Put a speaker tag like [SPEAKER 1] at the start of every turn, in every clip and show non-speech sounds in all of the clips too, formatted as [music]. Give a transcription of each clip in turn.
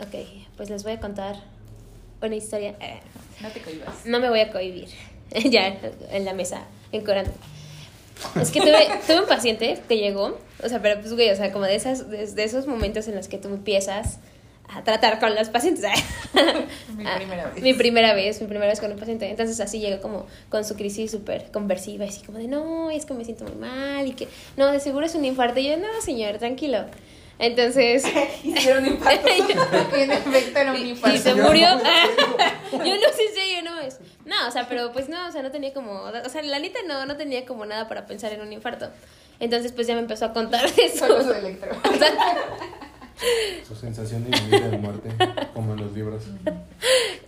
[SPEAKER 1] Ok, pues les voy a contar una historia. Eh,
[SPEAKER 2] No te cohibas.
[SPEAKER 1] No me voy a cohibir. [laughs] ya, en la mesa, encorando. Es que
[SPEAKER 2] [laughs]
[SPEAKER 1] tuve, tuve un paciente que llegó, o sea, pero pues, güey, o sea, como de, esas, de, de esos momentos en los que tú empiezas a tratar con los pacientes. [laughs]
[SPEAKER 2] Mi
[SPEAKER 1] Ah,
[SPEAKER 2] primera vez.
[SPEAKER 1] Mi primera vez, mi primera vez con un paciente. Entonces así llegó como con su crisis súper conversiva, así como de, no, es que me siento muy mal y que, no, de seguro es un infarto. Y yo, no, señor, tranquilo. Entonces...
[SPEAKER 2] [laughs] Hicieron un impacto. [laughs]
[SPEAKER 1] [laughs]
[SPEAKER 2] en efecto era un
[SPEAKER 1] Y
[SPEAKER 2] infarto.
[SPEAKER 1] se murió. [laughs] yo no sé si yo no es. No, o sea, pero pues no, o sea, no tenía como. O sea, la neta no, no tenía como nada para pensar en un infarto. Entonces, pues ya me empezó a contar [laughs] de eso.
[SPEAKER 2] Solo
[SPEAKER 1] [laughs]
[SPEAKER 2] su electro.
[SPEAKER 1] O sea,
[SPEAKER 3] Su sensación de vida de muerte, como en los [laughs] libros.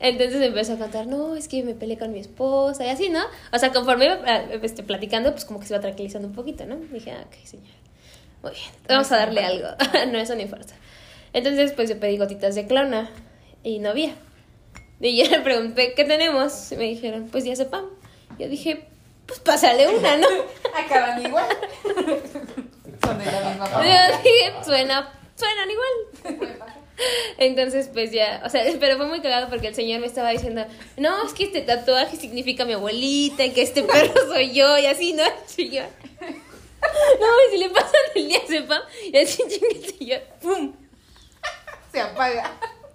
[SPEAKER 1] Entonces me empezó a contar, no, es que me peleé con mi esposa y así, ¿no? O sea, conforme iba ah, este, platicando, pues como que se iba tranquilizando un poquito, ¿no? Dije, ah, ok, señor. Muy bien, vamos a darle algo. [laughs] no es un infarto. Entonces, pues yo pedí gotitas de clona y no había. Y yo le pregunté, ¿qué tenemos? Y me dijeron, pues ya sepam. Yo dije, pues pásale una, ¿no?
[SPEAKER 2] Acaban igual. Son de la misma
[SPEAKER 1] Yo
[SPEAKER 2] familia.
[SPEAKER 1] dije, suena, suenan igual. Entonces, pues ya, o sea, [laughs] pero fue muy cagado porque el señor me estaba diciendo, no, es que este tatuaje significa mi abuelita, y que este perro [laughs] soy yo, y así, ¿no? Y yo, [laughs] no, y si le pasan el día sepa, y así [laughs] chingue y yo, pum. [laughs]
[SPEAKER 2] Se apaga.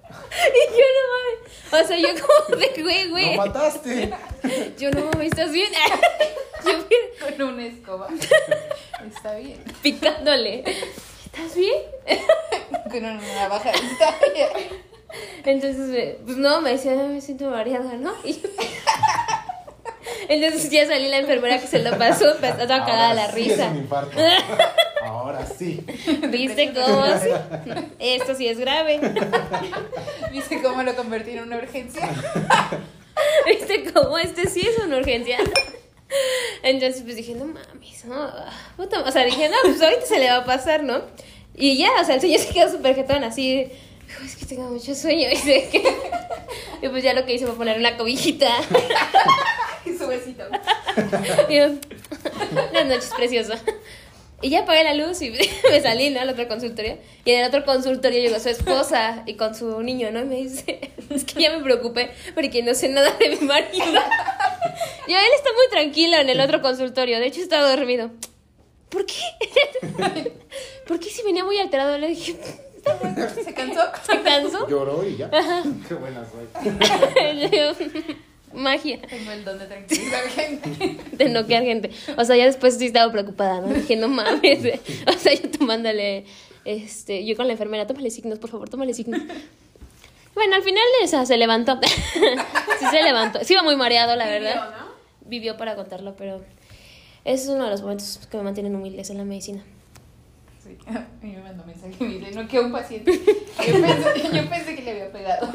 [SPEAKER 1] Y yo no mames. O sea, yo como de güey,
[SPEAKER 3] ¡Lo
[SPEAKER 1] güey.
[SPEAKER 3] [laughs] mataste!
[SPEAKER 1] Yo no mames, ¿estás bien? [laughs] yo bien
[SPEAKER 2] Con una escoba. Está bien.
[SPEAKER 1] picándole. ¿Estás bien?
[SPEAKER 2] Con una navaja. Está bien.
[SPEAKER 1] Entonces, eh, pues no, me decía, "Ay, me siento mareada, ¿no? Y yo- [laughs] Entonces ya salí la enfermera que se lo pasó, empezó toda cagada la
[SPEAKER 3] sí Es
[SPEAKER 1] risa.
[SPEAKER 3] un infarto. Ahora sí.
[SPEAKER 1] [laughs] ¿Viste cómo? sí? Esto sí es grave. [laughs]
[SPEAKER 2] ¿Viste cómo lo convertí en una urgencia?
[SPEAKER 1] ¿Viste cómo? Este sí es una urgencia. [laughs] Entonces, pues dije, no mames, no. puta- O sea, dije, no, pues ahorita se le va a pasar, ¿no? Y ya, o sea, el señor se quedó súper jetón, así. "Hijo, Es que tengo mucho sueño. [laughs] Y, se que... y pues ya lo que hice fue poner una cobijita.
[SPEAKER 2] Y su besito.
[SPEAKER 1] Y yo, Las noches preciosa. Y ya apagué la luz y [laughs] me salí, ¿no? Al otro consultorio. Y en el otro consultorio llegó su esposa y con su niño, ¿no? Y me dice, [laughs] es que ya me preocupé porque no sé nada de mi marido. [laughs] Yo, él está muy tranquilo en el otro consultorio. De hecho, está dormido. ¿Por qué? ¿Por qué [laughs] si venía muy alterado? Le dije,
[SPEAKER 2] ¿Se cansó?
[SPEAKER 1] ¿se [laughs] cansó?
[SPEAKER 3] Lloró y ya. [laughs] Qué buena soy.
[SPEAKER 1] Yo, Magia.
[SPEAKER 2] Tengo el don de tranquilizar gente.
[SPEAKER 1] [laughs] de noquear gente. O sea, ya después sí estaba preocupada, ¿no? Dije, no mames. [laughs] eh. O sea, yo tomándole, este, yo con la enfermera, tómale signos, por favor, tómale signos. Bueno, al final o sea, se levantó. [laughs] sí se levantó. Sí iba muy mareado, la verdad.
[SPEAKER 2] Vivió, ¿no?
[SPEAKER 1] Vivió para contarlo, pero ese es uno de los momentos que me mantienen humildes en la medicina.
[SPEAKER 2] Sí. Y me mandó mensaje y me dice, no, que un paciente. Yo pensé, yo pensé que le había pegado.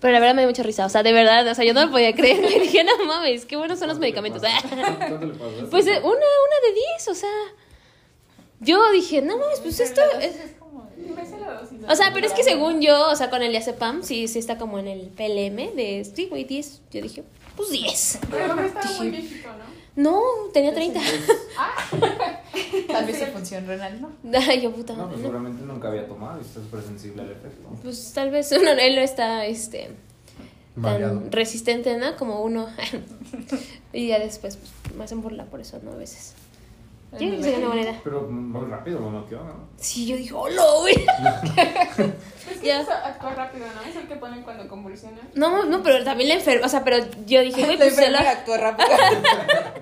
[SPEAKER 1] Pero la verdad me dio mucha risa, o sea, de verdad, o sea, yo no lo podía creer. [laughs] Yo dije, no mames, qué buenos son los medicamentos.
[SPEAKER 3] ¿Cuánto le
[SPEAKER 1] [laughs]
[SPEAKER 3] pasó?
[SPEAKER 1] Pues eh, una, una de diez, o sea. Yo dije, no mames, pues esto es,
[SPEAKER 2] como... Inversa la dosis.
[SPEAKER 1] O sea, pero es que según yo, o sea, con el diazepam sí, sí está como en el PLM de, sí, güey, 10. Yo dije, pues 10.
[SPEAKER 4] Pero el hombre estaba muy viejito, ¿no?
[SPEAKER 1] No, tenía 30.
[SPEAKER 3] Pues,
[SPEAKER 2] Tal vez su función renal, ¿no?
[SPEAKER 1] [laughs] Ay, yo puta.
[SPEAKER 3] No,
[SPEAKER 1] madre,
[SPEAKER 3] pues
[SPEAKER 1] no.
[SPEAKER 3] seguramente nunca había tomado y está súper sensible al efecto.
[SPEAKER 1] Pues tal vez uno, él no está, este,
[SPEAKER 3] Mareado.
[SPEAKER 1] tan resistente, ¿no? Como uno. [laughs] y ya después, pues, me hacen burla por eso, ¿no? A veces. Yo creo que sería una buena idea.
[SPEAKER 3] Pero muy rápido lo noqueó, ¿no?
[SPEAKER 1] Sí, yo dije, hola, güey. [laughs]
[SPEAKER 4] Es que
[SPEAKER 1] Ya.
[SPEAKER 4] eso actúa rápido, ¿no? Es el que ponen cuando convulsiona.
[SPEAKER 1] No, no, pero también la enferma, o sea, pero yo
[SPEAKER 2] [laughs]
[SPEAKER 1] dije, güey, pues se lo...
[SPEAKER 2] actúa [laughs] rápido.
[SPEAKER 1] [laughs]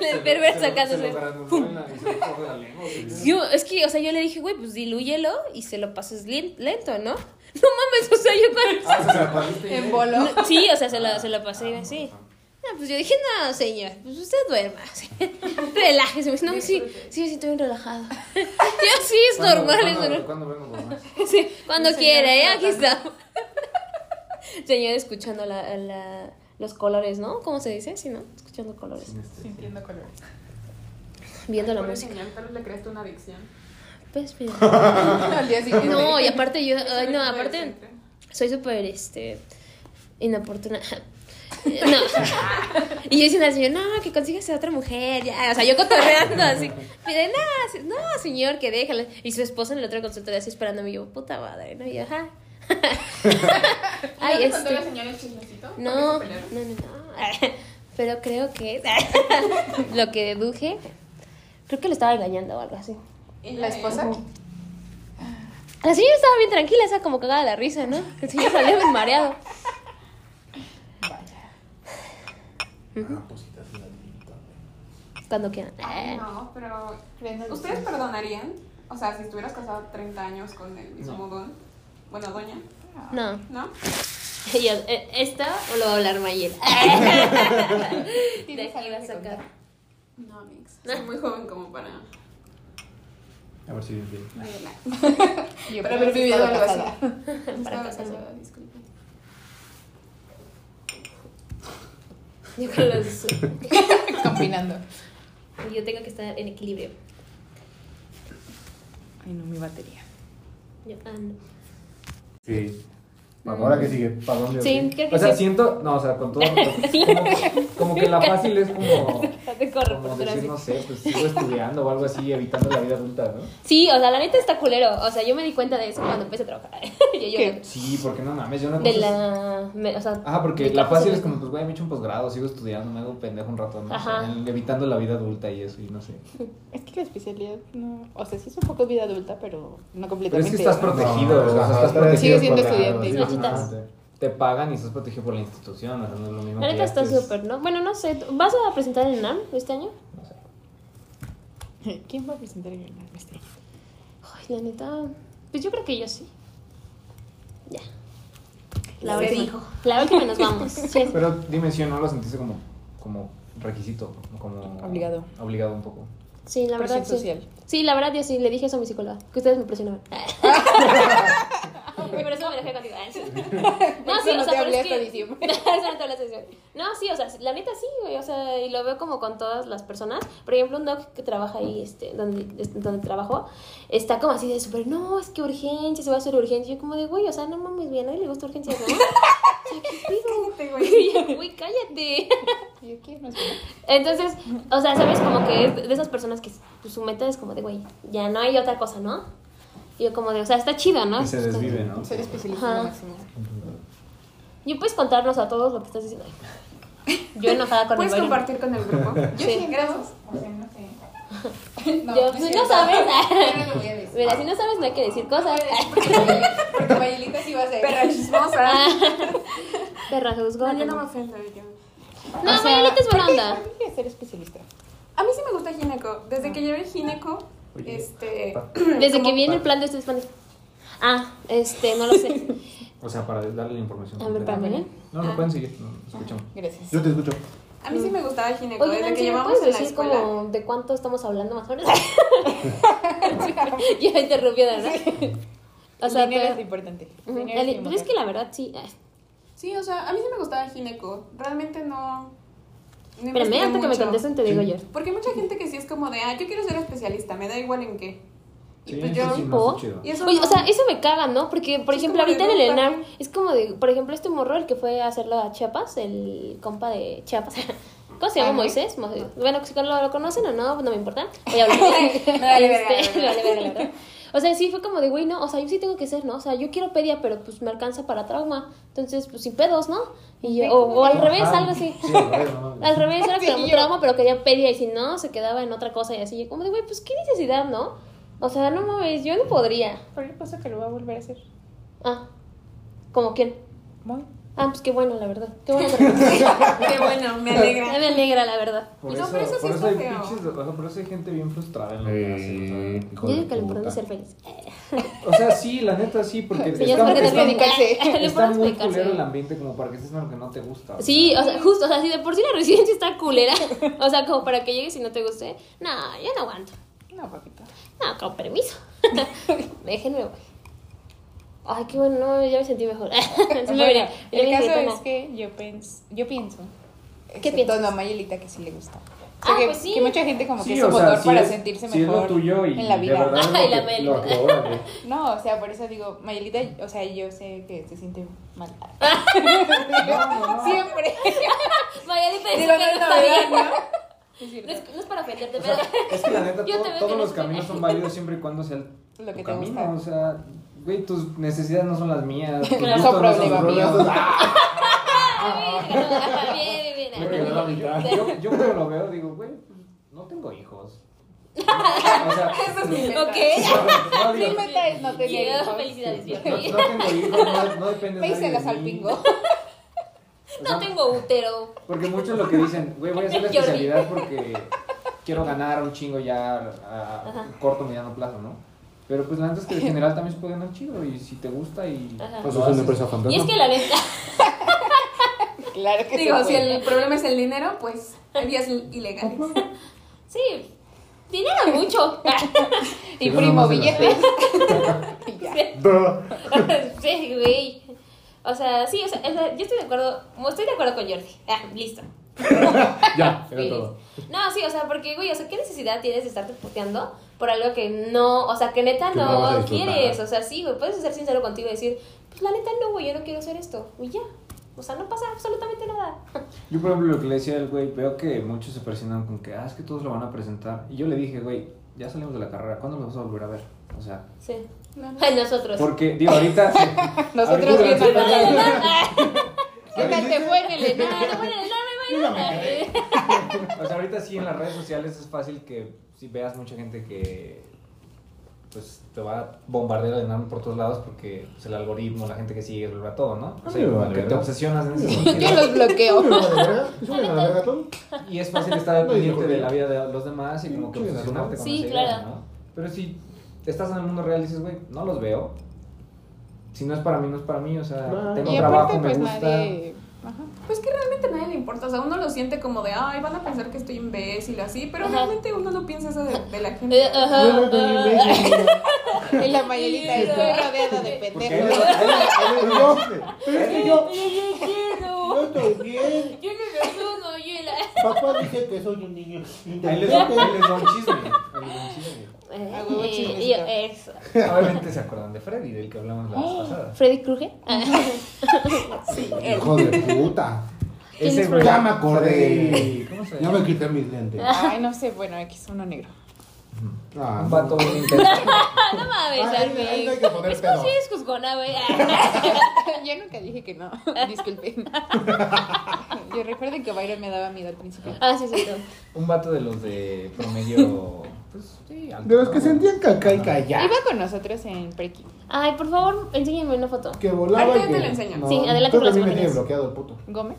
[SPEAKER 1] La
[SPEAKER 3] Se lo-
[SPEAKER 1] enferma
[SPEAKER 3] se lo- Se
[SPEAKER 1] sacándose.
[SPEAKER 3] lo granuló en la- y se lo corre la lengua.
[SPEAKER 1] Yo, es que, o sea, yo le dije, güey, pues dilúyelo y se lo pasas lien- lento, ¿no? [laughs] No mames, o sea, yo cuando...
[SPEAKER 3] Ah, se lo apagaste.
[SPEAKER 2] En bolo.
[SPEAKER 1] No, [laughs] sí, o sea, se lo, se lo pasé así. Ah, pues yo dije, no, señor, pues usted duerma. [laughs] sí. Relájese. Me dice, no, sí, sí me siento bien relajado. [laughs] yo sí, es
[SPEAKER 3] ¿Cuándo-
[SPEAKER 1] normal, es
[SPEAKER 3] cuándo-
[SPEAKER 1] normal.
[SPEAKER 3] ¿Cuándo vengo con más?
[SPEAKER 1] Sí, cuando
[SPEAKER 2] Señor,
[SPEAKER 1] quiere, ¿eh? aquí
[SPEAKER 2] tratando.
[SPEAKER 1] está. [laughs] señor, escuchando la, la- los colores, ¿no? ¿Cómo se dice? Sí, ¿no? Escuchando colores.
[SPEAKER 3] Sin este-
[SPEAKER 2] Sintiendo colores.
[SPEAKER 1] Viendo la
[SPEAKER 4] Pobre
[SPEAKER 1] música.
[SPEAKER 4] señor, tal vez le creaste una adicción.
[SPEAKER 1] Pues, [laughs] pero-
[SPEAKER 2] [laughs] Al día siguiente.
[SPEAKER 1] No, y aparte yo...
[SPEAKER 4] Es
[SPEAKER 1] Ay,
[SPEAKER 4] un
[SPEAKER 1] no,
[SPEAKER 4] tipo de
[SPEAKER 1] aparte...
[SPEAKER 4] centro.
[SPEAKER 1] soy súper este inoportuna [laughs] No. Y yo diciendo al señor, no, que consigas a otra mujer, ya. O sea, yo cotorreando así. Pide, no, se- no, señor, que déjala. Y su esposa en el otro consultorio así esperándome. Y yo, puta madre, ¿no? Y yo, ajá. Ay,
[SPEAKER 4] ¿Ya le contó la
[SPEAKER 1] este.
[SPEAKER 4] señora el chismecito? ¿Por qué
[SPEAKER 1] No, no,
[SPEAKER 4] se pelearon?
[SPEAKER 1] no, no. [laughs] Pero creo que [laughs] lo que deduje, creo que lo estaba engañando o algo así.
[SPEAKER 2] ¿La esposa?
[SPEAKER 1] La señora estaba bien tranquila, esa como cagada de la risa, ¿no? El señor salió bien mareado.
[SPEAKER 2] Vaya.
[SPEAKER 3] Ah, cositas en la lindita, güey.
[SPEAKER 1] Cuando quieran.
[SPEAKER 4] Ay, No, pero. ¿Ustedes perdonarían? O sea, si estuvieras casado 30 años con el mismo don. Bueno, doña,
[SPEAKER 1] No. [laughs]
[SPEAKER 4] ¿no?
[SPEAKER 1] Y yo, "Eh, ¿Esta o lo va a hablar
[SPEAKER 2] [laughs]
[SPEAKER 1] Mayel? De aquí va a sacar.
[SPEAKER 4] No, mix. Soy muy joven como para.
[SPEAKER 3] A ver si bien, bien.
[SPEAKER 2] Yo creo
[SPEAKER 4] Para haber
[SPEAKER 2] que
[SPEAKER 4] vivido
[SPEAKER 2] estaba
[SPEAKER 4] algo así. [laughs]
[SPEAKER 2] casada.
[SPEAKER 1] Para casarse.
[SPEAKER 4] casada, disculpen.
[SPEAKER 1] Yo con los-
[SPEAKER 2] [laughs] Combinando.
[SPEAKER 1] Yo tengo que estar en equilibrio.
[SPEAKER 2] Ay, no, mi batería.
[SPEAKER 1] Yo, ah, no.
[SPEAKER 5] Sí.
[SPEAKER 3] Bueno, Ahora que sigue, ¿para dónde? o
[SPEAKER 1] Sí,
[SPEAKER 3] qué?
[SPEAKER 1] creo que
[SPEAKER 5] O sea,
[SPEAKER 1] sí.
[SPEAKER 5] siento, no, o sea, con todo, como, como que la fácil es
[SPEAKER 1] [laughs]
[SPEAKER 5] como,
[SPEAKER 1] Te corro
[SPEAKER 5] Oh.
[SPEAKER 1] por
[SPEAKER 5] como
[SPEAKER 1] fuera,
[SPEAKER 5] decir,
[SPEAKER 1] sí.
[SPEAKER 5] no sé, pues sigo estudiando o algo así, evitando la vida adulta, ¿no?
[SPEAKER 1] Sí, o sea, la neta está culero. O sea, yo me di cuenta de eso cuando empecé a trabajar. [laughs] yo, yo,
[SPEAKER 2] ¿Qué?
[SPEAKER 5] Sí, porque no mames, yo no
[SPEAKER 1] De la. me- o sea,
[SPEAKER 5] Ajá, Ah, porque
[SPEAKER 1] de
[SPEAKER 5] la
[SPEAKER 1] clase
[SPEAKER 5] fácil
[SPEAKER 1] de-
[SPEAKER 5] es como, pues, güey, me he hecho un posgrado, sigo estudiando, me hago pendejo un rato, ¿no?
[SPEAKER 1] Ajá.
[SPEAKER 5] El- evitando la vida adulta y eso, y no sé.
[SPEAKER 2] Es que la especialidad no. O sea, sí es un poco vida adulta, pero no
[SPEAKER 5] Pero es
[SPEAKER 2] completamente.
[SPEAKER 5] que estás
[SPEAKER 2] ¿no?
[SPEAKER 5] protegido,
[SPEAKER 3] No,
[SPEAKER 5] o sea,
[SPEAKER 3] ajá,
[SPEAKER 5] estás
[SPEAKER 3] pero
[SPEAKER 2] sigues
[SPEAKER 5] protegido.
[SPEAKER 2] siendo
[SPEAKER 5] por la-
[SPEAKER 2] estudiante.
[SPEAKER 5] sí,
[SPEAKER 1] Notitas.
[SPEAKER 5] ajá, Te te pagan y estás protegido por la institución, o sea, no es lo mismo.
[SPEAKER 1] La
[SPEAKER 5] que
[SPEAKER 1] neta está
[SPEAKER 5] antes.
[SPEAKER 1] súper, ¿no? Bueno, no sé. ¿tú- ¿Vas a presentar en NAM este año?
[SPEAKER 5] No sé.
[SPEAKER 2] [laughs] ¿Quién va a presentar el este gran misterio?
[SPEAKER 1] Ay, la neta. Pues yo creo que yo sí. Ya.
[SPEAKER 2] Se
[SPEAKER 1] La última.
[SPEAKER 2] dijo.
[SPEAKER 1] La última y nos vamos.
[SPEAKER 2] [laughs]
[SPEAKER 1] Sí.
[SPEAKER 5] Pero dime si no lo sentiste como, como requisito, como...
[SPEAKER 2] Obligado.
[SPEAKER 5] Obligado un poco.
[SPEAKER 1] Sí, la verdad
[SPEAKER 2] Presión
[SPEAKER 1] sí.
[SPEAKER 2] social.
[SPEAKER 1] Sí, la verdad yo sí le dije eso a mi psicóloga, que ustedes me
[SPEAKER 2] [laughs]
[SPEAKER 1] presionaban. Y por eso me dejé contigo. ¿eh? No, sí,
[SPEAKER 2] Eso
[SPEAKER 1] o
[SPEAKER 2] no
[SPEAKER 1] sea,
[SPEAKER 2] te
[SPEAKER 1] pero
[SPEAKER 2] hablé
[SPEAKER 1] es que... [laughs]
[SPEAKER 2] hasta diciembre.
[SPEAKER 1] Eso no te hablé hasta diciembre. No, sí, o sea, la neta sí, güey, o sea, y lo veo como con todas las personas. Por ejemplo, un doc que trabaja ahí, este, donde, es- donde trabajo, está como así de súper, no, es que urgencia, se va a hacer urgencia. Y yo como de, güey, o sea, no mames, bien, a nadie le gusta urgencia, ¿no? [laughs] O sea, ¿qué pido?
[SPEAKER 2] [laughs]
[SPEAKER 1] Y yo, Güey, cállate.
[SPEAKER 2] Yo quiero no sé.
[SPEAKER 1] Entonces, o sea, sabes como que es de esas personas que pues, su meta es como de, güey, ya no hay otra cosa, ¿no? Y yo como de, o sea, está chido, ¿no?
[SPEAKER 5] Y se
[SPEAKER 1] Está-
[SPEAKER 5] desvive, ¿no?
[SPEAKER 2] Ser especialista
[SPEAKER 1] Ajá.
[SPEAKER 2] es lo máximo.
[SPEAKER 1] Y puedes contarnos a todos lo que estás diciendo. Ay, Yo enojada con el
[SPEAKER 4] ¿Puedes
[SPEAKER 1] baile.
[SPEAKER 4] compartir con el grupo?
[SPEAKER 2] Yo
[SPEAKER 1] Sí.
[SPEAKER 2] siento-
[SPEAKER 4] Gracias. O
[SPEAKER 1] [laughs]
[SPEAKER 4] sea, no sé.
[SPEAKER 2] No,
[SPEAKER 1] Yo,
[SPEAKER 2] es
[SPEAKER 1] si no
[SPEAKER 2] cierto.
[SPEAKER 1] sabes, [laughs]
[SPEAKER 2] Yo no lo voy a decir.
[SPEAKER 1] mira, si no sabes no hay que decir cosas. [laughs]
[SPEAKER 2] Porque Mayelita sí va a ser.
[SPEAKER 4] Perra chismosa.
[SPEAKER 1] [laughs] Perra juzgona.
[SPEAKER 4] No, yo no me ofendo. Yo.
[SPEAKER 1] No, Mayelita es buena onda.
[SPEAKER 2] ¿Por qué ser especialista?
[SPEAKER 4] A mí sí me gusta gineco. Desde que llevé gineco,
[SPEAKER 5] Ah. Oye,
[SPEAKER 4] este.
[SPEAKER 5] pa-
[SPEAKER 1] Desde que
[SPEAKER 4] como-
[SPEAKER 1] viene el plan de este Spanish. Ah, este, no lo sé.
[SPEAKER 5] O sea, para darle la información.
[SPEAKER 1] A ver, Ah.
[SPEAKER 5] completa.
[SPEAKER 1] espérame, ¿eh?
[SPEAKER 5] No, no pueden seguir, no, escuchamos.
[SPEAKER 2] Gracias.
[SPEAKER 3] Yo te escucho.
[SPEAKER 4] A mí sí me gustaba gineco.
[SPEAKER 1] Oye,
[SPEAKER 4] desde que
[SPEAKER 1] Nancy, ¿me
[SPEAKER 4] llevamos
[SPEAKER 1] puedes
[SPEAKER 4] en la
[SPEAKER 1] decir
[SPEAKER 4] escuela.
[SPEAKER 1] como de cuánto estamos hablando más o [laughs] menos? Yo interrumpida, ¿no? O sea,
[SPEAKER 2] el
[SPEAKER 1] pero-
[SPEAKER 2] dinero es lo importante.
[SPEAKER 1] Ujú,
[SPEAKER 2] Dinero
[SPEAKER 1] el-
[SPEAKER 2] lo
[SPEAKER 1] pero pues es que
[SPEAKER 2] importante.
[SPEAKER 1] la verdad sí. ay,
[SPEAKER 4] Sí, o sea, a mí sí me gustaba gineco. Realmente no. no
[SPEAKER 1] Espérame,
[SPEAKER 4] investigué
[SPEAKER 1] antes que me
[SPEAKER 4] mucho.
[SPEAKER 1] contesten, te digo yo.
[SPEAKER 4] Porque hay mucha gente que sí es como de, ah, yo quiero ser especialista, me da igual en qué. Y
[SPEAKER 5] Sí,
[SPEAKER 4] pues
[SPEAKER 5] eso sí,
[SPEAKER 4] yo.
[SPEAKER 5] no
[SPEAKER 1] ¿Po?
[SPEAKER 5] está chido.
[SPEAKER 4] Y eso
[SPEAKER 1] Oye,
[SPEAKER 4] no-
[SPEAKER 1] o sea, eso me caga, ¿no? Porque, por
[SPEAKER 4] Sí, es
[SPEAKER 1] ejemplo,
[SPEAKER 4] como de
[SPEAKER 1] ahorita en el
[SPEAKER 4] no,
[SPEAKER 1] ENAM,
[SPEAKER 4] ¿para
[SPEAKER 1] es como de, por ejemplo, este morro, el que fue a hacerlo a Chiapas, el compa de Chiapas. [laughs] ¿Cómo se llama
[SPEAKER 2] Ah, ¿no?
[SPEAKER 1] Moisés? Mo- Bueno, si lo, lo conocen o no, no me importa.
[SPEAKER 4] [laughs]
[SPEAKER 1] Voy a hablar.
[SPEAKER 4] Me vale verga,
[SPEAKER 1] Este, [laughs]
[SPEAKER 4] la
[SPEAKER 1] vale, verga, la verdad. O sea, sí fue como de, güey, no, o sea, yo sí tengo que ser, ¿no? O sea, yo quiero pedia, pero pues me alcanza para trauma. Entonces, pues sin pedos, ¿no? Y yo- o, o al revés,
[SPEAKER 5] Ajá.
[SPEAKER 1] algo así.
[SPEAKER 5] Sí, al revés,
[SPEAKER 1] [laughs]
[SPEAKER 5] no,
[SPEAKER 1] Al revés,
[SPEAKER 4] [laughs]
[SPEAKER 1] era
[SPEAKER 2] Sí,
[SPEAKER 1] como un
[SPEAKER 2] yo.
[SPEAKER 1] trauma, pero quería pedia y si no, se quedaba en otra cosa y así. Yo como de, güey, pues qué necesidad, ¿no? O sea, no mames, yo no podría.
[SPEAKER 2] Pero yo pienso que lo va a volver a hacer.
[SPEAKER 1] Ah, ¿como quién?
[SPEAKER 2] Muy.
[SPEAKER 1] Ah, pues qué bueno, la verdad. Qué bueno. que lo
[SPEAKER 2] [laughs]
[SPEAKER 1] hiciste.
[SPEAKER 4] Qué bueno,
[SPEAKER 1] [laughs]
[SPEAKER 4] me
[SPEAKER 1] Ya
[SPEAKER 4] alegra.
[SPEAKER 1] me alegra, la verdad.
[SPEAKER 5] Por
[SPEAKER 4] Y no,
[SPEAKER 5] eso,
[SPEAKER 4] pero eso sí
[SPEAKER 5] por
[SPEAKER 4] está
[SPEAKER 5] eso hay
[SPEAKER 4] feo.
[SPEAKER 5] pinches, o sea, por eso hay gente bien frustrada en lo que
[SPEAKER 3] Eh,
[SPEAKER 5] hace. o sea.
[SPEAKER 3] hijo
[SPEAKER 1] Yo
[SPEAKER 3] de
[SPEAKER 1] digo que lo importante es
[SPEAKER 3] puta.
[SPEAKER 1] ser feliz.
[SPEAKER 5] O sea, sí, la neta sí, porque
[SPEAKER 1] Sí, ya es porque
[SPEAKER 2] es
[SPEAKER 1] te
[SPEAKER 2] dedicarse.
[SPEAKER 1] dedicarse. [laughs] Le
[SPEAKER 5] está
[SPEAKER 1] puedes
[SPEAKER 5] muy culero el
[SPEAKER 1] dedicarse.
[SPEAKER 5] ambiente como para que estés en algo que no te gusta. o
[SPEAKER 1] Sí,
[SPEAKER 5] sea.
[SPEAKER 1] o sea, justo, o sea, si de por sí la residencia está culera, o sea, como para que llegues y no te guste, no, yo no aguanto. [laughs]
[SPEAKER 2] No, papito.
[SPEAKER 1] No, con permiso. [laughs] Déjenme, güey. Ay, qué bueno, no, ya me sentí mejor. [laughs] Sí, me
[SPEAKER 2] Bueno,
[SPEAKER 1] venía- venía
[SPEAKER 2] el
[SPEAKER 1] bien
[SPEAKER 2] caso
[SPEAKER 1] gritona.
[SPEAKER 2] es que yo, pens yo pienso.
[SPEAKER 1] ¿Qué
[SPEAKER 2] excepto
[SPEAKER 1] piensas?
[SPEAKER 2] a Mayelita que sí le gusta. O sea,
[SPEAKER 1] Ah,
[SPEAKER 2] que,
[SPEAKER 1] pues sí.
[SPEAKER 2] que mucha gente como que
[SPEAKER 5] Sí,
[SPEAKER 2] es un
[SPEAKER 5] o
[SPEAKER 2] motor
[SPEAKER 5] sea, si
[SPEAKER 2] para
[SPEAKER 5] es,
[SPEAKER 2] sentirse
[SPEAKER 5] si es
[SPEAKER 2] mejor
[SPEAKER 5] lo tuyo y
[SPEAKER 2] en la vida.
[SPEAKER 5] de
[SPEAKER 2] [laughs]
[SPEAKER 5] verdad
[SPEAKER 1] Ay, la
[SPEAKER 5] lo,
[SPEAKER 1] Mel.
[SPEAKER 5] que- lo acabas.
[SPEAKER 2] No, o sea, por eso digo, Mayelita, o sea, yo sé que se siente mal. [laughs] [laughs] Siempre.
[SPEAKER 1] Mayalita dice
[SPEAKER 2] Digo,
[SPEAKER 1] que
[SPEAKER 2] no
[SPEAKER 1] no
[SPEAKER 2] [laughs] es
[SPEAKER 1] está
[SPEAKER 2] novedad,
[SPEAKER 1] bien.
[SPEAKER 2] ¿no? Es
[SPEAKER 1] No
[SPEAKER 2] cierto,
[SPEAKER 1] es, no es para ofenderte,
[SPEAKER 5] O sea,
[SPEAKER 1] pero [laughs]
[SPEAKER 5] es que la neta,
[SPEAKER 1] Yo
[SPEAKER 5] to-
[SPEAKER 1] te veo que
[SPEAKER 5] todos
[SPEAKER 1] no
[SPEAKER 5] los
[SPEAKER 1] estoy-
[SPEAKER 5] caminos son válidos siempre y cuando sea el
[SPEAKER 2] lo que
[SPEAKER 5] tu
[SPEAKER 2] te
[SPEAKER 5] camino.
[SPEAKER 2] gusta.
[SPEAKER 5] O sea, güey, tus necesidades no son las
[SPEAKER 2] [laughs]
[SPEAKER 5] mías. tus
[SPEAKER 2] No
[SPEAKER 5] gustos
[SPEAKER 2] son
[SPEAKER 5] tus
[SPEAKER 2] problema mío.
[SPEAKER 5] problemas. Ah,
[SPEAKER 2] Ah.
[SPEAKER 1] Ay, bien, ajá, bien, bien,
[SPEAKER 3] Me quedé a la mitad.
[SPEAKER 5] Ah, Yo, yo como lo veo, digo, güey, pues, no tengo
[SPEAKER 2] [laughs]
[SPEAKER 5] hijos. O sea,
[SPEAKER 1] bien.
[SPEAKER 2] meta.
[SPEAKER 1] Ok.
[SPEAKER 5] no,
[SPEAKER 2] Mi
[SPEAKER 5] digo,
[SPEAKER 2] meta es no tener
[SPEAKER 1] Quiero
[SPEAKER 2] hijos.
[SPEAKER 1] felicidades,
[SPEAKER 2] [laughs]
[SPEAKER 1] bien.
[SPEAKER 5] no, no tengo hijos, no, no depende
[SPEAKER 2] Me hice
[SPEAKER 5] nadie
[SPEAKER 2] la
[SPEAKER 5] de mí. [laughs]
[SPEAKER 2] salpingo.
[SPEAKER 5] O sea,
[SPEAKER 1] No tengo útero.
[SPEAKER 5] Porque muchos lo que dicen, güey, voy
[SPEAKER 1] [laughs]
[SPEAKER 5] a hacer la
[SPEAKER 1] Jordi.
[SPEAKER 5] especialidad porque quiero ganar un chingo ya a,
[SPEAKER 1] Ajá.
[SPEAKER 5] corto, mediano plazo, ¿no? Pero pues la neta es que en general también se puede ganar chido y si te gusta y...
[SPEAKER 1] Ajá.
[SPEAKER 3] Pues
[SPEAKER 5] lo
[SPEAKER 3] es una
[SPEAKER 5] haces.
[SPEAKER 3] empresa fantasma.
[SPEAKER 1] Y es que la neta,
[SPEAKER 2] Claro que
[SPEAKER 4] Digo,
[SPEAKER 2] se
[SPEAKER 4] si
[SPEAKER 2] puede.
[SPEAKER 4] el problema es el dinero, pues hay vías ilegales.
[SPEAKER 1] [laughs] sí, dinero mucho. [laughs]
[SPEAKER 2] Y
[SPEAKER 5] Sí, no,
[SPEAKER 2] primo,
[SPEAKER 5] no se las-
[SPEAKER 2] billetes. [laughs] Y ya.
[SPEAKER 3] Da.
[SPEAKER 1] sí, güey. O sea, sí, o sea, o sea, yo estoy de acuerdo, estoy de acuerdo con Jordi. Ah, listo.
[SPEAKER 3] [laughs] Ya,
[SPEAKER 1] Sí,
[SPEAKER 3] era todo.
[SPEAKER 1] listo. No, sí, o sea, porque, güey, o sea, ¿qué necesidad tienes de estarte puteando por algo que no, o sea, que neta
[SPEAKER 3] Que no vas a
[SPEAKER 1] no
[SPEAKER 3] disfrutar.
[SPEAKER 1] quieres? O sea, sí, güey, puedes ser sincero contigo y decir, pues la neta no, güey, yo no quiero hacer esto. Y ya. O sea, no pasa absolutamente nada.
[SPEAKER 5] Yo, por ejemplo, lo que le decía al güey, veo que muchos se presionan con que, ah, es que todos lo van a presentar. Y yo le dije, güey, ya salimos de la carrera, ¿cuándo lo vas a volver a ver? O sea,
[SPEAKER 1] Sí. [laughs]
[SPEAKER 4] No.
[SPEAKER 1] Nosotros.
[SPEAKER 5] porque, digo, ahorita...
[SPEAKER 2] [laughs] Nosotros
[SPEAKER 5] ahorita-
[SPEAKER 2] viendo
[SPEAKER 5] [laughs]
[SPEAKER 2] la ¿Qué tal te
[SPEAKER 5] ahorita-
[SPEAKER 2] fue en el
[SPEAKER 1] No, Ah, no,
[SPEAKER 2] enano?
[SPEAKER 1] bueno, no, no,
[SPEAKER 3] Yo
[SPEAKER 1] no,
[SPEAKER 3] ya
[SPEAKER 1] no.
[SPEAKER 3] me quedé.
[SPEAKER 5] O sea, ahorita sí en las redes sociales es fácil que si veas mucha gente que pues te va a bombardear de enorme por todos lados porque pues, el algoritmo, la gente que sigue, bla, bla, todo, ¿no? O sea,
[SPEAKER 3] Ay,
[SPEAKER 5] como
[SPEAKER 3] vale,
[SPEAKER 5] que te
[SPEAKER 3] Ah, ¿verdad?
[SPEAKER 5] obsesionas en ese
[SPEAKER 2] Yo
[SPEAKER 5] sentido.
[SPEAKER 2] los bloqueo.
[SPEAKER 3] Yo ya me quedé. Yo ya me quedé todo.
[SPEAKER 5] Y es fácil estar al
[SPEAKER 3] Ay,
[SPEAKER 5] pendiente de
[SPEAKER 3] Dios.
[SPEAKER 5] la vida de los demás y como que
[SPEAKER 3] Sí,
[SPEAKER 5] obsesionarte con
[SPEAKER 1] sí,
[SPEAKER 5] esa
[SPEAKER 1] claro.
[SPEAKER 5] idea, ¿no? Pero si estás en el mundo real y dices, güey, no los veo. Si no es para mí, no es para mí. O sea,
[SPEAKER 3] Claro.
[SPEAKER 5] tengo
[SPEAKER 2] Y
[SPEAKER 5] trabajo,
[SPEAKER 2] aparte,
[SPEAKER 5] me
[SPEAKER 2] pues
[SPEAKER 5] gusta.
[SPEAKER 2] nadie. Ajá.
[SPEAKER 4] Pues que realmente a nadie le importa. O sea, uno lo siente como de, ay, van a pensar que estoy imbécil, así. Pero
[SPEAKER 1] Ajá.
[SPEAKER 4] realmente uno no piensa eso de, de la gente.
[SPEAKER 1] Eh, ajá,
[SPEAKER 3] Yo no tenía
[SPEAKER 1] ajá.
[SPEAKER 3] imbécil,
[SPEAKER 2] Y la mayorita estoy [laughs] rodeada de
[SPEAKER 5] Porque ahí les
[SPEAKER 2] pendejos.
[SPEAKER 5] va- ahí les-
[SPEAKER 3] no. Yo, Pero es que yo,
[SPEAKER 1] Yo no
[SPEAKER 3] yo
[SPEAKER 1] quiero.
[SPEAKER 3] estoy bien.
[SPEAKER 1] Yo no perdono, yo la...
[SPEAKER 3] Papá dice que soy un niño
[SPEAKER 5] ahí les ahí
[SPEAKER 3] inteligente.
[SPEAKER 5] les va un chisme. Ahí les va un chisme.
[SPEAKER 2] A huevo
[SPEAKER 1] Eh,
[SPEAKER 2] chismecito.
[SPEAKER 1] yo- eso.
[SPEAKER 5] Obviamente se acuerdan de Freddy, del que hablamos la vez
[SPEAKER 1] Ah.
[SPEAKER 5] pasada.
[SPEAKER 1] ¿Freddy Krueger?
[SPEAKER 3] [laughs] Hijo de puta.
[SPEAKER 1] ¿Quién es
[SPEAKER 5] güey-
[SPEAKER 3] Ya me acordé.
[SPEAKER 5] Freddy, ¿Cómo se
[SPEAKER 3] Ya
[SPEAKER 5] llama?
[SPEAKER 3] me quité mis lentes.
[SPEAKER 2] Ay, no sé, bueno, aquí es uno negro.
[SPEAKER 3] Ah,
[SPEAKER 5] Un
[SPEAKER 3] no.
[SPEAKER 5] vato bien intenso.
[SPEAKER 1] No mames,
[SPEAKER 3] Ah, ahí- ahí no hay
[SPEAKER 1] Armin.
[SPEAKER 3] que poner
[SPEAKER 1] Es
[SPEAKER 3] pedo.
[SPEAKER 1] sí es juzgona, güey.
[SPEAKER 2] Yo nunca dije que [laughs] no, disculpen. Yo recuerdo que Byron me daba miedo al principio.
[SPEAKER 1] Ah, sí, sí, no.
[SPEAKER 5] Un vato de los de promedio. Pues sí, alto.
[SPEAKER 3] De los que sentían caca y callá.
[SPEAKER 2] Iba con nosotros en Prequi.
[SPEAKER 1] Ay, por favor, enséñenme una foto.
[SPEAKER 3] Que volaba.
[SPEAKER 4] Ahorita
[SPEAKER 3] y
[SPEAKER 4] yo te
[SPEAKER 3] que-
[SPEAKER 4] lo enseño.
[SPEAKER 1] Sí, adelante
[SPEAKER 3] creo
[SPEAKER 1] con
[SPEAKER 3] que
[SPEAKER 1] las
[SPEAKER 3] a mí me tiene
[SPEAKER 1] imágenes.
[SPEAKER 3] bloqueado el puto.
[SPEAKER 2] Gómez.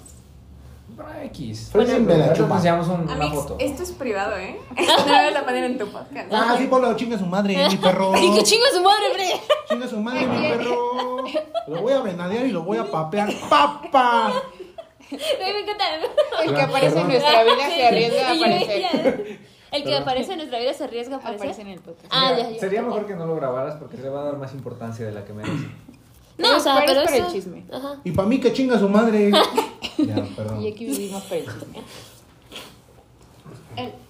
[SPEAKER 5] Ah, X.
[SPEAKER 3] Freddy
[SPEAKER 5] Freddy,
[SPEAKER 3] me la
[SPEAKER 5] ahorita
[SPEAKER 3] chupa.
[SPEAKER 5] te enseñamos un- una
[SPEAKER 4] Amix,
[SPEAKER 5] foto.
[SPEAKER 4] esto es privado, ¿eh? [laughs] No debes la poner en tu podcast.
[SPEAKER 3] Ah, sí, Polo, chinga su madre, mi perro.
[SPEAKER 1] Y que chingo su madre, Freddy.
[SPEAKER 3] Chinga su madre, mi perro. Lo voy a venadear y lo voy a papear. ¡Papa!
[SPEAKER 1] Ay, me encanta.
[SPEAKER 2] El que
[SPEAKER 3] Claro,
[SPEAKER 2] aparece en
[SPEAKER 3] perdón.
[SPEAKER 2] nuestra vida se arriesga a
[SPEAKER 1] Y yo
[SPEAKER 2] aparecer.
[SPEAKER 1] decía, El que aparece en nuestra vida se arriesga a
[SPEAKER 2] Aparece
[SPEAKER 1] aparecer.
[SPEAKER 2] en el podcast.
[SPEAKER 1] Ah,
[SPEAKER 5] Mira,
[SPEAKER 1] ya, ya.
[SPEAKER 5] Sería mejor que no lo grabaras porque se le va a dar más importancia de la que merece.
[SPEAKER 1] No, o sea,
[SPEAKER 2] Pero es
[SPEAKER 1] pero
[SPEAKER 2] por el
[SPEAKER 1] eso-
[SPEAKER 2] chisme.
[SPEAKER 1] Ajá.
[SPEAKER 3] Y para mí que chinga su madre. Ya, perdón.
[SPEAKER 2] Y aquí vivimos por el chisme.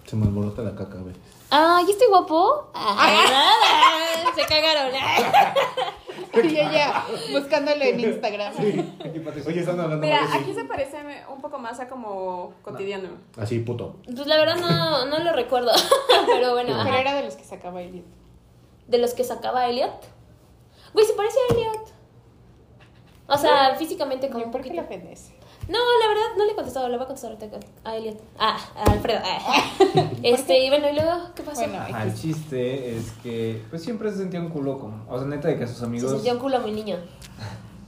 [SPEAKER 3] Se me alborota la caca, güey.
[SPEAKER 1] Ay, ¿estoy Ah, este guapo? Ay, nada. Se cagaron.
[SPEAKER 2] [laughs] Y ella buscándolo en Instagram.
[SPEAKER 5] [laughs] Y Patricia,
[SPEAKER 3] Oye, están hablando
[SPEAKER 4] Mira,
[SPEAKER 3] mal de
[SPEAKER 4] aquí
[SPEAKER 3] sí.
[SPEAKER 4] se parece un poco más a como cotidiano.
[SPEAKER 3] Así, puto.
[SPEAKER 1] Pues la verdad no, no lo recuerdo. [laughs] Pero bueno,
[SPEAKER 2] Pero
[SPEAKER 1] ajá.
[SPEAKER 2] era de los que sacaba el
[SPEAKER 1] de los que sacaba Elliot. Güey, se parece a Elliot. O sea, físicamente como un
[SPEAKER 2] ¿Por qué
[SPEAKER 1] poquito.
[SPEAKER 2] la ofendes?
[SPEAKER 1] No, la verdad no le he contestado, le voy a contestar ahorita a Elliot. Ah, a Alfredo. ah.
[SPEAKER 2] [laughs]
[SPEAKER 1] Este, y bueno, y luego, ¿qué pasó?
[SPEAKER 2] Bueno,
[SPEAKER 5] Ajá, el
[SPEAKER 2] X.
[SPEAKER 5] chiste es que pues siempre se sentía un culo como, o sea, neta de que sus
[SPEAKER 1] se
[SPEAKER 5] amigos
[SPEAKER 1] sentía un culo a mi niño.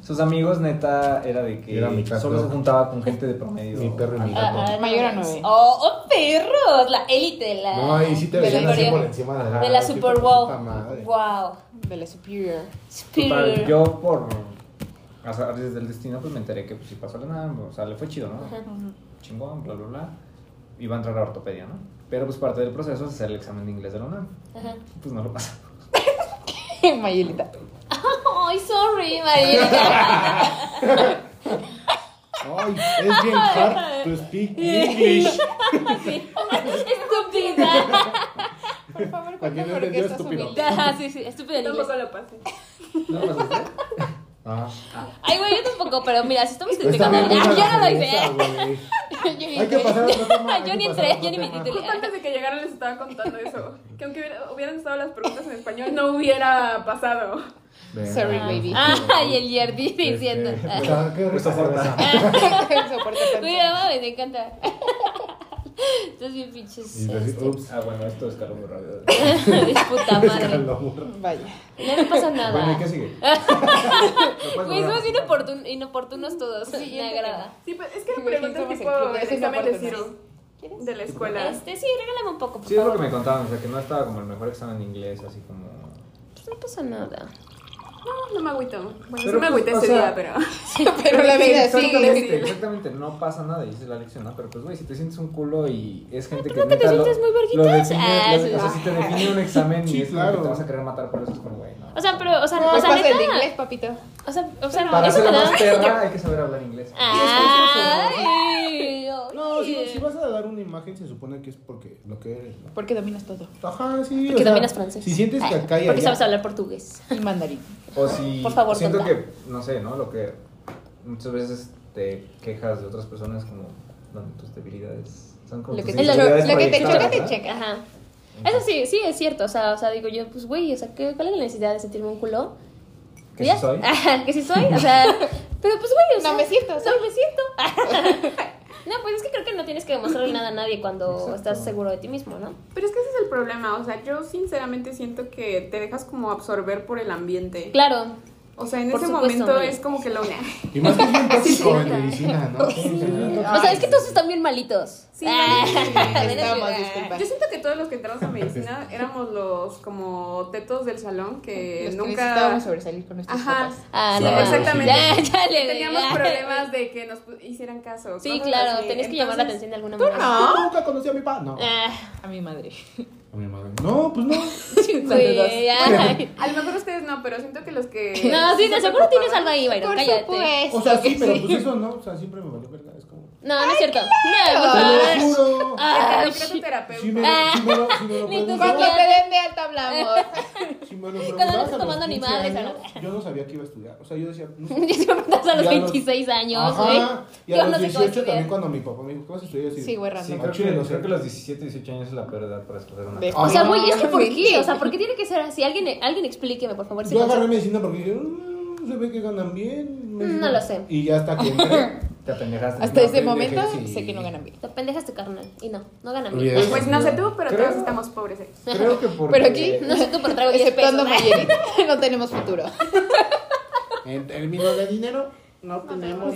[SPEAKER 5] sus amigos neta era de que
[SPEAKER 3] Era mi gato.
[SPEAKER 5] solo se juntaba con gente de promedio.
[SPEAKER 3] Mi perro y mi
[SPEAKER 5] alto.
[SPEAKER 3] gato.
[SPEAKER 1] Ah, ah, no
[SPEAKER 2] Mayor a
[SPEAKER 1] mames.
[SPEAKER 2] nueve.
[SPEAKER 1] Oh, oh, perros, la élite Eh, de la.
[SPEAKER 3] No, y sí te
[SPEAKER 2] de la
[SPEAKER 3] veían así
[SPEAKER 1] superior-
[SPEAKER 3] por encima de la.
[SPEAKER 1] De la
[SPEAKER 3] así
[SPEAKER 1] Super
[SPEAKER 3] por
[SPEAKER 1] Bowl.
[SPEAKER 3] puta madre.
[SPEAKER 1] Wow.
[SPEAKER 2] De la Superior.
[SPEAKER 5] Total,
[SPEAKER 1] Superior.
[SPEAKER 5] yo por azares del destino pues me enteré que pues si pasó la nada, o sea, le fue chido, ¿no? Chingón, bla, bla, bla. Iba a entrar a ortopedia, ¿no? Pero pues parte del proceso es hacer el examen de inglés de la UNAM.
[SPEAKER 1] Ajá.
[SPEAKER 5] Pues no lo pasó.
[SPEAKER 2] Mayelita.
[SPEAKER 1] [laughs] Ay, sorry, María.
[SPEAKER 3] Ay,
[SPEAKER 1] [laughs]
[SPEAKER 3] es bien hard to speak English.
[SPEAKER 2] [laughs]
[SPEAKER 1] Estúpida. [laughs]
[SPEAKER 2] Por favor,
[SPEAKER 3] Para
[SPEAKER 2] cuéntame
[SPEAKER 3] que no
[SPEAKER 2] por qué
[SPEAKER 3] entendió
[SPEAKER 2] estás
[SPEAKER 3] estúpido.
[SPEAKER 2] humilde.
[SPEAKER 1] Ah, sí, sí, estúpida en inglés.
[SPEAKER 4] Tampoco lo pasé.
[SPEAKER 5] ¿No lo pasaste? Ah.
[SPEAKER 1] Ay, güey, yo tampoco, pero mira, si estamos
[SPEAKER 3] Está
[SPEAKER 1] criticando.
[SPEAKER 3] bien,
[SPEAKER 1] Ya,
[SPEAKER 3] buena
[SPEAKER 1] Ah, ya no ¿eh? doy fe. [laughs]
[SPEAKER 3] esa, güey.
[SPEAKER 2] Yo ni
[SPEAKER 3] Hay que
[SPEAKER 2] entré.
[SPEAKER 3] pasar a otro tema. hay
[SPEAKER 1] Yo
[SPEAKER 3] que
[SPEAKER 1] ni
[SPEAKER 3] pasar a
[SPEAKER 1] entré,
[SPEAKER 3] otro
[SPEAKER 1] yo ni me
[SPEAKER 3] tema.
[SPEAKER 1] titulé.
[SPEAKER 4] Justo antes de que llegaran les estaba contando eso. Que aunque hubiera- hubieran estado las preguntas en español, no hubiera pasado.
[SPEAKER 5] Ven.
[SPEAKER 2] Sorry, baby.
[SPEAKER 1] Ah, [laughs] y el Yerdi
[SPEAKER 3] [laughs]
[SPEAKER 1] diciendo.
[SPEAKER 3] Este,
[SPEAKER 1] ah.
[SPEAKER 3] pero qué Ah, rica
[SPEAKER 5] Esta forma.
[SPEAKER 3] cerveza.
[SPEAKER 2] Soporte tanto.
[SPEAKER 1] Uy, no mames, me encanta. [laughs] Estás bien pinches.
[SPEAKER 3] Y decir,
[SPEAKER 1] este,
[SPEAKER 3] ups,
[SPEAKER 5] Ah, bueno, esto escaló muy
[SPEAKER 1] [laughs]
[SPEAKER 5] rápido.
[SPEAKER 1] de puta
[SPEAKER 3] [laughs]
[SPEAKER 1] madre.
[SPEAKER 3] escaló, amor.
[SPEAKER 2] Vaya.
[SPEAKER 1] No me pasa
[SPEAKER 5] Bueno, ¿y qué
[SPEAKER 1] nada.
[SPEAKER 5] sigue?
[SPEAKER 1] Güey, somos bien oportun- inoportunos todos. Me
[SPEAKER 2] Siguiente
[SPEAKER 1] agrada.
[SPEAKER 4] Sí, pues es que
[SPEAKER 2] Sí,
[SPEAKER 4] eran preguntas
[SPEAKER 2] somos
[SPEAKER 4] tipo
[SPEAKER 2] el club de
[SPEAKER 4] el examen de Ciro
[SPEAKER 2] desoportunos.
[SPEAKER 4] de la escuela.
[SPEAKER 1] Este, sí, regálame un poco, por
[SPEAKER 5] Sí, es lo
[SPEAKER 1] favor.
[SPEAKER 5] que me contaban, o sea, que no estaba como el mejor examen de inglés, así como...
[SPEAKER 1] Pues No pasa nada.
[SPEAKER 4] No, no me agüito. Bueno,
[SPEAKER 5] Pero
[SPEAKER 4] sí me
[SPEAKER 5] pues,
[SPEAKER 4] agüité
[SPEAKER 5] o
[SPEAKER 4] ese
[SPEAKER 5] sea-
[SPEAKER 4] día, pero. [laughs]
[SPEAKER 2] Pero la vida sigue.
[SPEAKER 4] Sí, exactamente.
[SPEAKER 5] Exactamente, exactamente, no pasa nada y esa es la lección, ¿no? Pero pues, güey, si te sientes un culo y es gente que...
[SPEAKER 1] no te
[SPEAKER 5] neta lo-
[SPEAKER 1] sientes muy verguitas.
[SPEAKER 5] lo define-
[SPEAKER 1] Ah,
[SPEAKER 5] lo-
[SPEAKER 1] sí.
[SPEAKER 5] o sea, si te define un examen
[SPEAKER 3] Sí,
[SPEAKER 5] y es como que
[SPEAKER 3] claro.
[SPEAKER 5] te vas a querer matar por eso, es como, güey, no.
[SPEAKER 1] O sea, pero, o sea,
[SPEAKER 2] No
[SPEAKER 1] o sea,
[SPEAKER 2] Pues pasa el de
[SPEAKER 1] neta,
[SPEAKER 2] inglés, papito.
[SPEAKER 1] O sea, o sea,
[SPEAKER 5] Para
[SPEAKER 1] eso
[SPEAKER 5] ser
[SPEAKER 1] me
[SPEAKER 5] la
[SPEAKER 1] da. Ah.
[SPEAKER 5] más perra hay que saber hablar inglés.
[SPEAKER 1] Ay,
[SPEAKER 3] No, si,
[SPEAKER 1] oye.
[SPEAKER 3] si vas a dar una imagen, se supone que es porque lo que eres, ¿no?
[SPEAKER 2] Porque dominas todo.
[SPEAKER 3] Ajá, sí.
[SPEAKER 1] Porque dominas francés.
[SPEAKER 3] Si sientes que
[SPEAKER 1] Ay,
[SPEAKER 3] acá y
[SPEAKER 1] Porque
[SPEAKER 3] allá-
[SPEAKER 1] sabes hablar portugués.
[SPEAKER 2] Y mandarín.
[SPEAKER 5] O si
[SPEAKER 1] Por favor,
[SPEAKER 5] siento
[SPEAKER 1] tonta.
[SPEAKER 5] que, no sé, ¿no? Lo que muchas veces te quejas de otras personas como no, tus debilidades son como
[SPEAKER 2] Lo
[SPEAKER 5] tus
[SPEAKER 2] que te cho-
[SPEAKER 5] debilidades
[SPEAKER 2] lo que te
[SPEAKER 5] proyectadas,
[SPEAKER 2] choca, te
[SPEAKER 5] ¿no?
[SPEAKER 2] checa.
[SPEAKER 1] Ajá. Eso sí, sí es cierto. O sea, o sea digo yo, pues güey, o sea, ¿qué- ¿cuál es la necesidad de sentirme un culo? Pues
[SPEAKER 5] ¿Que
[SPEAKER 1] Ya.
[SPEAKER 5] sí soy?
[SPEAKER 1] [laughs] Ajá, que sí soy. O
[SPEAKER 3] [laughs]
[SPEAKER 1] sea, pero pues güey, o sea.
[SPEAKER 2] No me siento.
[SPEAKER 1] soy, me siento.
[SPEAKER 4] [laughs]
[SPEAKER 1] [laughs] no, pues es que creo que no tienes que demostrarle nada a nadie cuando
[SPEAKER 5] Exacto.
[SPEAKER 1] estás seguro de ti mismo, ¿no?
[SPEAKER 4] Pero es que ese es el problema. O sea, yo sinceramente siento que te dejas como absorber por el ambiente.
[SPEAKER 1] Claro.
[SPEAKER 4] O sea, en
[SPEAKER 1] Por
[SPEAKER 4] ese
[SPEAKER 1] supuesto,
[SPEAKER 4] momento
[SPEAKER 1] Mari.
[SPEAKER 4] es como que lo.
[SPEAKER 3] Y más que es bien
[SPEAKER 1] [laughs] Sí, sí.
[SPEAKER 3] tóxico en medicina, ¿no? Sí, sí, sí.
[SPEAKER 1] O sea, es que todos están bien malitos.
[SPEAKER 4] Sí,
[SPEAKER 1] Ah, [laughs]
[SPEAKER 4] sí,
[SPEAKER 1] menos yo.
[SPEAKER 2] Estamos, disculpa.
[SPEAKER 4] Yo siento que todos los que entramos a medicina éramos los como tetos del salón que
[SPEAKER 2] Los que
[SPEAKER 4] Eh, nunca.
[SPEAKER 2] necesitábamos sobresalir con nuestros
[SPEAKER 4] Ajá.
[SPEAKER 2] papás.
[SPEAKER 1] Ah,
[SPEAKER 5] Sí,
[SPEAKER 1] no, mames.
[SPEAKER 4] exactamente.
[SPEAKER 1] Ya, ya le
[SPEAKER 4] Teníamos
[SPEAKER 1] ya.
[SPEAKER 4] problemas de que nos pu- hicieran caso.
[SPEAKER 1] Sí,
[SPEAKER 4] cosas
[SPEAKER 1] claro,
[SPEAKER 4] así.
[SPEAKER 1] tenías que llamar la
[SPEAKER 4] Entonces,
[SPEAKER 1] atención de alguna manera.
[SPEAKER 3] Yo nunca conocí a mi papá. No.
[SPEAKER 1] Ah,
[SPEAKER 2] A mi madre. [laughs]
[SPEAKER 3] A mi madre. No, pues no.
[SPEAKER 1] güey,
[SPEAKER 4] [laughs]
[SPEAKER 1] ay.
[SPEAKER 4] A lo mejor ustedes no, pero siento que los que.
[SPEAKER 1] [laughs] No, sí, de
[SPEAKER 4] se
[SPEAKER 1] seguro tienes
[SPEAKER 4] preocupaban-
[SPEAKER 1] algo ahí, Byron, cállate.
[SPEAKER 3] O sea, sí, pero pues eso no. O sea, siempre me valió verga. Es como.
[SPEAKER 1] No, no es cierto. No, por
[SPEAKER 3] Te
[SPEAKER 1] favor.
[SPEAKER 3] lo [laughs] juro.
[SPEAKER 1] [laughs] Ah,
[SPEAKER 4] El terapeuta, terapeuta.
[SPEAKER 3] Si me, lo- si me lo, si me lo
[SPEAKER 1] Ni tú
[SPEAKER 3] preguntabas-
[SPEAKER 2] Cuando te den de alta hablamos.
[SPEAKER 3] si me lo
[SPEAKER 1] Cuando no
[SPEAKER 3] preguntabas
[SPEAKER 1] estás
[SPEAKER 3] a los
[SPEAKER 1] tomando
[SPEAKER 3] 15
[SPEAKER 1] animales,
[SPEAKER 3] años, yo no sabía que iba a estudiar. O sea, yo decía, no sé.
[SPEAKER 1] Ya te preguntas a los
[SPEAKER 3] Y a los-
[SPEAKER 1] 26 años, güey.
[SPEAKER 3] Ajá. Y
[SPEAKER 1] Yo
[SPEAKER 3] a
[SPEAKER 1] no
[SPEAKER 3] los
[SPEAKER 1] sé cómo
[SPEAKER 3] 18
[SPEAKER 1] estudiar.
[SPEAKER 3] también cuando mi papá me dijo, ¿qué vas a estudiar? Yo decía,
[SPEAKER 2] Sí, güey,
[SPEAKER 5] Sí,
[SPEAKER 2] random.
[SPEAKER 5] creo
[SPEAKER 3] Ah, chile,
[SPEAKER 5] que,
[SPEAKER 3] no sé.
[SPEAKER 5] creo que los 17, 18 años es la peor edad para escoger una
[SPEAKER 2] De-
[SPEAKER 5] carrera.
[SPEAKER 1] O sea, güey, es que ¿por
[SPEAKER 2] Sí.
[SPEAKER 1] qué? O sea, ¿por qué tiene que ser así? Alguien, alguien explíqueme, por favor. si
[SPEAKER 3] Yo
[SPEAKER 1] no sé.
[SPEAKER 3] agarré medicina porque dije, "Mm, se ve que ganan bien. medicina".
[SPEAKER 1] Mm, No lo sé.
[SPEAKER 3] Y ya hasta que
[SPEAKER 1] [laughs]
[SPEAKER 3] entré.
[SPEAKER 5] Te apendejaste.
[SPEAKER 2] Hasta
[SPEAKER 3] Pues No,
[SPEAKER 2] ese
[SPEAKER 3] pendejes,
[SPEAKER 2] momento
[SPEAKER 3] sí.
[SPEAKER 2] sé que no ganan bien.
[SPEAKER 1] Te pendejas tu carnal. Y no, no ganan bien.
[SPEAKER 3] Hubiera-
[SPEAKER 4] Pues no sé tú, pero
[SPEAKER 5] Creo-
[SPEAKER 4] todos estamos pobres. ¿eh?
[SPEAKER 2] [laughs]
[SPEAKER 5] Creo que porque...
[SPEAKER 2] Pero aquí-
[SPEAKER 1] No sé tú, pero traigo 10 pesos.
[SPEAKER 2] Exceptuando Mayerita, [laughs] no tenemos futuro.
[SPEAKER 3] En términos de dinero, no tenemos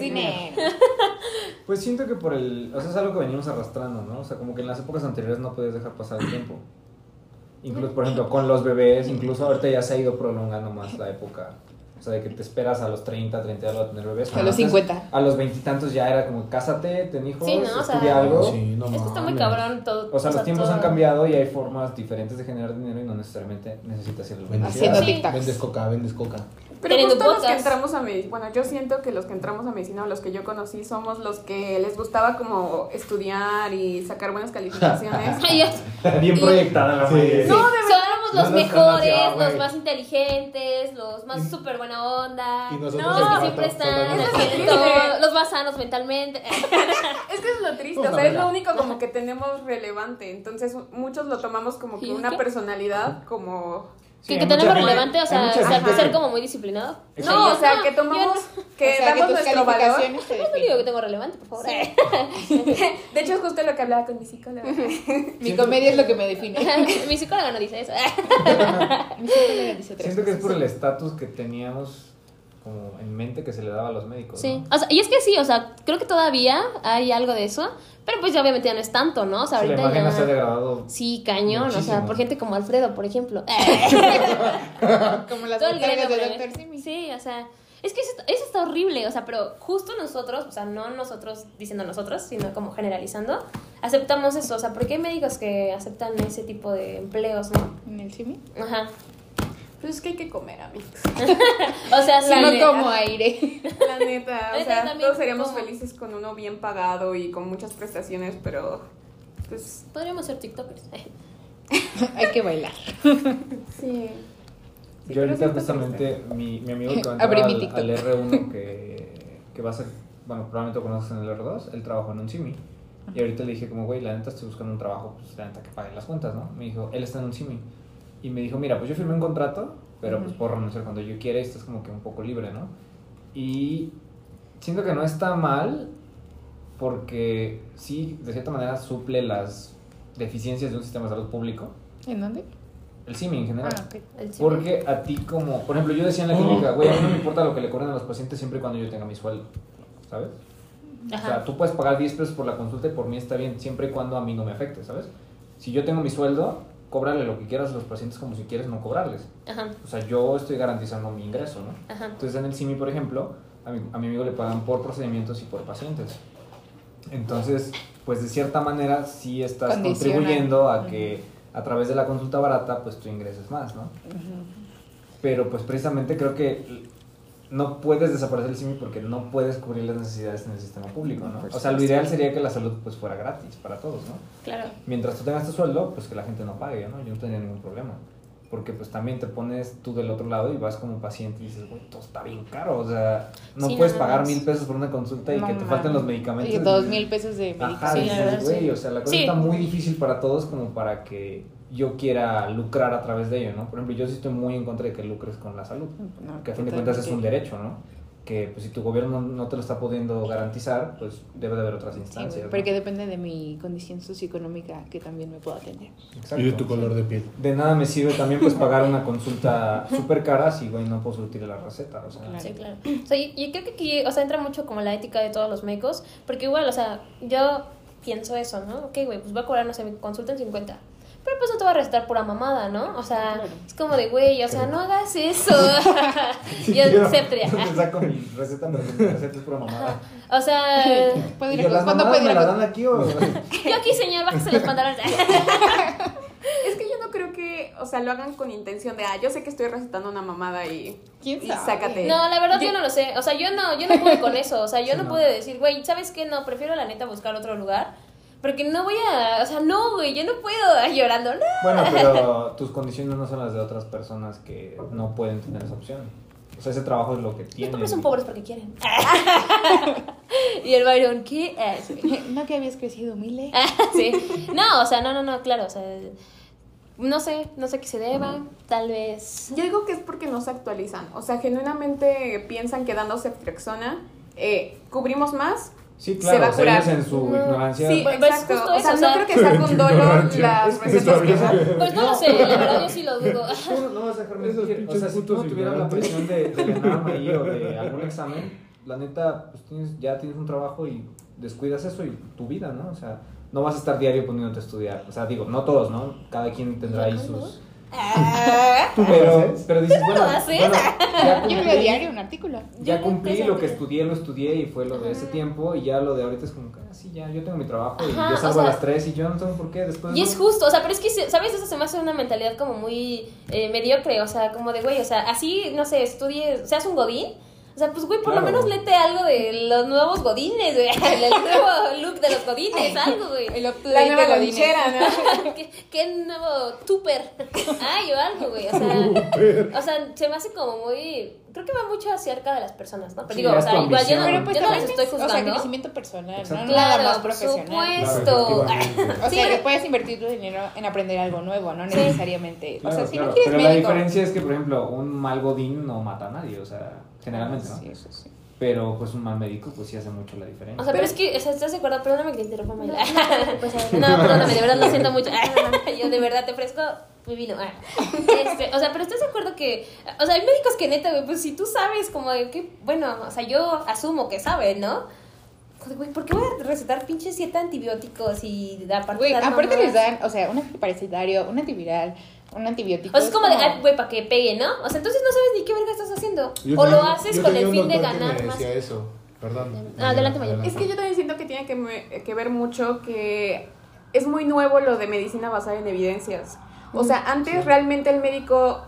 [SPEAKER 5] Pues siento que por el... O sea, es algo que venimos arrastrando, ¿no? O sea, como que en las épocas anteriores no podías dejar pasar el tiempo. Incluso, por ejemplo, con los bebés, incluso ahorita ya se ha ido prolongando más la época. O sea, de que te esperas a los 30, 30 algo a tener bebés.
[SPEAKER 2] A
[SPEAKER 5] Pero
[SPEAKER 2] los
[SPEAKER 5] antes,
[SPEAKER 2] 50.
[SPEAKER 5] A los veintitantos ya era como, cásate, ten hijos,
[SPEAKER 1] Sí, ¿no? O sea,
[SPEAKER 5] estudia algo.
[SPEAKER 3] Sí, no
[SPEAKER 1] Es que está muy
[SPEAKER 3] mames.
[SPEAKER 1] cabrón todo.
[SPEAKER 5] O sea, los tiempos
[SPEAKER 1] todo.
[SPEAKER 5] han cambiado y hay formas diferentes de generar dinero y no necesariamente necesitas ir al
[SPEAKER 3] Vendes-
[SPEAKER 2] Haciendo
[SPEAKER 1] Sí.
[SPEAKER 2] TikToks.
[SPEAKER 3] Vendes coca, vendes coca.
[SPEAKER 4] Pero
[SPEAKER 1] Teniendo
[SPEAKER 4] justo los que
[SPEAKER 1] podcast.
[SPEAKER 4] entramos a medicina, bueno, yo siento que los que entramos a medicina o los que yo conocí somos los que les gustaba como estudiar y sacar buenas calificaciones.
[SPEAKER 1] Ay, Dios.
[SPEAKER 5] Bien
[SPEAKER 1] Y-
[SPEAKER 5] proyectada la
[SPEAKER 3] Sí.
[SPEAKER 5] mayoría.
[SPEAKER 4] No, de verdad.
[SPEAKER 1] Somos
[SPEAKER 5] No
[SPEAKER 1] los
[SPEAKER 5] nos
[SPEAKER 1] mejores,
[SPEAKER 5] conoció,
[SPEAKER 1] los
[SPEAKER 5] güey.
[SPEAKER 1] más inteligentes, los más
[SPEAKER 3] Y-
[SPEAKER 1] súper buena onda.
[SPEAKER 3] y nosotros
[SPEAKER 1] no, los que
[SPEAKER 3] aquí
[SPEAKER 1] siempre
[SPEAKER 3] ratos
[SPEAKER 1] están
[SPEAKER 3] hablando.
[SPEAKER 1] haciendo
[SPEAKER 4] Eso es triste.
[SPEAKER 1] todo, los más sanos mentalmente.
[SPEAKER 4] Es que es lo triste,
[SPEAKER 3] Pues,
[SPEAKER 4] o
[SPEAKER 3] la
[SPEAKER 4] sea, es
[SPEAKER 3] verdad.
[SPEAKER 4] lo único como que tenemos relevante. Entonces, muchos lo tomamos como
[SPEAKER 1] ¿Y
[SPEAKER 4] que
[SPEAKER 1] es
[SPEAKER 4] una
[SPEAKER 1] que?
[SPEAKER 4] personalidad como...
[SPEAKER 5] Sí,
[SPEAKER 1] que,
[SPEAKER 5] hay
[SPEAKER 1] que
[SPEAKER 5] mucha
[SPEAKER 1] tenemos
[SPEAKER 5] gente-
[SPEAKER 1] relevante, o
[SPEAKER 5] hay
[SPEAKER 1] sea,
[SPEAKER 5] mucha
[SPEAKER 1] ser,
[SPEAKER 5] gente-
[SPEAKER 1] ser como muy disciplinado.
[SPEAKER 5] Exacto.
[SPEAKER 4] No, o
[SPEAKER 1] yo
[SPEAKER 4] sea,
[SPEAKER 1] no,
[SPEAKER 4] que
[SPEAKER 1] yo
[SPEAKER 4] tomamos,
[SPEAKER 1] no.
[SPEAKER 4] que
[SPEAKER 2] o sea, que
[SPEAKER 4] damos
[SPEAKER 2] tus
[SPEAKER 4] nuestro valor.
[SPEAKER 2] calificaciones te
[SPEAKER 1] Yo no digo que
[SPEAKER 2] definen.
[SPEAKER 1] tengo relevante, por favor.
[SPEAKER 4] De hecho, es justo lo que hablaba con mi psicóloga.
[SPEAKER 2] Mi comedia es lo que me
[SPEAKER 1] [laughs]
[SPEAKER 2] define.
[SPEAKER 1] [laughs] Mi psicóloga no dice eso.
[SPEAKER 2] Mi psicóloga dice otra
[SPEAKER 5] Siento que
[SPEAKER 2] cosa.
[SPEAKER 5] es por el estatus que teníamos como en mente que se le daba a los médicos.
[SPEAKER 1] Sí,
[SPEAKER 5] ¿no?
[SPEAKER 1] o sea, y es que sí, o sea, creo que todavía hay algo de eso, pero pues ya obviamente ya no es tanto, ¿no? O sea,
[SPEAKER 5] O sea,
[SPEAKER 1] ahorita
[SPEAKER 5] la imagen
[SPEAKER 1] ya...
[SPEAKER 5] no se ha degradado.
[SPEAKER 1] Sí, cañón, o sea,
[SPEAKER 5] Muchísimo.
[SPEAKER 1] por gente como Alfredo, por [laughs] ejemplo.
[SPEAKER 2] Como las
[SPEAKER 1] Todo el
[SPEAKER 2] botargas
[SPEAKER 1] gremio,
[SPEAKER 2] de
[SPEAKER 1] güey.
[SPEAKER 2] Dr. Simi.
[SPEAKER 1] Sí, o sea, es que eso, eso está horrible, o sea, pero justo nosotros, o sea, no nosotros diciendo nosotros, sino como generalizando, aceptamos eso, o sea, ¿por qué hay médicos que aceptan ese tipo de empleos, no?
[SPEAKER 2] ¿En el Simi?
[SPEAKER 1] Ajá.
[SPEAKER 4] Pues es que hay que comer, amigos.
[SPEAKER 1] O sea, sí,
[SPEAKER 4] La
[SPEAKER 1] no
[SPEAKER 4] neta.
[SPEAKER 1] como aire.
[SPEAKER 4] La neta, o
[SPEAKER 1] Neta,
[SPEAKER 4] sea,
[SPEAKER 1] también
[SPEAKER 4] todos seríamos
[SPEAKER 1] como-
[SPEAKER 4] felices con uno bien pagado y con muchas prestaciones, pero pues
[SPEAKER 1] Podríamos ser TikTokers. [laughs]
[SPEAKER 2] Hay que bailar.
[SPEAKER 4] sí.
[SPEAKER 5] Yo ahorita justamente mi,
[SPEAKER 2] [laughs]
[SPEAKER 5] mi amigo que va a
[SPEAKER 2] Abrí
[SPEAKER 5] entrar
[SPEAKER 2] mi
[SPEAKER 5] al,
[SPEAKER 2] TikTok.
[SPEAKER 5] al
[SPEAKER 2] [laughs]
[SPEAKER 5] R1 que, que va a ser, bueno, probablemente lo conoces en el R2, él trabajó en un CIMI. Y ahorita le dije como, güey, la neta estoy buscando un trabajo, pues la neta que paguen las cuentas, ¿no? Me dijo, él está en un CIMI. Y me dijo, mira, pues yo firmé un contrato, pero pues
[SPEAKER 2] Ujú.
[SPEAKER 5] puedo renunciar cuando yo quiera y estás como que un poco libre, ¿no? Y siento que no está mal porque sí, de cierta manera suple las deficiencias de un sistema de salud público,
[SPEAKER 2] ¿En dónde?
[SPEAKER 5] el CIMI en general.
[SPEAKER 2] Ah, ok.
[SPEAKER 5] Porque a ti como, por ejemplo, yo decía en la clínica, güey, a mí no me importa lo que le cobren a los pacientes siempre y cuando yo tenga mi sueldo, ¿sabes? O sea,
[SPEAKER 1] Ajá.
[SPEAKER 5] tú puedes pagar 10 pesos por la consulta y por mí está bien, siempre y cuando a mí no me afecte, ¿sabes? Si yo tengo mi sueldo, cóbrale lo que quieras a los pacientes como si quieres no cobrarles.
[SPEAKER 1] Ajá.
[SPEAKER 5] O sea, yo estoy garantizando mi ingreso, ¿no?
[SPEAKER 1] Ajá.
[SPEAKER 5] Entonces en el CIMI, por ejemplo, a mi, a mi amigo le pagan por procedimientos y por pacientes. Entonces, pues de cierta manera sí estás
[SPEAKER 2] Condiciona.
[SPEAKER 5] contribuyendo a que a través de la consulta barata, pues tú ingreses más, ¿no? Pero pues precisamente creo que no puedes desaparecer el CIMI porque no puedes cubrir las necesidades en el sistema público, ¿no? O sea, lo ideal sería que la salud pues fuera gratis para todos, ¿no?
[SPEAKER 1] Claro.
[SPEAKER 5] mientras tú tengas tu sueldo, pues que la gente no pague, ¿no? Yo no tenía ningún problema. Porque pues también te pones tú del otro lado y vas como paciente y dices, güey, todo está bien caro. O sea, no
[SPEAKER 1] Sí,
[SPEAKER 5] puedes
[SPEAKER 1] no
[SPEAKER 5] pagar
[SPEAKER 1] mames.
[SPEAKER 5] mil pesos por una consulta y
[SPEAKER 2] No
[SPEAKER 5] que te falten
[SPEAKER 2] mames.
[SPEAKER 5] los medicamentos.
[SPEAKER 2] Y dos mil pesos de
[SPEAKER 5] Ajá,
[SPEAKER 2] medicación.
[SPEAKER 1] Sí, la
[SPEAKER 5] dices,
[SPEAKER 1] verdad,
[SPEAKER 5] güey,
[SPEAKER 1] sí.
[SPEAKER 5] o sea, la cosa
[SPEAKER 1] Sí.
[SPEAKER 5] está muy difícil para todos como para que yo quiera lucrar a través de ello, ¿no? Por ejemplo, yo sí estoy muy en contra de que lucres con la salud.
[SPEAKER 2] No,
[SPEAKER 5] Que a fin de cuentas es un
[SPEAKER 2] totalmente.
[SPEAKER 5] derecho, ¿no? Que pues si tu gobierno no te lo está pudiendo garantizar, pues debe de haber otras
[SPEAKER 2] Sí, güey,
[SPEAKER 5] instancias. ¿no?
[SPEAKER 2] porque depende de mi condición socioeconómica que también me puedo atender.
[SPEAKER 5] Exacto.
[SPEAKER 3] Y de tu color de piel.
[SPEAKER 5] De nada me sirve también pues pagar una consulta súper cara si güey no puedo surtir la receta, o sea.
[SPEAKER 2] Claro.
[SPEAKER 1] Sí, claro. O sea, y, y creo que aquí, o sea, entra mucho como la ética de todos los médicos, porque igual, o sea, yo pienso eso, ¿no? Ok, güey, pues va a cobrar, no sé, mi consulta en 50. Pero pues no te va a restar pura mamada, ¿no? O sea,
[SPEAKER 2] Claro.
[SPEAKER 1] es como de, güey, o sea, no hagas [laughs] eso.
[SPEAKER 5] Sí,
[SPEAKER 1] yo
[SPEAKER 5] quiero-
[SPEAKER 1] aceptaría.
[SPEAKER 5] Te [laughs] saco mi receta, pero mi receta es pura mamada.
[SPEAKER 1] O sea,
[SPEAKER 2] ¿Puedo
[SPEAKER 5] Y
[SPEAKER 2] ir
[SPEAKER 5] yo,
[SPEAKER 2] a-
[SPEAKER 5] ¿las
[SPEAKER 2] ¿Cuándo
[SPEAKER 5] mamadas
[SPEAKER 2] puedo ir
[SPEAKER 5] me
[SPEAKER 2] a-
[SPEAKER 5] la dan aquí o...?
[SPEAKER 1] yo aquí, señor, bájese los pantalones.
[SPEAKER 4] Es que yo no creo que, o sea, lo hagan con intención de, ah, yo sé que estoy recetando una mamada y,
[SPEAKER 2] ¿Quién
[SPEAKER 4] y
[SPEAKER 2] sabe?
[SPEAKER 4] sácate.
[SPEAKER 1] [laughs] No, la verdad yo, no lo sé. O sea, yo no, yo no pude con eso. O sea, yo
[SPEAKER 5] Sí,
[SPEAKER 1] no,
[SPEAKER 5] no.
[SPEAKER 1] pude decir, güey, ¿sabes qué? No, prefiero la neta buscar otro lugar. Porque no voy a, o sea, no, güey, yo no puedo [laughs] ay, llorando, no.
[SPEAKER 5] Bueno, pero tus condiciones no son las de otras personas que no pueden tener esa opción. O sea, ese trabajo es lo que
[SPEAKER 1] Los
[SPEAKER 5] tienen.
[SPEAKER 1] pobres son pobres porque quieren. [laughs] y el Byron, ¿qué es? [laughs] güey?
[SPEAKER 2] [laughs] No que habías crecido humilde.
[SPEAKER 1] sí. No, o sea, no, no, no, claro, o sea, no sé, no sé qué se deba, tal vez.
[SPEAKER 4] Yo digo que es porque no se actualizan. O sea, genuinamente piensan que dando ceftrexona eh, cubrimos más.
[SPEAKER 5] Sí,
[SPEAKER 4] Se va
[SPEAKER 5] claro,
[SPEAKER 4] a
[SPEAKER 5] o sea, ellos
[SPEAKER 4] curar.
[SPEAKER 5] en su
[SPEAKER 1] No.
[SPEAKER 5] ignorancia...
[SPEAKER 4] Sí,
[SPEAKER 1] Pues,
[SPEAKER 4] exacto.
[SPEAKER 1] justo
[SPEAKER 4] o sea,
[SPEAKER 1] eso,
[SPEAKER 4] no
[SPEAKER 1] o sea-
[SPEAKER 4] creo que sea con dolor las
[SPEAKER 5] Es que está
[SPEAKER 4] recetas que
[SPEAKER 5] bien.
[SPEAKER 4] dan.
[SPEAKER 1] Pues no lo sé, la verdad yo sí lo dudo. [laughs]
[SPEAKER 5] Tú no vas a dejarme
[SPEAKER 3] Esos
[SPEAKER 5] mentir. O
[SPEAKER 3] pinches
[SPEAKER 5] sea, si tú
[SPEAKER 3] putos
[SPEAKER 5] no tuvieras la
[SPEAKER 3] ignorantes.
[SPEAKER 5] presión de, de ganar ahí o de algún examen, la neta, pues tienes, ya tienes un trabajo y descuidas eso y tu vida, ¿no? O sea, no vas a estar diario poniéndote a estudiar. O sea, digo, no todos, ¿no? Cada quien tendrá ahí
[SPEAKER 1] Ajá, ¿no?
[SPEAKER 5] sus...
[SPEAKER 1] Ah,
[SPEAKER 3] ¿Tú lo
[SPEAKER 5] Pero,
[SPEAKER 3] haces?
[SPEAKER 5] pero dices, bueno,
[SPEAKER 1] lo haces?
[SPEAKER 5] bueno, ya
[SPEAKER 2] Yo leo
[SPEAKER 5] cumplí,
[SPEAKER 2] diario un artículo.
[SPEAKER 5] ya cumplí
[SPEAKER 1] Yo no
[SPEAKER 5] lo que
[SPEAKER 1] sé.
[SPEAKER 5] estudié, lo estudié y fue lo de ese
[SPEAKER 1] Ajá.
[SPEAKER 5] tiempo y ya lo de ahorita es como, ah, sí, ya, yo tengo mi trabajo y
[SPEAKER 1] Ajá,
[SPEAKER 5] yo
[SPEAKER 1] o
[SPEAKER 5] salgo a
[SPEAKER 1] sea-
[SPEAKER 5] las 3 y yo no tengo por qué después...
[SPEAKER 1] Y
[SPEAKER 5] ¿no?
[SPEAKER 1] es justo, o sea, pero es que, se- ¿sabes? Eso se me hace una mentalidad como muy eh, mediocre, o sea, como de, güey, o sea, así, no sé, estudies, seas un godín. O sea, pues, güey, por lo
[SPEAKER 5] Claro.
[SPEAKER 1] menos lete algo de los nuevos godines, güey, [laughs] el nuevo look de los godines, algo, güey.
[SPEAKER 2] El up to
[SPEAKER 4] La
[SPEAKER 2] date de
[SPEAKER 4] nueva
[SPEAKER 2] Godínez.
[SPEAKER 4] lonchera, ¿no?
[SPEAKER 1] ¿Qué, qué nuevo tupper?
[SPEAKER 5] [laughs]
[SPEAKER 1] Ay, o algo, güey. O sea, o sea, se me hace como muy. Creo que va mucho acerca de las personas, ¿no? Pero
[SPEAKER 5] Sí,
[SPEAKER 1] digo, o
[SPEAKER 5] es
[SPEAKER 1] sea,
[SPEAKER 5] tu
[SPEAKER 1] igual yo no,
[SPEAKER 5] ambición.
[SPEAKER 2] Pero pues
[SPEAKER 1] yo no las
[SPEAKER 2] también
[SPEAKER 1] estoy
[SPEAKER 2] es, o sea,
[SPEAKER 1] juzgando.
[SPEAKER 2] crecimiento personal,
[SPEAKER 5] Exacto.
[SPEAKER 2] no nada más
[SPEAKER 1] Claro, por
[SPEAKER 2] profesional.
[SPEAKER 1] supuesto. [laughs]
[SPEAKER 5] Claro, efectivamente.
[SPEAKER 2] O sea,
[SPEAKER 1] Sí.
[SPEAKER 2] que puedes invertir tu dinero en aprender algo nuevo, no
[SPEAKER 1] Sí.
[SPEAKER 2] necesariamente. o sea,
[SPEAKER 5] Claro,
[SPEAKER 2] si
[SPEAKER 5] claro,
[SPEAKER 2] no quieres
[SPEAKER 5] pero la
[SPEAKER 2] médico.
[SPEAKER 5] diferencia es que, por ejemplo, un mal godín no mata a nadie, o sea, generalmente, ¿no?
[SPEAKER 2] Sí, eso sí.
[SPEAKER 5] Pero pues un mal médico pues sí hace mucho la diferencia.
[SPEAKER 1] O sea, pero es que, o sea, ¿estás de acuerdo? Perdóname que te interrumpa, Mayra. [laughs] No, perdóname, de verdad lo siento mucho. [laughs] Yo de verdad te ofrezco mi vino. Ah. Este, o sea, pero ¿estás de acuerdo que, o sea, hay médicos que neta, güey, pues si tú sabes como de que, bueno, o sea, yo asumo que saben, ¿no? Joder, Güey, ¿por qué voy a recetar pinches siete antibióticos y aparte
[SPEAKER 2] Güey,
[SPEAKER 1] dar
[SPEAKER 2] aparte les
[SPEAKER 1] mamadas?
[SPEAKER 2] dan, o sea, un antiparasitario, un antiviral, un antibiótico.
[SPEAKER 1] O sea, es como de, ah, güey, para que pegue, ¿no? O sea, entonces no sabes ni qué verga estás haciendo.
[SPEAKER 3] [laughs] Yo
[SPEAKER 1] o lo
[SPEAKER 3] tenía-
[SPEAKER 1] haces
[SPEAKER 3] yo
[SPEAKER 1] con
[SPEAKER 3] tenía
[SPEAKER 1] el
[SPEAKER 3] un
[SPEAKER 1] fin de
[SPEAKER 3] doctor que
[SPEAKER 1] ganar
[SPEAKER 3] me
[SPEAKER 1] más.
[SPEAKER 3] decía eso. Perdón.
[SPEAKER 1] Ah, adelante, Mayor.
[SPEAKER 4] Es que yo también siento que tiene que, me- que ver mucho que es muy nuevo lo de medicina basada en evidencias. O sea, antes realmente el médico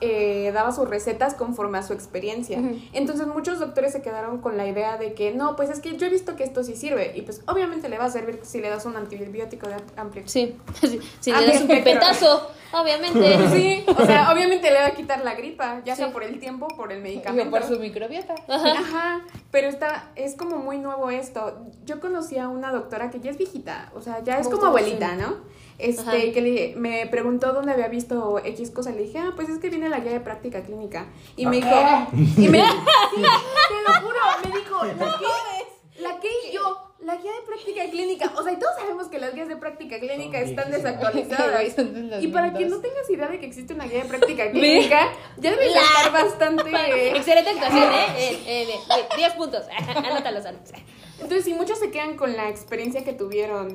[SPEAKER 4] eh, daba sus recetas conforme a su experiencia.
[SPEAKER 1] Ujú.
[SPEAKER 4] Entonces muchos doctores se quedaron con la idea de que no, pues es que yo he visto que esto sí sirve y pues obviamente le va a servir si le das un antibiótico de amplitud.
[SPEAKER 1] Sí, [laughs] sí, sí,
[SPEAKER 4] Ah,
[SPEAKER 1] le das un
[SPEAKER 4] perfecto.
[SPEAKER 1] pipetazo, obviamente.
[SPEAKER 4] Pues Sí, o sea, obviamente le va a quitar la gripa, ya
[SPEAKER 1] Sí.
[SPEAKER 4] sea por el tiempo, por el medicamento.
[SPEAKER 2] Digo, por su [laughs] microbiota.
[SPEAKER 4] Ajá, pero está, es como muy nuevo esto. Yo conocí a una doctora que ya es viejita, o sea, ya es
[SPEAKER 1] Como
[SPEAKER 4] como
[SPEAKER 1] todos,
[SPEAKER 4] abuelita,
[SPEAKER 1] sí.
[SPEAKER 4] ¿no?
[SPEAKER 1] Ajá.
[SPEAKER 4] Este, que le- me preguntó dónde había visto X cosa, le dije, ah, pues es que viene la guía de práctica clínica. Y me dijo, y me, Sí, te lo juro, me dijo, ¿la qué? ¿La qué y yo? La guía de práctica clínica. O sea, y todos sabemos que las guías de práctica clínica
[SPEAKER 5] Son
[SPEAKER 4] están
[SPEAKER 2] [laughs]
[SPEAKER 5] viejísimas.
[SPEAKER 4] desactualizadas. [laughs] Y para quien
[SPEAKER 2] quién
[SPEAKER 4] no tengas idea de que existe una guía de práctica clínica, ya debe estar bastante.
[SPEAKER 1] Excelente actuación, ¿eh? Eh, eh, eh, eh, 10 puntos. [laughs] Anótalos, anótalos.
[SPEAKER 4] Entonces, si muchos se quedan con la experiencia que tuvieron.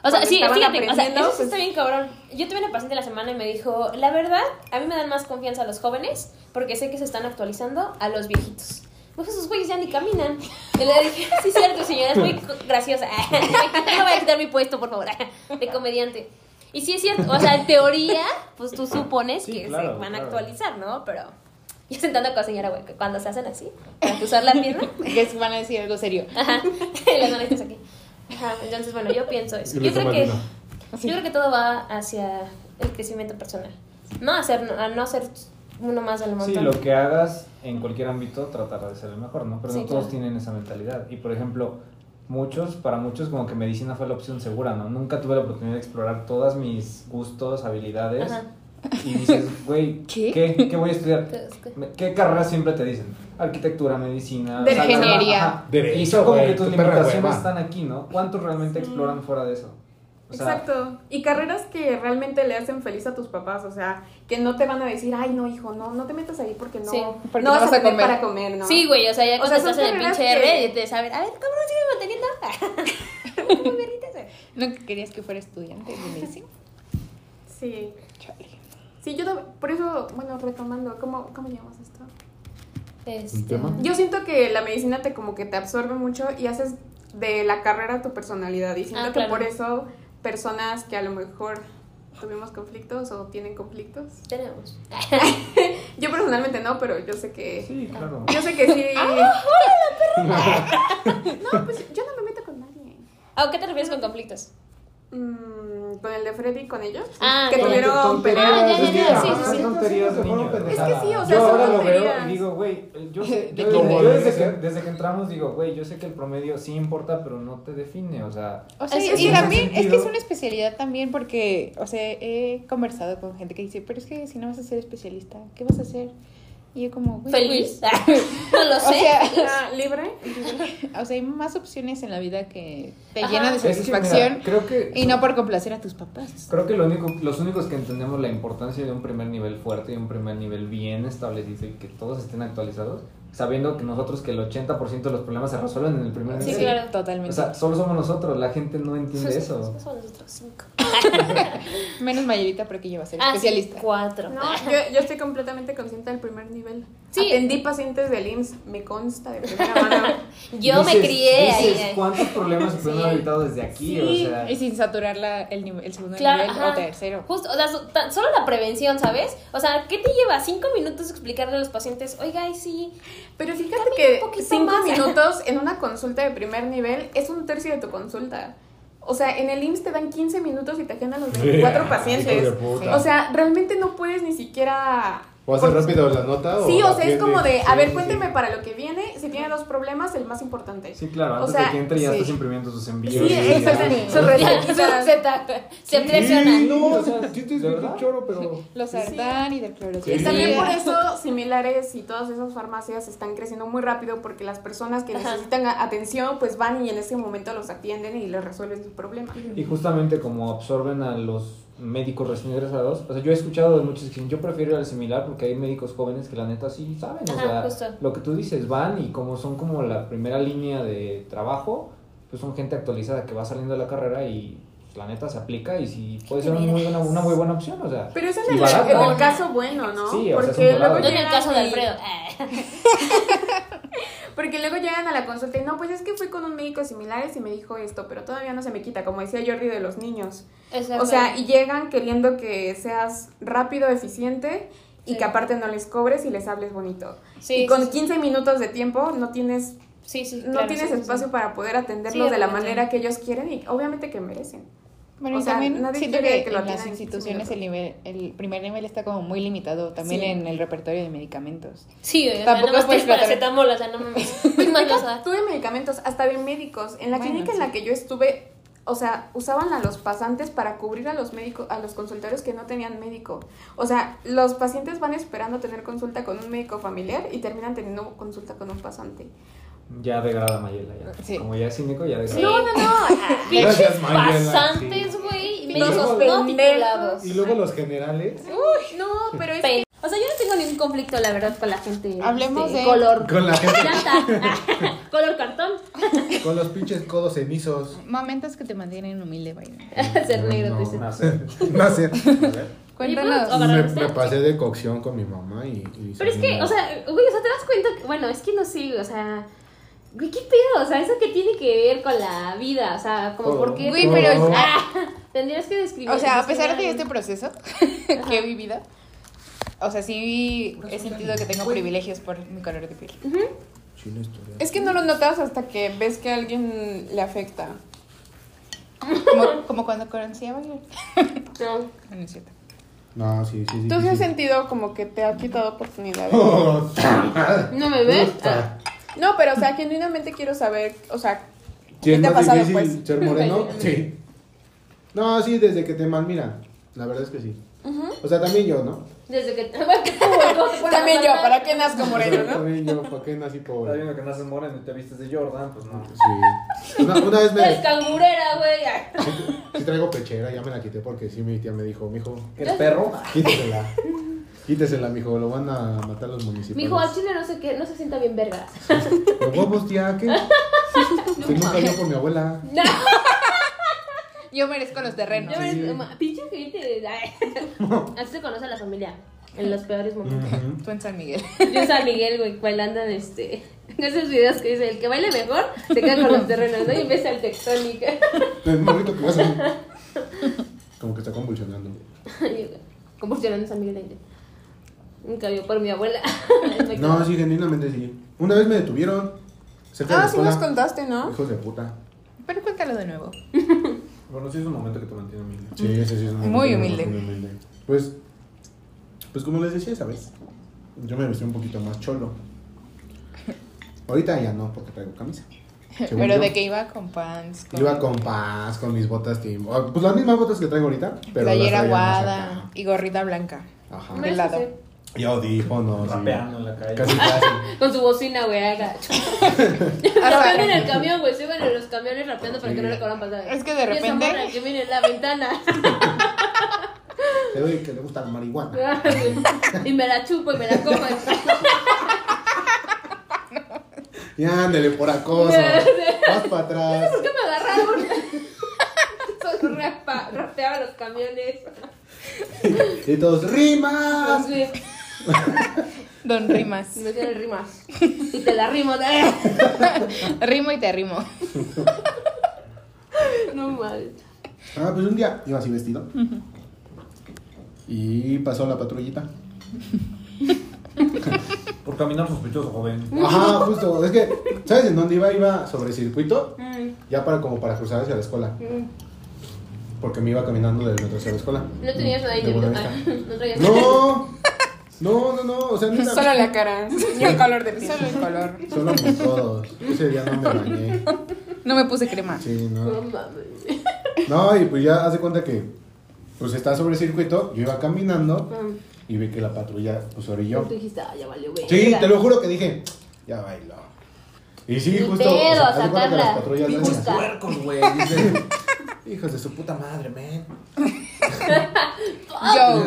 [SPEAKER 1] O sea,
[SPEAKER 4] Cuando
[SPEAKER 1] sí,
[SPEAKER 4] estaban
[SPEAKER 1] fíjate, o sea,
[SPEAKER 4] aprendiendo,
[SPEAKER 1] eso sí
[SPEAKER 4] pues-
[SPEAKER 1] está bien cabrón. Yo tuve una paciente la semana y me dijo, la verdad, a mí me dan más confianza los jóvenes porque sé que se están actualizando a los viejitos. Me dijo, esos güeyes ya ni caminan. Y le dije, sí, cierto, señora, es muy co- graciosa. [laughs] No voy a quitar mi puesto, por favor, [laughs] de comediante. Y sí es cierto, o sea, en teoría, pues tú supones
[SPEAKER 5] Sí,
[SPEAKER 1] que se
[SPEAKER 5] claro,
[SPEAKER 1] van a
[SPEAKER 5] claro.
[SPEAKER 1] actualizar, ¿no? Pero yo sentando con la señora, güey, que cuando se hacen así, para cruzar la pierna,
[SPEAKER 2] Que se van a decir algo serio.
[SPEAKER 1] Ajá, [laughs] las manitas aquí. Ajá, entonces, bueno, yo pienso eso.
[SPEAKER 3] Y
[SPEAKER 1] Yo
[SPEAKER 3] le
[SPEAKER 1] creo
[SPEAKER 3] toma
[SPEAKER 1] que,
[SPEAKER 3] el
[SPEAKER 1] yo
[SPEAKER 3] vino.
[SPEAKER 1] creo que todo va hacia el crecimiento personal. No hacer, a no hacer uno más del
[SPEAKER 5] Sí,
[SPEAKER 1] montón.
[SPEAKER 5] lo que hagas en cualquier ámbito tratará de ser el mejor, ¿no? Pero
[SPEAKER 1] Sí,
[SPEAKER 5] no todos
[SPEAKER 1] claro.
[SPEAKER 5] tienen esa mentalidad. Y por ejemplo, muchos, para muchos como que medicina fue la opción segura, ¿no? Nunca tuve la oportunidad de explorar todas mis gustos, habilidades.
[SPEAKER 1] Ajá.
[SPEAKER 5] Y dices, güey,
[SPEAKER 2] ¿Qué?
[SPEAKER 5] ¿qué? ¿qué? voy a estudiar?
[SPEAKER 1] Pero es que-
[SPEAKER 5] Me- ¿Qué carreras siempre te dicen? Arquitectura, medicina,
[SPEAKER 4] De
[SPEAKER 5] o sea, la-
[SPEAKER 2] ingeniería.
[SPEAKER 5] ajá.
[SPEAKER 3] Derecho,
[SPEAKER 5] y son como
[SPEAKER 3] güey,
[SPEAKER 5] que tus
[SPEAKER 3] tu perra
[SPEAKER 5] limitaciones
[SPEAKER 3] hueva.
[SPEAKER 5] están aquí, ¿no? ¿Cuántos realmente exploran fuera de eso? O sea,
[SPEAKER 4] Exacto. Y carreras que realmente le hacen feliz a tus papás, o sea, que no te van a decir, ay, no, hijo, no, no te metas ahí porque no,
[SPEAKER 1] Sí,
[SPEAKER 2] porque
[SPEAKER 4] no
[SPEAKER 2] no
[SPEAKER 4] vas
[SPEAKER 2] vas a
[SPEAKER 4] tener
[SPEAKER 2] comer".
[SPEAKER 4] para comer, ¿no?
[SPEAKER 1] Sí, güey, o sea, ya
[SPEAKER 4] O
[SPEAKER 1] cuando
[SPEAKER 4] sea, son
[SPEAKER 1] estás en el
[SPEAKER 4] carreras
[SPEAKER 1] pinche
[SPEAKER 4] que-
[SPEAKER 1] R, te saben, a ver, cabrón, sigue manteniendo. [laughs] ¿Cómo me irritas?
[SPEAKER 2] No que querías que fuera estudiante de medicina.
[SPEAKER 4] Sí.
[SPEAKER 2] Chale.
[SPEAKER 4] Sí, yo tam- por eso, bueno, retomando, ¿cómo, cómo llamamos esto?
[SPEAKER 1] Este,
[SPEAKER 3] ¿Un tema?
[SPEAKER 4] Yo siento que la medicina te como que te absorbe mucho y haces de la carrera tu personalidad y siento
[SPEAKER 1] Ah,
[SPEAKER 4] que
[SPEAKER 1] claro.
[SPEAKER 4] por eso personas que a lo mejor tuvimos conflictos o tienen conflictos.
[SPEAKER 1] Tenemos.
[SPEAKER 4] Yo personalmente no, pero yo sé que
[SPEAKER 5] sí, claro.
[SPEAKER 4] Yo sé que sí.
[SPEAKER 1] [laughs]
[SPEAKER 4] no, pues yo no me meto con nadie.
[SPEAKER 1] ¿A qué te refieres con conflictos?
[SPEAKER 4] Mm, con el de Freddy, con ellos.
[SPEAKER 1] Ah,
[SPEAKER 4] que
[SPEAKER 1] ya, ya.
[SPEAKER 4] tuvieron
[SPEAKER 5] Tonterías,
[SPEAKER 1] Ah, ya,
[SPEAKER 4] peleas.
[SPEAKER 5] es
[SPEAKER 1] ya,
[SPEAKER 5] que
[SPEAKER 1] ya, sí,
[SPEAKER 5] ajá,
[SPEAKER 1] sí, sí.
[SPEAKER 5] son tonterías,
[SPEAKER 3] Es que
[SPEAKER 5] niño.
[SPEAKER 4] sí, o sea,
[SPEAKER 5] yo
[SPEAKER 4] son
[SPEAKER 5] ahora lo veo
[SPEAKER 4] tonterías.
[SPEAKER 5] y digo, güey, yo, sé- Eh,
[SPEAKER 2] De
[SPEAKER 5] yo, desde-
[SPEAKER 3] cómo
[SPEAKER 5] yo
[SPEAKER 3] lo
[SPEAKER 5] desde, que,
[SPEAKER 3] dicen.
[SPEAKER 5] desde que entramos digo, güey, yo sé que el promedio sí importa, pero no te define, o sea,
[SPEAKER 2] O sea,
[SPEAKER 1] Así es,
[SPEAKER 2] y
[SPEAKER 1] en
[SPEAKER 5] ese
[SPEAKER 2] también es que
[SPEAKER 5] sentido.
[SPEAKER 2] es una especialidad también porque, o sea, he conversado con gente que dice, pero es que si no vas a ser especialista, ¿qué vas a hacer? Y yo como, güey,
[SPEAKER 4] [laughs]
[SPEAKER 1] ¿Feliz? [laughs] no lo
[SPEAKER 2] O
[SPEAKER 1] sé.
[SPEAKER 2] sea,
[SPEAKER 4] Ah, libre.
[SPEAKER 2] pues, o sea, hay más opciones en la vida que te
[SPEAKER 1] Ajá.
[SPEAKER 2] llenan de
[SPEAKER 5] es que, mira,
[SPEAKER 2] satisfacción
[SPEAKER 5] creo que
[SPEAKER 2] y no por complacer a tus papás.
[SPEAKER 5] creo que lo único los únicos que entendemos la importancia de un primer nivel fuerte y un primer nivel bien establecido y que todos estén actualizados, sabiendo que nosotros que el 80% de los problemas se resuelven en el primer
[SPEAKER 1] Sí,
[SPEAKER 5] nivel.
[SPEAKER 1] claro.
[SPEAKER 2] Totalmente.
[SPEAKER 5] O sea, solo somos nosotros, la gente no
[SPEAKER 1] [laughs]
[SPEAKER 5] entiende eso.
[SPEAKER 1] Son nosotros cinco.
[SPEAKER 2] Menos mayorita porque yo voy a ser
[SPEAKER 1] Ah, sí,
[SPEAKER 2] especialista.
[SPEAKER 1] cuatro.
[SPEAKER 4] No, yo, yo estoy completamente consciente del primer nivel.
[SPEAKER 1] Sí.
[SPEAKER 4] Atendí pacientes del IMSS, me consta de primera mano.
[SPEAKER 1] Yo me
[SPEAKER 5] Dices-
[SPEAKER 1] crié ahí,
[SPEAKER 5] dices,
[SPEAKER 1] ahí.
[SPEAKER 5] ¿Cuántos problemas se pueden
[SPEAKER 1] Sí.
[SPEAKER 5] haber evitado desde aquí?
[SPEAKER 2] Sí,
[SPEAKER 5] o sea,
[SPEAKER 2] y sin saturar la- el, nivel, el segundo
[SPEAKER 1] Claro,
[SPEAKER 2] nivel
[SPEAKER 1] ajá.
[SPEAKER 2] o tercero.
[SPEAKER 1] Justo, o sea, so- tan- solo la prevención, ¿sabes? O sea, ¿qué te lleva cinco minutos explicarle a los pacientes? Oiga, y sí.
[SPEAKER 4] Pero fíjate que
[SPEAKER 1] un poquito
[SPEAKER 4] cinco
[SPEAKER 1] más.
[SPEAKER 4] minutos en una consulta de primer nivel es un tercio de tu consulta. O sea, en el IMSS te dan 15 minutos y te agendan los
[SPEAKER 3] Ah,
[SPEAKER 4] 24
[SPEAKER 3] Hijos de
[SPEAKER 4] pacientes.
[SPEAKER 3] puta.
[SPEAKER 4] O sea, realmente no puedes ni siquiera...
[SPEAKER 3] ¿O hacer rápido la nota?
[SPEAKER 4] Sí,
[SPEAKER 3] la
[SPEAKER 4] o sea, es
[SPEAKER 3] atiendes?
[SPEAKER 4] como de, a
[SPEAKER 3] Sí,
[SPEAKER 4] ver,
[SPEAKER 3] sí,
[SPEAKER 4] cuénteme
[SPEAKER 3] sí.
[SPEAKER 4] para lo que viene, si tiene dos problemas, el más importante.
[SPEAKER 5] Sí,
[SPEAKER 4] O
[SPEAKER 5] claro, antes
[SPEAKER 4] sea,
[SPEAKER 5] de que entre ya
[SPEAKER 2] sí.
[SPEAKER 5] estás imprimiendo sus envíos.
[SPEAKER 4] Sí,
[SPEAKER 5] y
[SPEAKER 4] eso
[SPEAKER 5] ya.
[SPEAKER 4] es-
[SPEAKER 1] [laughs]
[SPEAKER 4] son
[SPEAKER 1] Se,
[SPEAKER 4] recetas.
[SPEAKER 1] se
[SPEAKER 3] Sí,
[SPEAKER 1] obsesionan.
[SPEAKER 3] no,
[SPEAKER 5] O
[SPEAKER 3] o
[SPEAKER 5] sea,
[SPEAKER 3] sea, sí te
[SPEAKER 5] ¿de verdad?
[SPEAKER 3] un choro, pero...
[SPEAKER 2] Los
[SPEAKER 4] Sí.
[SPEAKER 2] Ardan y del
[SPEAKER 4] Y
[SPEAKER 3] Sí.
[SPEAKER 4] también por
[SPEAKER 2] clorocidio.
[SPEAKER 4] eso similares y todas esas farmacias están creciendo muy rápido porque las personas que
[SPEAKER 1] Ajá.
[SPEAKER 4] necesitan a- atención pues van y en ese momento los atienden y les resuelven su problema.
[SPEAKER 5] Y justamente como absorben a los médicos recién egresados, o sea, yo he escuchado de muchos que dicen, yo prefiero ir al similar porque hay médicos jóvenes que la neta sí saben, o
[SPEAKER 1] Ajá,
[SPEAKER 5] sea,
[SPEAKER 1] justo.
[SPEAKER 5] lo que tú dices, van y como son como la primera línea de trabajo, pues son gente actualizada que va saliendo de la carrera y pues, la neta se aplica y si puede ser una muy buena, una muy buena opción, o sea.
[SPEAKER 4] Pero es
[SPEAKER 5] Y
[SPEAKER 4] en, el,
[SPEAKER 5] barato.
[SPEAKER 4] en el caso bueno, ¿no?
[SPEAKER 5] Sí, o sea,
[SPEAKER 4] porque
[SPEAKER 5] es un
[SPEAKER 4] luego
[SPEAKER 5] volado.
[SPEAKER 1] No en el
[SPEAKER 4] llegan
[SPEAKER 1] caso de
[SPEAKER 4] y-
[SPEAKER 1] Alfredo. eh.
[SPEAKER 4] Porque luego llegan a la consulta y no, pues es que fui con un médico similares y me dijo esto, pero todavía no se me quita, como decía Jordi de los niños. O sea, y llegan queriendo que seas rápido, eficiente y
[SPEAKER 1] Sí.
[SPEAKER 4] que aparte no les cobres y les hables bonito.
[SPEAKER 1] Sí,
[SPEAKER 4] y con
[SPEAKER 1] sí,
[SPEAKER 4] 15 minutos de tiempo no tienes
[SPEAKER 1] sí, sí,
[SPEAKER 4] no
[SPEAKER 1] claro,
[SPEAKER 4] tienes
[SPEAKER 1] sí, sí,
[SPEAKER 4] espacio para poder atenderlos
[SPEAKER 1] Sí,
[SPEAKER 4] de la
[SPEAKER 1] obviamente.
[SPEAKER 4] manera que ellos quieren y obviamente que merecen.
[SPEAKER 2] Bueno,
[SPEAKER 4] O
[SPEAKER 2] y
[SPEAKER 4] sea,
[SPEAKER 2] también
[SPEAKER 4] nadie
[SPEAKER 2] siento
[SPEAKER 4] quiere
[SPEAKER 2] que,
[SPEAKER 4] que lo
[SPEAKER 2] en las
[SPEAKER 4] atiendan en 15
[SPEAKER 2] instituciones el, nivel, el primer nivel está como muy limitado, también
[SPEAKER 4] Sí.
[SPEAKER 2] en el repertorio de medicamentos.
[SPEAKER 1] Sí, o sea,
[SPEAKER 2] Tampoco
[SPEAKER 1] nada más
[SPEAKER 2] puedes
[SPEAKER 1] tienes
[SPEAKER 2] tratar-
[SPEAKER 1] paracetamol, o sea, Pues, no [laughs] mames. Es más, o sea,
[SPEAKER 4] Tuve medicamentos, hasta de médicos. En la
[SPEAKER 2] Bueno,
[SPEAKER 4] clínica en
[SPEAKER 2] sí.
[SPEAKER 4] la que yo estuve, o sea, usaban a los pasantes para cubrir a los médicos, a los consultorios que no tenían médico. O sea, los pacientes van esperando tener consulta con un médico familiar y terminan teniendo consulta con un pasante.
[SPEAKER 5] Ya degrada Mayela, ya.
[SPEAKER 2] Sí.
[SPEAKER 5] Como ya es cínico, ya degrada.
[SPEAKER 1] Sí.
[SPEAKER 4] No, no, no.
[SPEAKER 1] pinches
[SPEAKER 3] Gracias, Mariela,
[SPEAKER 1] pasantes, güey,
[SPEAKER 4] Y
[SPEAKER 1] médicos
[SPEAKER 3] luego-
[SPEAKER 1] no titulados.
[SPEAKER 3] Y luego los generales.
[SPEAKER 4] No, pero es
[SPEAKER 1] Pe- O sea, yo no tengo ningún conflicto, la verdad, con la gente.
[SPEAKER 2] Hablemos
[SPEAKER 1] este,
[SPEAKER 2] de-
[SPEAKER 1] color. [laughs]
[SPEAKER 3] Con la gente,
[SPEAKER 1] Planta. color cartón. [laughs]
[SPEAKER 3] con los pinches codos cenizos.
[SPEAKER 2] Momentos que te mantienen humilde, Biden.
[SPEAKER 1] Ser negro,
[SPEAKER 5] No,
[SPEAKER 1] triste.
[SPEAKER 5] [laughs] nacer.
[SPEAKER 3] Nacer.
[SPEAKER 5] Nacer.
[SPEAKER 1] Oye,
[SPEAKER 2] Cuéntanos.
[SPEAKER 1] pero-
[SPEAKER 3] Me, me pasé de cocción con mi mamá y. y
[SPEAKER 1] Pero es que,
[SPEAKER 3] salió-
[SPEAKER 1] o sea, güey, o sea, te das cuenta que, bueno, es que no sé, o sea, güey, ¿qué pedo? O sea, ¿eso qué tiene que ver con la vida? O sea, como,
[SPEAKER 3] Todo.
[SPEAKER 1] ¿por qué?
[SPEAKER 2] Güey, pero-
[SPEAKER 1] Ah, [laughs] tendrías que describir.
[SPEAKER 2] O sea, a
[SPEAKER 1] describir
[SPEAKER 2] pesar de
[SPEAKER 1] algo.
[SPEAKER 2] este proceso [laughs] que he vivido, o sea, sí he sentido que tengo privilegios por mi color de piel.
[SPEAKER 3] Chino estudiado.
[SPEAKER 2] Es que no lo notas hasta que ves que a alguien le afecta. Como, como cuando conocí a Biden.
[SPEAKER 1] No.
[SPEAKER 2] No es cierto.
[SPEAKER 3] No, sí, sí, sí.
[SPEAKER 2] ¿Tú
[SPEAKER 3] sí,
[SPEAKER 2] sí has
[SPEAKER 3] sí.
[SPEAKER 2] sentido como que te ha quitado oportunidades?
[SPEAKER 3] Oh,
[SPEAKER 1] ¿No me ves? Ah,
[SPEAKER 3] puta.
[SPEAKER 2] No, pero o sea, genuinamente quiero saber, o sea,
[SPEAKER 3] ¿Sí es
[SPEAKER 2] te ha
[SPEAKER 3] más
[SPEAKER 2] pasado,
[SPEAKER 3] difícil
[SPEAKER 2] pues?
[SPEAKER 3] ser moreno? sí. No, sí, desde que te malmiran. La verdad es que sí. O sea, también yo, ¿no?
[SPEAKER 1] Desde que. [laughs]
[SPEAKER 4] Pues,
[SPEAKER 1] Bueno,
[SPEAKER 2] también yo,
[SPEAKER 1] para-
[SPEAKER 2] ¿para qué nazco moreno,
[SPEAKER 3] O sea,
[SPEAKER 2] no?
[SPEAKER 3] También yo, ¿para qué nací
[SPEAKER 5] Está
[SPEAKER 3] pobre?
[SPEAKER 5] viendo que naces moreno y te vistes de Jordan, pues no.
[SPEAKER 3] Sí. Una, una vez
[SPEAKER 1] Eres
[SPEAKER 3] me.
[SPEAKER 1] cangurera, güey. ah.
[SPEAKER 3] Sí, traigo pechera, ya me la quité porque sí, mi tía me dijo, mijo,
[SPEAKER 5] ¿Eres perro?
[SPEAKER 3] quítesela. Quítesela, mijo, lo van a matar los
[SPEAKER 1] Mi
[SPEAKER 3] municipales.
[SPEAKER 1] hijo al chile no sé qué, no se sienta bien verga.
[SPEAKER 3] Los huevos, tía, ¿qué? Si nunca yo por mi abuela.
[SPEAKER 1] No,
[SPEAKER 2] Yo merezco los terrenos.
[SPEAKER 1] yo me- ma- pinche gente. ay. [laughs] Así se conoce a la familia. En los peores momentos.
[SPEAKER 3] Ujú.
[SPEAKER 2] Tú en San Miguel.
[SPEAKER 1] Yo San Miguel, güey, bailando en este. En esos videos que dice, el que baile mejor se queda con los terrenos, ¿no? Y ves al Tectónica. [laughs]
[SPEAKER 3] El morrito que vas a ver. Como que está convulsionando.
[SPEAKER 1] Convulsionando San Miguel Allende. Nunca vio por mi abuela. [laughs]
[SPEAKER 3] No, sí, genuinamente sí. Una vez me detuvieron. Cerca de
[SPEAKER 4] Ah,
[SPEAKER 3] la
[SPEAKER 4] sí nos
[SPEAKER 3] escuela.
[SPEAKER 4] contaste, ¿no?
[SPEAKER 3] Hijos de puta.
[SPEAKER 2] Pero cuéntalo de nuevo.
[SPEAKER 5] Bueno, sí es un momento que te mantiene humilde.
[SPEAKER 3] Sí, sí, sí. es una-
[SPEAKER 2] Muy
[SPEAKER 3] una-
[SPEAKER 2] humilde.
[SPEAKER 3] muy Pues, pues como les decía, ¿sabes? Yo me vestí un poquito más cholo. Ahorita ya no, porque traigo
[SPEAKER 2] [laughs]
[SPEAKER 3] camisa. Según
[SPEAKER 2] Pero
[SPEAKER 3] yo,
[SPEAKER 2] de que iba con pants. con
[SPEAKER 3] Iba con paz, con mis botas Tim. ah, Pues las mismas botas que traigo ahorita, pero las
[SPEAKER 2] playera
[SPEAKER 3] traía más
[SPEAKER 2] aguada
[SPEAKER 3] acá.
[SPEAKER 2] y gorrita blanca.
[SPEAKER 3] Ajá.
[SPEAKER 1] No,
[SPEAKER 2] De
[SPEAKER 1] eso
[SPEAKER 2] lado.
[SPEAKER 1] sí.
[SPEAKER 3] Y audífonos. y-
[SPEAKER 5] Rapeando en la calle.
[SPEAKER 3] Casi, casi.
[SPEAKER 1] Con su bocina, güey,
[SPEAKER 3] [laughs]
[SPEAKER 1] acá. Rapeando en
[SPEAKER 2] Hasta-
[SPEAKER 1] el camión, güey. Se iban en los camiones rapeando para que no le cobran pasar.
[SPEAKER 2] Es que de
[SPEAKER 1] Y esa
[SPEAKER 2] repente-
[SPEAKER 1] morra que viene en la ventana.
[SPEAKER 3] Te doy que le gusta la marihuana.
[SPEAKER 2] [laughs]
[SPEAKER 3] [laughs]
[SPEAKER 1] y me la chupo y me la como.
[SPEAKER 3] Y ándele por
[SPEAKER 1] [laughs]
[SPEAKER 3] acoso. Vas para atrás.
[SPEAKER 1] ¿Por qué pues, me agarraron? [laughs] Solo rapa- rapeaba los camiones.
[SPEAKER 3] Y todos, rimas.
[SPEAKER 1] Entonces,
[SPEAKER 2] Don Rimas.
[SPEAKER 1] me tiene rimas. [laughs] Y te la rimo. ¿eh?
[SPEAKER 2] Rimo y te rimo.
[SPEAKER 1] No mal.
[SPEAKER 3] Ah, pues un día iba así vestido. Y pasó la patrullita.
[SPEAKER 5] [laughs] Por caminar sospechoso, joven.
[SPEAKER 3] Ajá, justo. Es que, ¿sabes en dónde iba? Iba sobre circuito. Ya para como para cruzar hacia la escuela. Porque me iba caminando del metro hacia la escuela.
[SPEAKER 1] No tenías nada
[SPEAKER 3] De
[SPEAKER 1] de
[SPEAKER 3] Buena
[SPEAKER 1] Ah, [laughs]
[SPEAKER 3] Vista.
[SPEAKER 1] No traías nada.
[SPEAKER 3] No, no, no, no. O sea, neta,
[SPEAKER 4] Solo la cara, ni el color de piel.
[SPEAKER 2] Solo el color.
[SPEAKER 3] Solo mis codos. Ese día no me bañé.
[SPEAKER 2] No me puse crema.
[SPEAKER 3] Sí,
[SPEAKER 1] No
[SPEAKER 3] no.
[SPEAKER 1] mames.
[SPEAKER 3] No, y pues ya hace cuenta que, pues está sobre circuito. Yo iba caminando y vi que la patrulla, pues orilló.
[SPEAKER 1] Tú dijiste, ah, ya valió, güey.
[SPEAKER 3] Sí, te lo juro que dije, ya bailó. Y sí,
[SPEAKER 1] Ni
[SPEAKER 3] justo.
[SPEAKER 1] pedo,
[SPEAKER 3] haz de cuenta que
[SPEAKER 1] sacarla.
[SPEAKER 3] las patrullas
[SPEAKER 1] Pinches
[SPEAKER 3] hacen así.
[SPEAKER 5] Puercos, güey. dice.
[SPEAKER 3] [laughs] Hijos de su puta madre, men.
[SPEAKER 2] Yo.
[SPEAKER 4] Ah.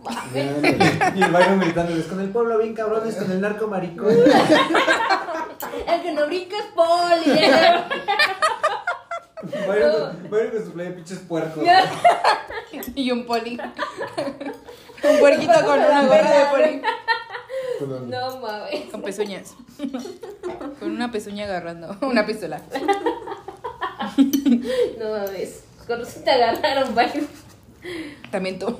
[SPEAKER 5] [laughs] Y el Byron gritándoles con el pueblo bien cabrones, con el narco maricón.
[SPEAKER 1] El que no brinca es poli.
[SPEAKER 5] Byron, con- Byron con su playa de pinches puercos.
[SPEAKER 2] Y un poli. Un puerquito con una gorra de poli.
[SPEAKER 1] No mames.
[SPEAKER 2] Con pezuñas. Con una pezuña agarrando. Una pistola.
[SPEAKER 1] No mames. Con razón te agarraron, güey.
[SPEAKER 2] También tú.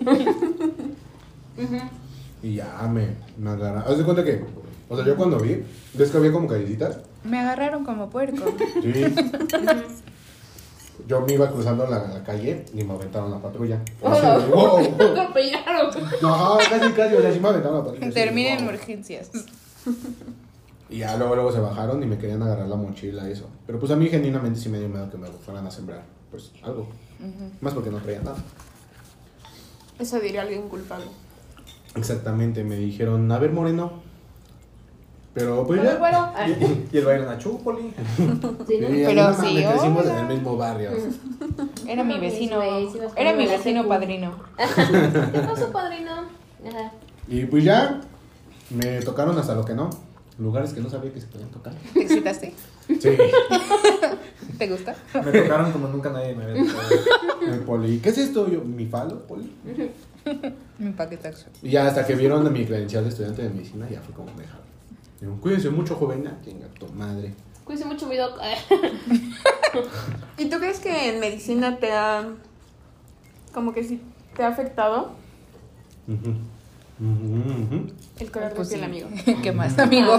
[SPEAKER 3] Y ya me, me agarra. Haz de cuenta que, o sea, yo cuando vi, ves que había como callecitas.
[SPEAKER 2] Me agarraron como puerco.
[SPEAKER 3] Sí. Yo me iba cruzando la, la calle y me aventaron la patrulla.
[SPEAKER 1] Oh. [laughs]
[SPEAKER 3] Así, wow.
[SPEAKER 1] Atropellaron.
[SPEAKER 3] No, casi, casi, o sea, sí me aventaron la patrulla.
[SPEAKER 2] [laughs]
[SPEAKER 3] así,
[SPEAKER 2] Termina en
[SPEAKER 3] wow.
[SPEAKER 2] urgencias.
[SPEAKER 3] Y ya luego, luego se bajaron y me querían agarrar la mochila y eso. Pero pues a mí genuinamente sí me dio miedo que me fueran a sembrar, pues, algo. Más porque no traía nada.
[SPEAKER 4] Eso diría alguien culpable.
[SPEAKER 3] Exactamente, me dijeron, a ver, Moreno. Pero pues
[SPEAKER 4] A ver,
[SPEAKER 3] ya.
[SPEAKER 4] güero.
[SPEAKER 3] Y, y el baile Nachúpoli.
[SPEAKER 1] Sí, [laughs] ¿no?
[SPEAKER 3] Y
[SPEAKER 2] Pero
[SPEAKER 3] no mames,
[SPEAKER 2] sí,
[SPEAKER 3] crecimos
[SPEAKER 2] hola.
[SPEAKER 3] en el mismo barrio.
[SPEAKER 2] Era mi
[SPEAKER 1] No mames,
[SPEAKER 2] vecino.
[SPEAKER 1] güey, sí nos
[SPEAKER 2] Era
[SPEAKER 1] comimos
[SPEAKER 2] mi
[SPEAKER 1] la
[SPEAKER 2] vecino
[SPEAKER 1] secu.
[SPEAKER 2] padrino.
[SPEAKER 1] ¿Qué pasó, padrino? Ajá.
[SPEAKER 3] Y pues ya me tocaron hasta lo que no. Lugares que no sabía que se podían tocar.
[SPEAKER 2] ¿Te excitaste?
[SPEAKER 3] Sí.
[SPEAKER 2] ¿Te gusta?
[SPEAKER 5] Me tocaron como nunca nadie me había tocado.
[SPEAKER 3] El poli. ¿Qué es esto? Yo, mi falo, poli.
[SPEAKER 2] Mi paquetaxo.
[SPEAKER 3] Y ya hasta que vieron mi credencial de estudiante de medicina, ya fue como dejar. Dijeron, cuídense mucho, joven. Ah, Tenga tu madre.
[SPEAKER 1] Cuídense mucho, mi doc. [laughs]
[SPEAKER 4] ¿Y tú crees que en medicina te ha. como que sí te ha afectado
[SPEAKER 3] Ujú. Ujú, ujú.
[SPEAKER 4] el color
[SPEAKER 2] Pues
[SPEAKER 4] de piel,
[SPEAKER 2] sí. [laughs]
[SPEAKER 4] amigo? Ah,
[SPEAKER 2] ¿Qué más, amigo?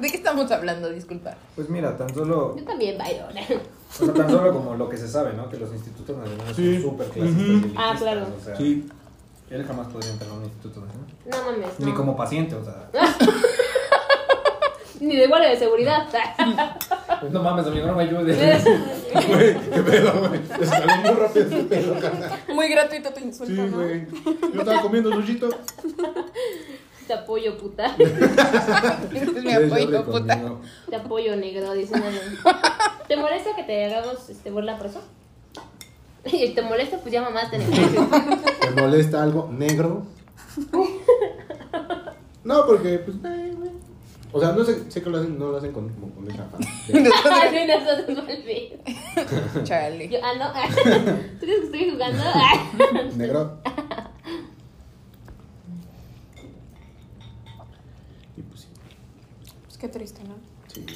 [SPEAKER 2] ¿De qué estamos hablando? Disculpa.
[SPEAKER 5] Pues mira, tan solo,
[SPEAKER 1] Yo también, Byron.
[SPEAKER 5] o sea, tan solo como lo que se sabe, ¿no? Que los institutos nacionales
[SPEAKER 3] Sí.
[SPEAKER 5] son súper clásicos y elitistas,
[SPEAKER 1] Ah, claro.
[SPEAKER 5] O sea,
[SPEAKER 3] Sí. [laughs]
[SPEAKER 5] él jamás podría entrar a un instituto nacional.
[SPEAKER 1] No mames.
[SPEAKER 5] Ni
[SPEAKER 1] no.
[SPEAKER 5] como paciente, o sea.
[SPEAKER 1] Ni de guardia de seguridad. [laughs]
[SPEAKER 5] Pues [laughs] no mames, amigo, no me ayudes.
[SPEAKER 3] Güey, qué pedo, güey. Escaló muy rápido este pedo, carnal.
[SPEAKER 4] Muy gratuito tu insulto,
[SPEAKER 3] Sí,
[SPEAKER 4] ¿no?
[SPEAKER 3] güey. Yo estaba comiendo sushito.
[SPEAKER 1] Te apoyo, puta.
[SPEAKER 2] Este es mi
[SPEAKER 3] Ustedes ya
[SPEAKER 2] apoyo, puta.
[SPEAKER 3] recomiendo.
[SPEAKER 1] Te apoyo, negro, dice una nena. ¿Te molesta que te hagamos este, burla por eso? [laughs] Y te molesta, pues ya mamá te [laughs]
[SPEAKER 3] ¿Te molesta algo negro? No, porque, pues, eh, güey. O sea, no sé, sé que lo hacen, no lo hacen con, como con esa afán. de-
[SPEAKER 1] Ay, no, eso se me olvidó.
[SPEAKER 2] Charlie.
[SPEAKER 1] Yo, ah, no. [laughs] ah. ¿Tú crees que estoy jugando? [laughs] Ah.
[SPEAKER 3] Negro. Y pues sí,
[SPEAKER 4] Pues qué triste, ¿no?
[SPEAKER 3] sí.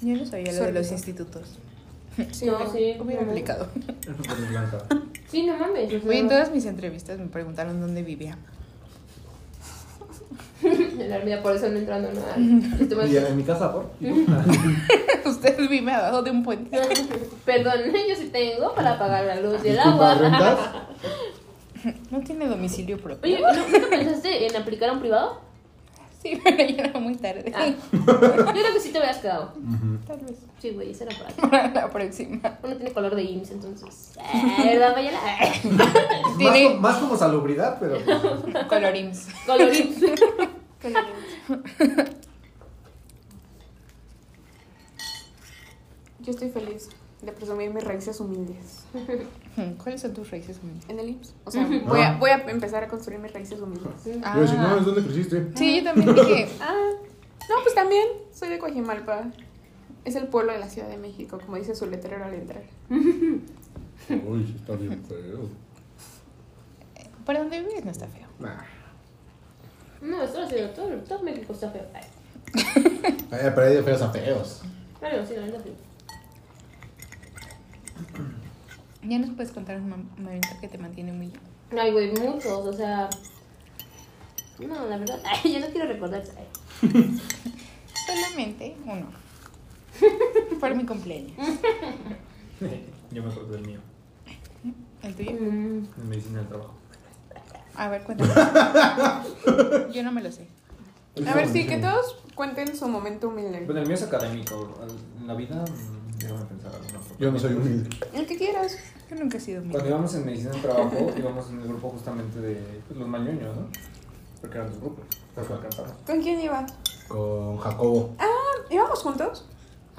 [SPEAKER 2] Yo no sabía lo de los
[SPEAKER 4] Sorbido.
[SPEAKER 2] institutos.
[SPEAKER 4] Sí,
[SPEAKER 1] No, sí,
[SPEAKER 2] Hubiera
[SPEAKER 1] no.
[SPEAKER 2] aplicado.
[SPEAKER 5] Pues blanca.
[SPEAKER 1] Sí, no mames. o sea,
[SPEAKER 2] Oye, en todas mis entrevistas me preguntaron dónde vivía. [laughs]
[SPEAKER 1] En [laughs] la armida, por eso no entrando nada. Estuve-
[SPEAKER 5] Y [laughs] en mi casa, ¿por? [laughs]
[SPEAKER 2] Usted vive abajo de un puente.
[SPEAKER 1] Perdón, [laughs] yo sí tengo para pagar la luz y el
[SPEAKER 3] Disculpa,
[SPEAKER 1] agua.
[SPEAKER 3] ¿rentas?
[SPEAKER 2] No tiene
[SPEAKER 1] [laughs]
[SPEAKER 2] domicilio
[SPEAKER 1] Oye,
[SPEAKER 2] propio.
[SPEAKER 1] ¿no- ¿nunca pensaste en aplicar a un privado?
[SPEAKER 2] Sí, pero ya era muy tarde.
[SPEAKER 1] Ah. Yo creo que sí te hubieras quedado.
[SPEAKER 2] Tal vez.
[SPEAKER 1] Sí, güey, esa era para ti.
[SPEAKER 2] [laughs] Para la próxima.
[SPEAKER 1] Uno tiene color de IMSS, [laughs] entonces. Ah, ¿Verdad, Mayela? Ah,
[SPEAKER 5] Más,
[SPEAKER 2] Tiene-
[SPEAKER 5] co- más como salubridad, pero. pues,
[SPEAKER 2] Color IMSS.
[SPEAKER 1] Color [laughs] IMSS.
[SPEAKER 4] Qué lindo. Yo estoy feliz de presumir mis raíces humildes
[SPEAKER 2] Hmm, ¿Cuáles son tus raíces? amiga?
[SPEAKER 4] en el IMSS. O sea, voy a, voy a empezar a construir mis raíces humildes.
[SPEAKER 3] Yo voy a decir, no,
[SPEAKER 2] Ah.
[SPEAKER 3] es donde
[SPEAKER 2] [laughs]
[SPEAKER 3] creciste.
[SPEAKER 2] Sí, yo también dije.
[SPEAKER 4] Ah, no, pues también soy de Coajimalpa. Es el pueblo de la Ciudad de México, como dice su letrero al entrar.
[SPEAKER 3] Uy, sí está bien feo.
[SPEAKER 2] Para dónde vives no está feo.
[SPEAKER 3] Nah.
[SPEAKER 1] No, eso lo hace todo, todo México está feo. Ay,
[SPEAKER 3] Ay, Eh, pero hay de feos a feos.
[SPEAKER 1] Bueno, sí, la neta sí.
[SPEAKER 2] Ya nos puedes contar un mom- momento que te mantiene humilde.
[SPEAKER 1] Ay, güey, muchos, o sea. No, la verdad. [laughs] Ay, yo no quiero recordar. Ay.
[SPEAKER 2] Solamente
[SPEAKER 1] [laughs]
[SPEAKER 2] uno. Por mi cumpleaños.
[SPEAKER 5] [laughs] Yo me acuerdo del mío,
[SPEAKER 2] ¿El tuyo?
[SPEAKER 1] Mm,
[SPEAKER 5] en medicina del trabajo.
[SPEAKER 2] A ver, cuéntame.
[SPEAKER 3] [laughs]
[SPEAKER 2] Yo no me lo sé.
[SPEAKER 4] A ver, sí, que todos cuenten su momento humilde.
[SPEAKER 5] Bueno, el mío es académico. En la vida, mm, déjame pensar alguna. porque-
[SPEAKER 3] Yo no soy humilde.
[SPEAKER 4] El que quieras.
[SPEAKER 2] Yo nunca he sido
[SPEAKER 5] Cuando
[SPEAKER 2] humilde.
[SPEAKER 5] íbamos en medicina del trabajo, íbamos en el grupo justamente de pues, los mañuños, ¿no? Porque eran dos grupos. Pero fue alcanzado.
[SPEAKER 4] ¿Con quién iba?
[SPEAKER 3] Con Jacobo.
[SPEAKER 4] ¿Íbamos juntos?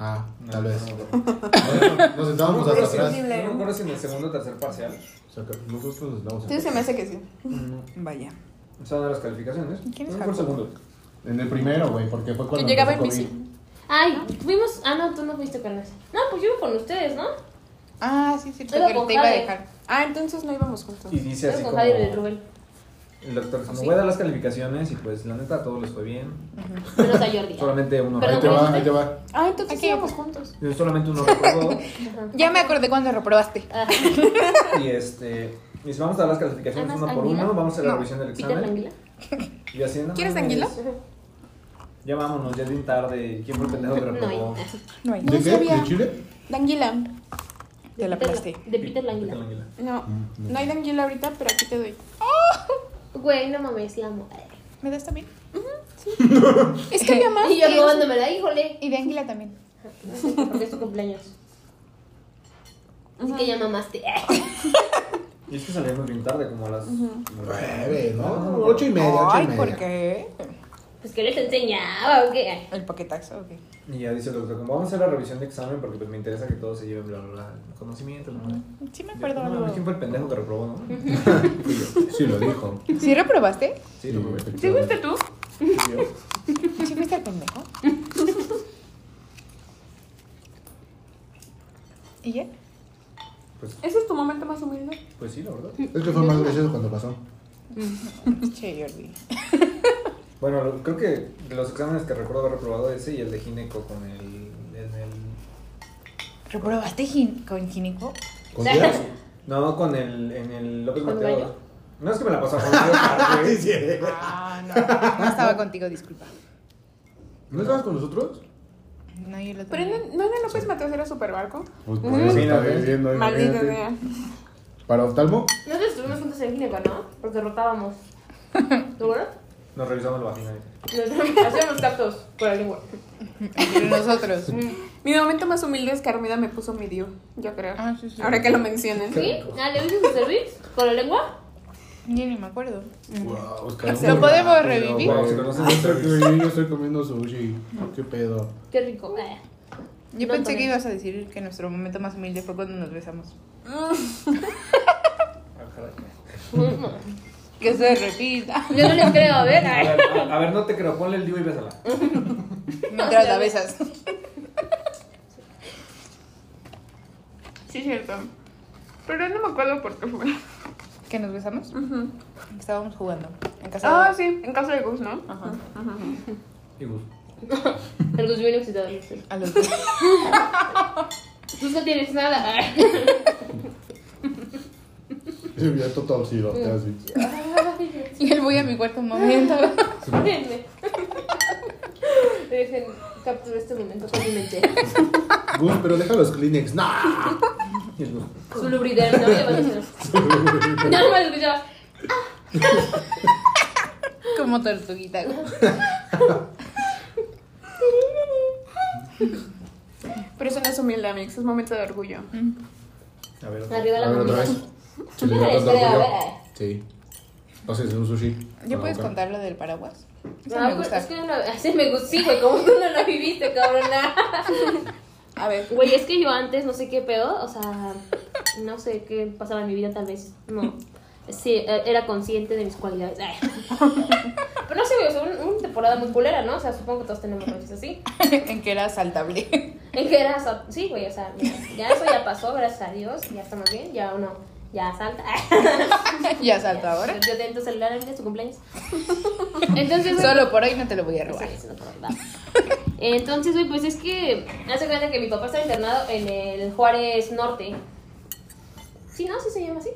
[SPEAKER 3] Ah,
[SPEAKER 5] No,
[SPEAKER 3] tal vez.
[SPEAKER 5] No, me acuerdo.
[SPEAKER 3] Nos
[SPEAKER 5] No me
[SPEAKER 3] sentábamos hasta
[SPEAKER 5] acuerdo si-
[SPEAKER 3] atrás.
[SPEAKER 5] no me acuerdo si en el segundo o tercer parcial.
[SPEAKER 3] O sea, que nosotros pues, nos sentábamos
[SPEAKER 4] Sí, se me hace que sí.
[SPEAKER 2] Vaya.
[SPEAKER 5] O sea, de las calificaciones.
[SPEAKER 2] ¿Quién es
[SPEAKER 5] No fue el
[SPEAKER 2] Jacobo?
[SPEAKER 5] segundo.
[SPEAKER 3] En el primero, güey, porque fue cuando.
[SPEAKER 4] Que llegaba
[SPEAKER 3] empezó
[SPEAKER 4] en
[SPEAKER 3] COVID.
[SPEAKER 1] Ay, fuimos. Ah, no, tú no fuiste con eso. No, pues yo iba con ustedes, ¿no?
[SPEAKER 2] Ah, sí, es cierto.
[SPEAKER 1] Iba
[SPEAKER 2] que
[SPEAKER 1] con
[SPEAKER 2] te iba a
[SPEAKER 1] Jade.
[SPEAKER 2] dejar.
[SPEAKER 4] Ah, entonces no íbamos juntos.
[SPEAKER 5] Y dice
[SPEAKER 1] Yo iba
[SPEAKER 5] así
[SPEAKER 1] con
[SPEAKER 5] como...
[SPEAKER 1] Javier y Rubén.
[SPEAKER 5] El doctor dice, me voy a dar las calificaciones y pues la neta a todos les fue bien.
[SPEAKER 1] Menos a
[SPEAKER 5] [laughs]
[SPEAKER 1] Jordi.
[SPEAKER 5] Solamente uno
[SPEAKER 1] Perdón,
[SPEAKER 3] Ahí te
[SPEAKER 5] reprobó.
[SPEAKER 3] va, ahí te va.
[SPEAKER 2] Ah, entonces
[SPEAKER 4] Aquí
[SPEAKER 2] íbamos
[SPEAKER 4] íbamos
[SPEAKER 2] juntos.
[SPEAKER 5] Yo Solamente uno reprobó.
[SPEAKER 1] [laughs]
[SPEAKER 2] Ya me acordé cuando reprobaste.
[SPEAKER 5] [laughs]
[SPEAKER 1] Ajá.
[SPEAKER 5] Y este. Y dice, vamos a dar las calificaciones
[SPEAKER 1] ¿Amas
[SPEAKER 5] uno por
[SPEAKER 1] anguila?
[SPEAKER 5] uno, vamos a hacer la
[SPEAKER 2] No.
[SPEAKER 5] revisión del
[SPEAKER 1] Peter
[SPEAKER 5] examen.
[SPEAKER 1] Languila.
[SPEAKER 5] Y así, no
[SPEAKER 2] ¿Quieres
[SPEAKER 5] mames,
[SPEAKER 2] anguila?
[SPEAKER 5] Ya vámonos, ya es bien tarde. ¿Quién fue el pendejo que reprobó?
[SPEAKER 1] No, ya.
[SPEAKER 2] No hay.
[SPEAKER 3] ¿De qué?
[SPEAKER 4] sabía.
[SPEAKER 3] ¿De Chile?
[SPEAKER 4] Danguila.
[SPEAKER 2] Te la aplasté.
[SPEAKER 1] De Peter Languila.
[SPEAKER 5] Anguila.
[SPEAKER 4] No,
[SPEAKER 3] Mm,
[SPEAKER 4] no hay danguila ahorita, pero aquí te doy.
[SPEAKER 1] Güey, no mames, la amo.
[SPEAKER 2] ¿Me das también?
[SPEAKER 4] Es que había más.
[SPEAKER 1] Y yo
[SPEAKER 4] que-
[SPEAKER 1] robándomela, híjole.
[SPEAKER 2] Y de anguila también.
[SPEAKER 1] Porque es tu cumpleaños. Así que ya mamaste.
[SPEAKER 5] Y es que salimos bien tarde, como a las
[SPEAKER 3] Nueve,
[SPEAKER 5] nueve,
[SPEAKER 3] ¿no? Ocho y media, ocho y
[SPEAKER 2] Ay,
[SPEAKER 3] media.
[SPEAKER 2] ¿por qué?
[SPEAKER 1] Pues que les enseñaba, ¿o qué?
[SPEAKER 2] El paquetaxo, ok.
[SPEAKER 5] Y ya dice el doctor, como vamos a hacer la revisión de examen porque pues me interesa que todos se lleven bla bla bla el conocimiento, bla bla.
[SPEAKER 2] Sí me acuerdo
[SPEAKER 5] No, mames, ¿Quién
[SPEAKER 2] algo.
[SPEAKER 5] fue el pendejo que reprobó, no? [laughs]
[SPEAKER 3] Fui yo. Sí, lo dijo.
[SPEAKER 2] ¿Sí reprobaste?
[SPEAKER 5] Sí, lo probé.
[SPEAKER 3] ¿Te gusta
[SPEAKER 4] tú?
[SPEAKER 5] Sí, yo.
[SPEAKER 2] ¿Sí fuiste el pendejo? [laughs] ¿Y ya?
[SPEAKER 5] Pues,
[SPEAKER 4] Ese es tu momento más humilde.
[SPEAKER 5] pues sí, la verdad.
[SPEAKER 3] Es que fue más gracioso cuando pasó.
[SPEAKER 2] Che, Jordi.
[SPEAKER 5] Bueno, lo- creo que de los exámenes que recuerdo haber reprobado ese y el de gineco con el. en
[SPEAKER 1] [laughs]
[SPEAKER 5] el-
[SPEAKER 2] ¿Reprobaste gin- con gineco?
[SPEAKER 3] ¿Con Dios?
[SPEAKER 5] no, con el. en el López
[SPEAKER 1] ¿Con
[SPEAKER 5] Mateo.
[SPEAKER 1] Gallo?
[SPEAKER 5] No es que me la pasaba con Gallo,
[SPEAKER 3] [laughs]
[SPEAKER 5] güey.
[SPEAKER 2] Ah, no. No estaba contigo, disculpa.
[SPEAKER 3] ¿No estabas con nosotros?
[SPEAKER 2] No, yo lo
[SPEAKER 4] Pero
[SPEAKER 2] tenía.
[SPEAKER 4] en- no era López Mateos, era Superbarco.
[SPEAKER 3] Pues por
[SPEAKER 5] Ujú.
[SPEAKER 3] eso está
[SPEAKER 5] Mira,
[SPEAKER 3] viviendo ahí,
[SPEAKER 4] Maldita
[SPEAKER 3] imagínate.
[SPEAKER 4] sea.
[SPEAKER 3] ¿Para oftalmo?
[SPEAKER 1] Nosotros estuvimos juntos en gineco, ¿no? Porque
[SPEAKER 3] [laughs]
[SPEAKER 1] rotábamos. ¿Tú, bueno?
[SPEAKER 5] Nos revisamos la vagina. güey.
[SPEAKER 1] Nos [laughs] hacíamos tactos por la lengua.
[SPEAKER 2] Entre [laughs] nosotros.
[SPEAKER 4] Mi momento más humilde es que Armida me puso mi dio, yo creo.
[SPEAKER 2] Ah, sí, sí.
[SPEAKER 4] Ahora que lo mencionan.
[SPEAKER 1] ¿Sí? ¿Ah, ¿Le viste su service? ¿Con la lengua?
[SPEAKER 2] Yo ni me acuerdo.
[SPEAKER 3] Wow,
[SPEAKER 2] ¿Lo podemos revivir?
[SPEAKER 5] Wow, si conoces
[SPEAKER 3] Yo
[SPEAKER 5] el servicio.
[SPEAKER 3] estoy- yo estoy comiendo sushi. ¿Qué pedo?
[SPEAKER 1] Qué rico. Eh.
[SPEAKER 2] Yo
[SPEAKER 1] No,
[SPEAKER 2] pensé que
[SPEAKER 1] también.
[SPEAKER 2] ibas a decir que nuestro momento más humilde fue cuando nos besamos.
[SPEAKER 5] Ah, caray.
[SPEAKER 2] Que se [laughs] repita.
[SPEAKER 1] [laughs] Yo no les creo, a ver.
[SPEAKER 5] A
[SPEAKER 1] ay.
[SPEAKER 5] ver, a- a ver, no te creo, ponle el divo y bésala.
[SPEAKER 2] Mientras la besas.
[SPEAKER 4] Sí, cierto. Pero no me acuerdo por qué fue.
[SPEAKER 2] ¿Que nos besamos?
[SPEAKER 4] Ujú.
[SPEAKER 2] Estábamos jugando. En casa.
[SPEAKER 4] Ah, sí, en casa de Gus, ¿no?
[SPEAKER 2] Ajá.
[SPEAKER 5] Y Gus.
[SPEAKER 1] El Gus pues, bien excitado.
[SPEAKER 2] A los dos.
[SPEAKER 1] Tú no tienes nada. [laughs] Ay.
[SPEAKER 3] Se veía todo torcido, así.
[SPEAKER 2] [laughs] Y él voy a mi cuarto un momento.
[SPEAKER 1] Déjenme. Dejen capturar este momento con mi mente.
[SPEAKER 3] Gus, pero deja los Kleenex. ¡No!
[SPEAKER 5] Y el Gus.
[SPEAKER 1] Su lubricidad no me va a hacer. [laughs] No, no me lo escuchaba.
[SPEAKER 2] [laughs] Como tortuguita.
[SPEAKER 4] Pero eso no es humilde, amigos, es momento de orgullo.
[SPEAKER 5] A ver, otra.
[SPEAKER 1] Arriba
[SPEAKER 3] A
[SPEAKER 1] la
[SPEAKER 3] ver, otra
[SPEAKER 1] mamá.
[SPEAKER 3] vez. Si le
[SPEAKER 1] Ay,
[SPEAKER 3] das tanto
[SPEAKER 1] espera,
[SPEAKER 3] orgullo.
[SPEAKER 1] a ver.
[SPEAKER 3] Sí. O sea, es un sushi.
[SPEAKER 2] ¿Ya puedes
[SPEAKER 3] Ah, ok.
[SPEAKER 2] contar lo del paraguas? Eso
[SPEAKER 1] No,
[SPEAKER 2] me
[SPEAKER 1] pues,
[SPEAKER 2] gusta.
[SPEAKER 1] es que no, así me gustó, sí, güey, como tú no lo viviste, cabrona.
[SPEAKER 4] A ver.
[SPEAKER 1] Güey, es que yo antes no sé qué pedo, o sea, no sé qué pasaba en mi vida, tal vez no. Sí, eh, era consciente de mis cualidades.
[SPEAKER 2] [laughs]
[SPEAKER 1] Ay. Pero no sé, güey, o sea, un- una temporada muy culera, ¿no? O sea, supongo que todos tenemos cosas así.
[SPEAKER 2] [laughs] en que era [laughs] saltable.
[SPEAKER 1] En que era, sa- sí, güey, o sea, mira, ya eso ya pasó, gracias a Dios, ya estamos bien, ya uno ya salta.
[SPEAKER 2] ya salto ahora.
[SPEAKER 1] [laughs] Yo tengo tu celular en su cumpleaños. [laughs] Entonces, güey,
[SPEAKER 2] Solo por hoy no te lo voy a robar.
[SPEAKER 1] Sí, es otro lado. Entonces, güey, pues es que hace cuenta que mi papá está internado en el Juárez Norte. Sí, ¿no? Sí se llama así.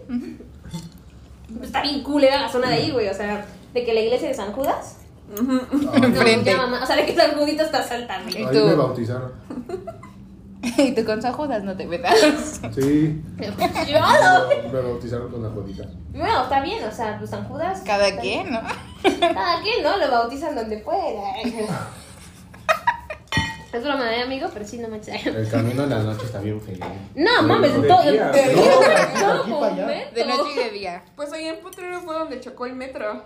[SPEAKER 1] Pues Está bien culera la zona de ahí, güey. O sea, de que la iglesia de San Judas.
[SPEAKER 3] Ah,
[SPEAKER 1] No,
[SPEAKER 2] [laughs] Enfrente.
[SPEAKER 1] ya, mamá, O sea, de que San Judito está saltando.
[SPEAKER 2] [laughs] ¿Y
[SPEAKER 3] Ahí
[SPEAKER 2] tú?
[SPEAKER 3] me bautizaron.
[SPEAKER 2] [laughs] y tú con sajodas no te metas. [laughs]
[SPEAKER 3] Sí.
[SPEAKER 1] Yo "Ah, no.
[SPEAKER 3] Me bautizaron con la jodita.
[SPEAKER 1] Bueno, está bien, o sea, pues San Judas.
[SPEAKER 2] Cada
[SPEAKER 1] está bien.
[SPEAKER 2] quien, ¿no?
[SPEAKER 1] Cada quien, ¿no? Lo bautizan donde
[SPEAKER 2] [laughs]
[SPEAKER 1] pueda. Es broma, ¿eh, amigo? Pero sí, no manches.
[SPEAKER 3] El camino en la noche está bien feliz.
[SPEAKER 1] No, mames,
[SPEAKER 5] de
[SPEAKER 1] todo.
[SPEAKER 5] día,
[SPEAKER 1] [laughs] todo
[SPEAKER 5] ¿no?
[SPEAKER 1] todo
[SPEAKER 3] Aquí para allá.
[SPEAKER 1] momento.
[SPEAKER 2] De noche y de día.
[SPEAKER 4] Pues ahí en Potrero fue donde chocó el metro.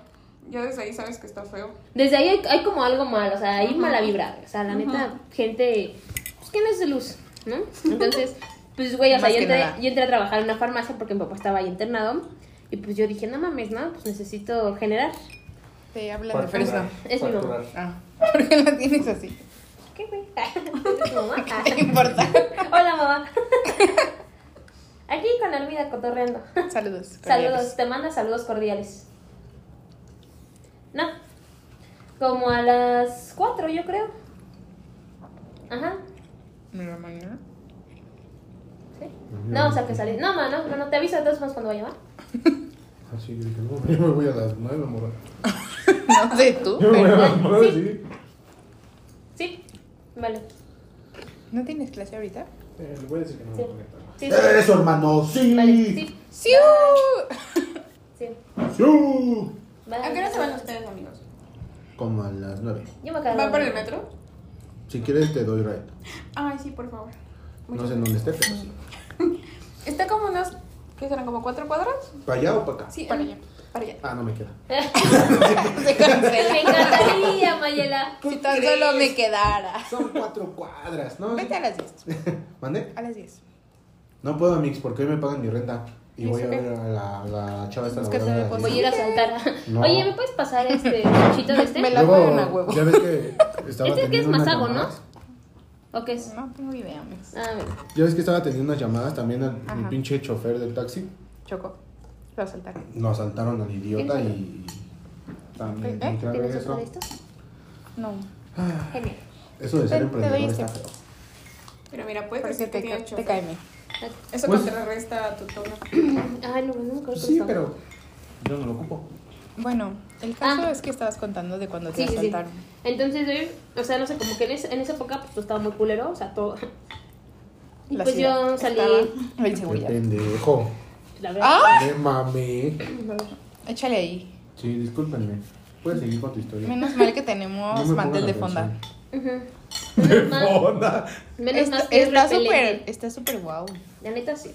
[SPEAKER 4] Ya desde ahí sabes que está feo.
[SPEAKER 1] Desde ahí hay, hay como algo mal, o sea, hay
[SPEAKER 4] Ajá.
[SPEAKER 1] mala vibra. O sea, la neta, gente, pues que no es de luz, ¿no?
[SPEAKER 2] [laughs]
[SPEAKER 1] Entonces, pues güey, o sea,
[SPEAKER 2] Más
[SPEAKER 1] yo
[SPEAKER 2] que
[SPEAKER 1] entré,
[SPEAKER 2] nada.
[SPEAKER 1] yo entré a trabajar en una farmacia porque mi papá estaba ahí internado. Y pues yo dije, no mames, ¿no? Pues necesito generar.
[SPEAKER 2] Te hablan de
[SPEAKER 5] Facturar,
[SPEAKER 2] fresno.
[SPEAKER 1] Es mi
[SPEAKER 5] facturar.
[SPEAKER 2] Ah, [laughs] ¿por qué la tienes así?
[SPEAKER 1] ¿Qué güey? [laughs] Mamá.
[SPEAKER 2] [laughs]
[SPEAKER 1] Ah.
[SPEAKER 2] No importa.
[SPEAKER 1] Hola, mamá. [laughs] Aquí con Armida cotorreando.
[SPEAKER 2] Saludos. cordiales.
[SPEAKER 1] Saludos, te manda saludos cordiales. Como a las 4, yo creo. Ajá.
[SPEAKER 2] ¿Me lo mañana?
[SPEAKER 1] sí. No, o sea que salí. No, ma, no, no, no, te aviso de todos modos cuando vaya, ¿va?
[SPEAKER 3] Así Ah, yo dije, no, yo me voy a las nueve, morra.
[SPEAKER 2] [laughs] No sé tú,
[SPEAKER 3] Yo me voy a
[SPEAKER 2] pero
[SPEAKER 3] las nueve, sí.
[SPEAKER 1] Sí. Vale.
[SPEAKER 2] ¿no tienes clase ahorita?
[SPEAKER 3] Eh, le voy a decir que no me
[SPEAKER 1] Sí.
[SPEAKER 3] voy a conectar.
[SPEAKER 1] Sí, sí.
[SPEAKER 3] Eso, hermano, sí.
[SPEAKER 1] Vale, sí.
[SPEAKER 2] ¡Sí! uh, [laughs]
[SPEAKER 1] Sí.
[SPEAKER 3] ¡Siu!
[SPEAKER 1] Vale.
[SPEAKER 4] ¿A qué hora se van ustedes, amigos?
[SPEAKER 3] Como a las nueve.
[SPEAKER 1] Yo me acabo.
[SPEAKER 4] ¿Van por el metro?
[SPEAKER 3] Si quieres, te doy ride.
[SPEAKER 4] Ay, sí, por favor.
[SPEAKER 3] No sé en dónde esté, pero sí.
[SPEAKER 4] Está como unos, ¿qué serán? ¿Como cuatro cuadras?
[SPEAKER 3] ¿Para allá o para acá?
[SPEAKER 4] Sí, para allá. Para allá.
[SPEAKER 3] Ah, no me queda.
[SPEAKER 1] [laughs] Me encantaría, Mayela.
[SPEAKER 2] Si tan solo me quedara.
[SPEAKER 3] Son cuatro cuadras, ¿no?
[SPEAKER 2] Vete a las 10.
[SPEAKER 3] ¿Mande?
[SPEAKER 2] A las 10.
[SPEAKER 3] No puedo, Amix, porque hoy me pagan mi renta. Y
[SPEAKER 4] It's
[SPEAKER 3] voy a
[SPEAKER 4] okay.
[SPEAKER 3] ver a la, la chava esta.
[SPEAKER 2] Es
[SPEAKER 3] la
[SPEAKER 2] que
[SPEAKER 3] voy a ver
[SPEAKER 2] se me
[SPEAKER 1] Voy a ir a saltar.
[SPEAKER 3] No.
[SPEAKER 1] Oye, ¿me puedes pasar este chito de este?
[SPEAKER 2] Me la
[SPEAKER 3] Luego,
[SPEAKER 2] juegan a huevo.
[SPEAKER 3] Ya ves
[SPEAKER 2] [laughs]
[SPEAKER 3] que
[SPEAKER 1] Este
[SPEAKER 3] estaba
[SPEAKER 1] es que es
[SPEAKER 3] teniendo unas
[SPEAKER 1] Masago, ¿no?
[SPEAKER 3] llamadas.
[SPEAKER 1] ¿O qué es?
[SPEAKER 2] No tengo idea, amigos.
[SPEAKER 1] Ah, mira.
[SPEAKER 3] Ya ves que estaba teniendo unas llamadas también al al
[SPEAKER 2] Ajá.
[SPEAKER 3] pinche chofer del taxi.
[SPEAKER 2] Choco. Lo saltaron.
[SPEAKER 3] Lo asaltaron al idiota
[SPEAKER 1] ¿Tienes
[SPEAKER 3] y. También.
[SPEAKER 2] ¿Eh?
[SPEAKER 3] entré a ver
[SPEAKER 1] ¿Tienes otro
[SPEAKER 3] eso.
[SPEAKER 1] de estos?
[SPEAKER 2] No.
[SPEAKER 3] Ah,
[SPEAKER 1] Genial.
[SPEAKER 3] Eso de
[SPEAKER 2] Te,
[SPEAKER 3] ser
[SPEAKER 2] te doy
[SPEAKER 3] emprendedor
[SPEAKER 2] este.
[SPEAKER 3] está feo.
[SPEAKER 4] Pero mira, puede
[SPEAKER 2] Porque
[SPEAKER 4] decir que
[SPEAKER 2] te,
[SPEAKER 4] tiene
[SPEAKER 2] ca- te
[SPEAKER 4] chofer.
[SPEAKER 2] cae bien.
[SPEAKER 4] Eso
[SPEAKER 3] Pues-
[SPEAKER 4] contrarresta tu tono.
[SPEAKER 1] Ay, Ah, no, no me acuerdo. cómo
[SPEAKER 3] Sí,
[SPEAKER 1] se llama.
[SPEAKER 3] pero. Yo no lo ocupo.
[SPEAKER 2] Bueno, el caso
[SPEAKER 1] Ah.
[SPEAKER 2] es que estabas contando de cuando te
[SPEAKER 1] Sí, sí, sí.
[SPEAKER 2] asaltaron.
[SPEAKER 1] Entonces, eh, o sea, no sé, como que en, ese- en esa época pues, todo estaba muy culero, o sea, todo. Y
[SPEAKER 2] La
[SPEAKER 1] pues
[SPEAKER 2] ciudad
[SPEAKER 1] yo salí.
[SPEAKER 2] estaba en
[SPEAKER 3] Qué
[SPEAKER 2] seguridad.
[SPEAKER 3] pendejo.
[SPEAKER 1] La verdad.
[SPEAKER 2] ¡Ah!
[SPEAKER 3] De mami.
[SPEAKER 2] Échale ahí.
[SPEAKER 3] Sí, discúlpenme. Puedes seguir con tu historia.
[SPEAKER 2] Menos mal que
[SPEAKER 3] No
[SPEAKER 2] tenemos
[SPEAKER 3] me
[SPEAKER 2] mantel
[SPEAKER 3] pongan
[SPEAKER 2] de fonda.
[SPEAKER 3] atención.
[SPEAKER 1] Ujú. Menos mal-
[SPEAKER 3] Fonda.
[SPEAKER 1] Menos
[SPEAKER 2] Está-
[SPEAKER 1] mal que es
[SPEAKER 2] está
[SPEAKER 1] repelente.
[SPEAKER 2] súper, está súper guau.
[SPEAKER 1] La neta sí.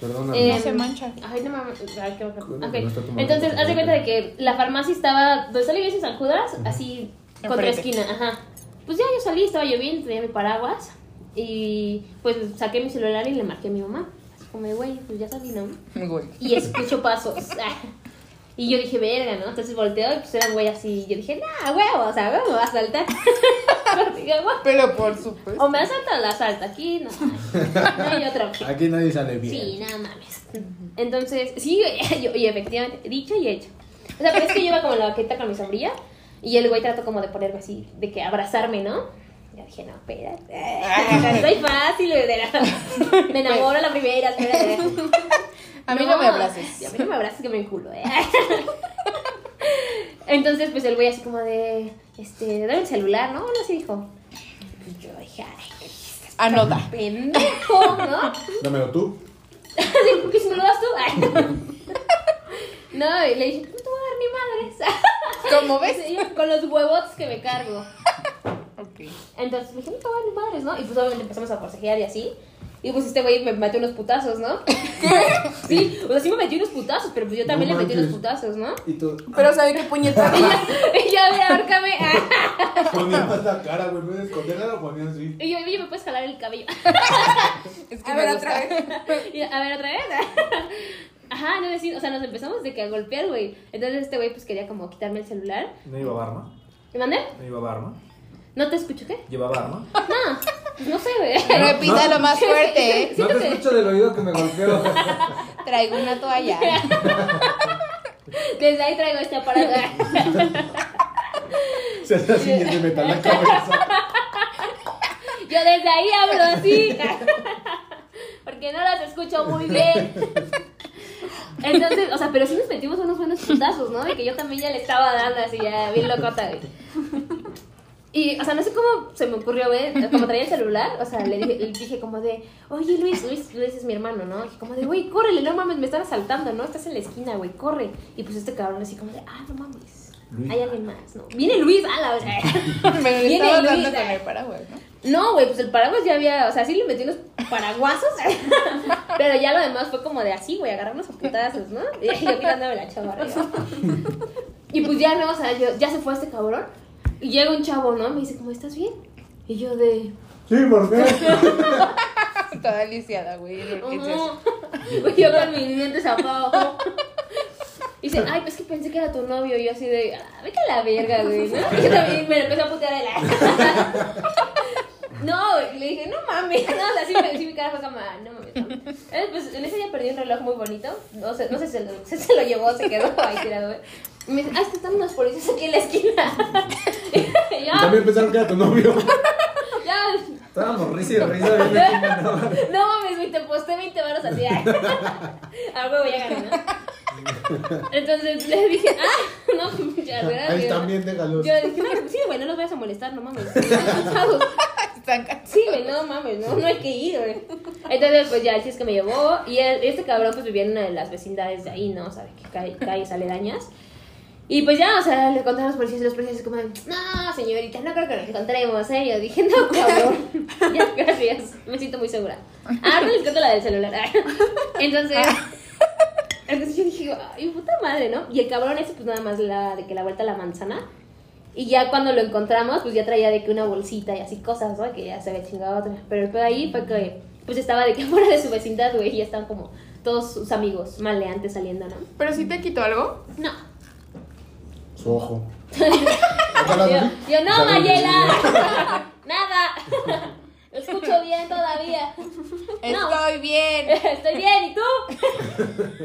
[SPEAKER 3] Perdóname.
[SPEAKER 2] No
[SPEAKER 1] Em,
[SPEAKER 2] se mancha.
[SPEAKER 1] Ay, no mames. Ay, qué horror.
[SPEAKER 3] Creo que
[SPEAKER 1] Ok.
[SPEAKER 3] no está tomando
[SPEAKER 1] Entonces,
[SPEAKER 3] nota.
[SPEAKER 1] haz de cuenta de que la farmacia estaba donde salí y San Judas, así contra
[SPEAKER 2] Enfrente.
[SPEAKER 1] esquina. Ajá. Pues ya yo salí, estaba lloviendo, tenía mi paraguas. Y pues saqué mi celular y le marqué a mi mamá. Así como, de, güey, pues ya salí, ¿no?
[SPEAKER 2] Güey.
[SPEAKER 1] y escucho pasos. [laughs] Y yo dije, verga, ¿no? Entonces volteo y pues era un güey así. Y yo dije, nah, huevo, o sea, huevo, va a saltar. [laughs] Porque dije, "Guau,
[SPEAKER 2] Pero por supuesto.
[SPEAKER 1] o me asalta o la asalta. Aquí no. No hay otra opción.
[SPEAKER 3] Aquí nadie sale bien.
[SPEAKER 1] Sí, nada mames. Entonces, sí, [laughs] yo- y efectivamente, dicho y hecho. O sea, pero es que yo iba como en la baqueta con mi sombrilla y el güey trató como de ponerme así, de que abrazarme, ¿no? Yo dije, no, espérate. [laughs] Soy fácil,
[SPEAKER 2] [laughs]
[SPEAKER 1] güey. Me enamoro a la primera, espérate.
[SPEAKER 2] A mí no me abraces.
[SPEAKER 1] sí, A mí no me abraces que me enculo, ¿eh? [laughs] Entonces, pues el güey así como de, este, dame el celular, ¿no? No así dijo. Y yo dije, ay,
[SPEAKER 2] Anota.
[SPEAKER 1] pendejo, ¿no? [laughs]
[SPEAKER 3] Dámelo tú.
[SPEAKER 1] Así, ¿Por qué si me lo das tú? Ay, no. [laughs] No, y le dije, no te voy a dar ni madres. [laughs]
[SPEAKER 2] Como ves.
[SPEAKER 1] Sí, Con los huevotes que me cargo.
[SPEAKER 2] Ok.
[SPEAKER 1] Entonces le dije, no te voy a dar ni madres, ¿no? Y pues obviamente empezamos a forcejear y así. Y pues este güey me metió unos putazos, ¿no? [laughs] Sí, o sea, sí me metió unos putazos, pero pues yo también
[SPEAKER 3] No
[SPEAKER 1] le metí unos
[SPEAKER 3] manches.
[SPEAKER 1] putazos, ¿no? [laughs]
[SPEAKER 3] Y tú.
[SPEAKER 4] Pero sabe qué puñetazo.
[SPEAKER 1] Y yo, a ver, ahórcame. [laughs] Ah.
[SPEAKER 3] Ponías la cara, güey. En vez de esconderla, lo ponías así.
[SPEAKER 1] Y yo, oye, ¿me puedes jalar el cabello? [laughs]
[SPEAKER 2] Es que
[SPEAKER 4] A
[SPEAKER 2] me
[SPEAKER 4] ver,
[SPEAKER 2] gusta.
[SPEAKER 4] otra vez.
[SPEAKER 1] Y, a ver, otra vez. [laughs] Ajá, no decir, o sea, nos empezamos de que a golpear, güey. Entonces este güey pues quería como quitarme el celular.
[SPEAKER 5] No llevaba arma.
[SPEAKER 1] ¿Me mandé?
[SPEAKER 5] No llevaba arma.
[SPEAKER 1] ¿No te escucho qué? [laughs]
[SPEAKER 5] Llevaba arma.
[SPEAKER 1] No, pues no sé, güey. [laughs]
[SPEAKER 2] Repítalo más fuerte, ¿eh?
[SPEAKER 5] No
[SPEAKER 1] Siento
[SPEAKER 5] te
[SPEAKER 1] que-
[SPEAKER 5] escucho del oído que me golpeó. [laughs]
[SPEAKER 2] Traigo una toalla.
[SPEAKER 1] [laughs] Desde ahí traigo este aparato.
[SPEAKER 3] Se hace así y se me la cabeza.
[SPEAKER 1] Yo desde ahí hablo así. [laughs] Porque no las escucho muy bien. Entonces, o sea, pero sí nos metimos unos buenos putazos, ¿no? De que yo también ya le estaba dando así, ya bien locota, güey. Y, o sea, no sé cómo se me ocurrió, güey, como traía el celular, o sea, le dije, le dije como de, oye, Luis, Luis, Luis es mi hermano, ¿no? Dije como de, güey, córrele, no mames, me están asaltando, ¿no? Estás en la esquina, güey, corre. Y pues este cabrón así como de, ah, no mames,
[SPEAKER 5] Luis.
[SPEAKER 1] hay alguien más, ¿no? Viene Luis, a la
[SPEAKER 2] [laughs] Me lo
[SPEAKER 1] Viene
[SPEAKER 2] estaba dando
[SPEAKER 1] Luisa.
[SPEAKER 2] con el paraguas, ¿no? [laughs]
[SPEAKER 1] No, güey, pues el paraguas ya había, o sea, sí le metí unos paraguasos, [laughs] pero ya lo demás fue como de así, güey, agarrarnos a putazos, ¿no? Y yo quitándome la chava arriba. Y pues ya no, o sea, yo- ya se fue este cabrón, y llega un chavo, ¿no? Me dice, ¿cómo estás bien? Y yo de...
[SPEAKER 3] Sí, ¿por qué?
[SPEAKER 1] [laughs]
[SPEAKER 2] Toda lisiada, güey. en urgencias.
[SPEAKER 1] "Ujú". Güey, [laughs] yo con mi dientes abajo. Y dice, ay, pues que pensé que era tu novio. Y yo así de, ah, vete a la verga, güey, ¿no? Y yo también me lo empecé a putear de la. [laughs] No, güey, y le dije, no mames. [laughs] No, o sea, sí, me- sí mi cara fue como, ah, no mames. No. [laughs] Entonces, pues en ese día perdí un reloj muy bonito. No sé, no sé si se lo, si se lo llevó, se quedó ahí tirado, güey. Y me dicen, ah, es que están unos policías aquí en la esquina. [laughs] Y yo,
[SPEAKER 3] Y también pensaron que era tu novio.
[SPEAKER 1] ya,
[SPEAKER 5] Estábamos risa y
[SPEAKER 1] [laughs]
[SPEAKER 5] risa viendo quién ganaba.
[SPEAKER 1] No mames, güey, te posté 20 varos así. ay. A huevo ya gané, ¿no? Entonces le dije, ah, no, muchas gracias.
[SPEAKER 3] Ahí también déjalos.
[SPEAKER 1] Yo dije, "Güey, sí, güey, no los vayas a molestar, no mames. Están cansados.
[SPEAKER 2] Están ca-
[SPEAKER 1] Sí, güey, no mames, no, no hay que ir, güey. Entonces, pues ya el chiste que me llevó. Y el- este cabrón, pues vivía en una de las vecindades de ahí, ¿no? O sea, que calle, calles aledañas. Y pues ya, o sea, le contaron a los policías y los policías, como, de, no, señorita, no creo que nos encontremos, ¿eh? Yo dije, no, cabrón. ya, gracias, me siento muy segura. Ah, no les cuento la del celular. [laughs] Entonces. Entonces yo dije, ay, puta madre, ¿no? Y el cabrón ese, pues nada más la de que la vuelta a la manzana. Y ya cuando lo encontramos, pues ya traía de que una bolsita y así cosas, ¿no? Que ya se había chingado otra. Pero el pedo ahí fue que, pues estaba de que [laughs] fuera de su vecindad, güey, y ya estaban como todos sus amigos maleantes saliendo, ¿no?
[SPEAKER 4] Pero si te quitó algo.
[SPEAKER 1] No. [laughs]
[SPEAKER 3] Su ojo.
[SPEAKER 1] Yo,
[SPEAKER 3] Ojalá-
[SPEAKER 1] yo, no,
[SPEAKER 3] ojalá-
[SPEAKER 1] Mayela. [laughs] Nada. [laughs] Lo escucho bien todavía. [laughs] No,
[SPEAKER 2] Estoy bien.
[SPEAKER 1] estoy bien, ¿y tú? [laughs]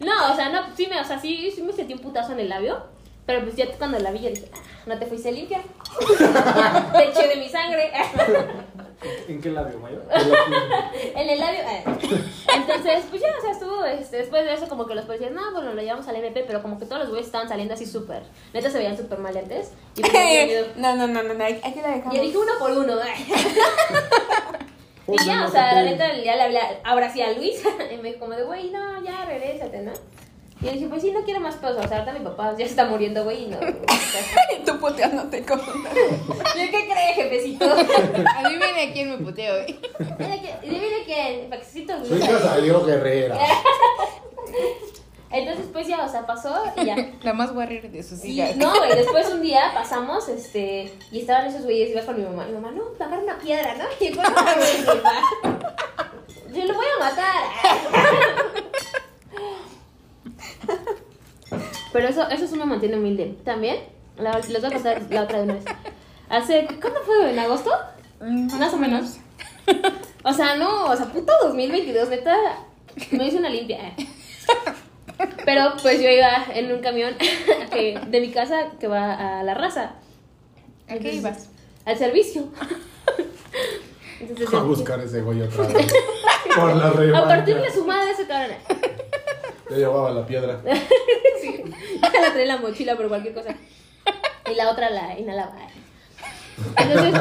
[SPEAKER 1] No, o sea, no, sí me, o sea, sí, sí me sentí un putazo en el labio. Pero pues ya cuando la vi, yo dije, "Ah, no te fuiste limpia. [laughs] Te eché de mi sangre. [laughs]
[SPEAKER 5] ¿En qué labio, mayor?
[SPEAKER 1] En el labio. eh. Entonces, pues ya, o sea, estuvo. este, después de eso, como que los policías, no, bueno, lo llevamos al MP, pero como que todos los güeyes estaban saliendo así súper. Neta se veían súper maleantes. Y
[SPEAKER 4] [laughs]
[SPEAKER 1] pues, yo,
[SPEAKER 4] No, no, no, no, no, aquí la dejamos.
[SPEAKER 1] yo dije uno por uno. [laughs] eh. Y ya, o sea, la neta, ya le hablé a- ahora sí a Luis. [laughs] Y me dijo, como de, güey, no, ya, regrésate, ¿no? Y yo dije, pues sí, no quiero más cosas. O sea, ahorita mi papá ya se está muriendo, güey, y no.
[SPEAKER 4] [laughs] Tú puteándote
[SPEAKER 1] [laughs]
[SPEAKER 4] con.
[SPEAKER 1] ¿Yo qué crees, jefecito? [laughs]
[SPEAKER 2] A mí viene aquí en mi puteo, ¿eh? güey.
[SPEAKER 1] Mira que- Dime quién, Faxito
[SPEAKER 3] Su
[SPEAKER 1] Luis.
[SPEAKER 3] hija salió
[SPEAKER 1] [laughs]
[SPEAKER 3] guerrera.
[SPEAKER 1] Entonces, pues ya, o sea, pasó y ya.
[SPEAKER 2] La más warrior de sus
[SPEAKER 1] Sí,
[SPEAKER 2] hijas.
[SPEAKER 1] no, y después un día pasamos, este, y estaban esos güeyes, ibas con mi mamá. Mi mamá, no, pues, agarra una piedra, ¿no? [laughs] Y yo, "No, güey, mi mamá, Yo lo voy a matar. Pero eso, eso sí me mantiene humilde. También, la- les voy a contar la otra de una vez. Hace, ¿cuándo fue? ¿En agosto? Más o menos. O sea, no, o sea, puto 2022, neta, me hice una limpia. eh. Pero pues yo iba en un camión [laughs] que- de mi casa que va a la raza.
[SPEAKER 2] ¿A qué
[SPEAKER 1] Entonces,
[SPEAKER 2] ibas?
[SPEAKER 1] Al servicio. Entonces,
[SPEAKER 3] A buscar ese güey otra vez. Por la revancha.
[SPEAKER 1] a partirle su madre a ese cabrón.
[SPEAKER 3] Yo llevaba la piedra.
[SPEAKER 1] [laughs] la trae en la mochila por cualquier cosa. Y la otra la inhalaba. Entonces,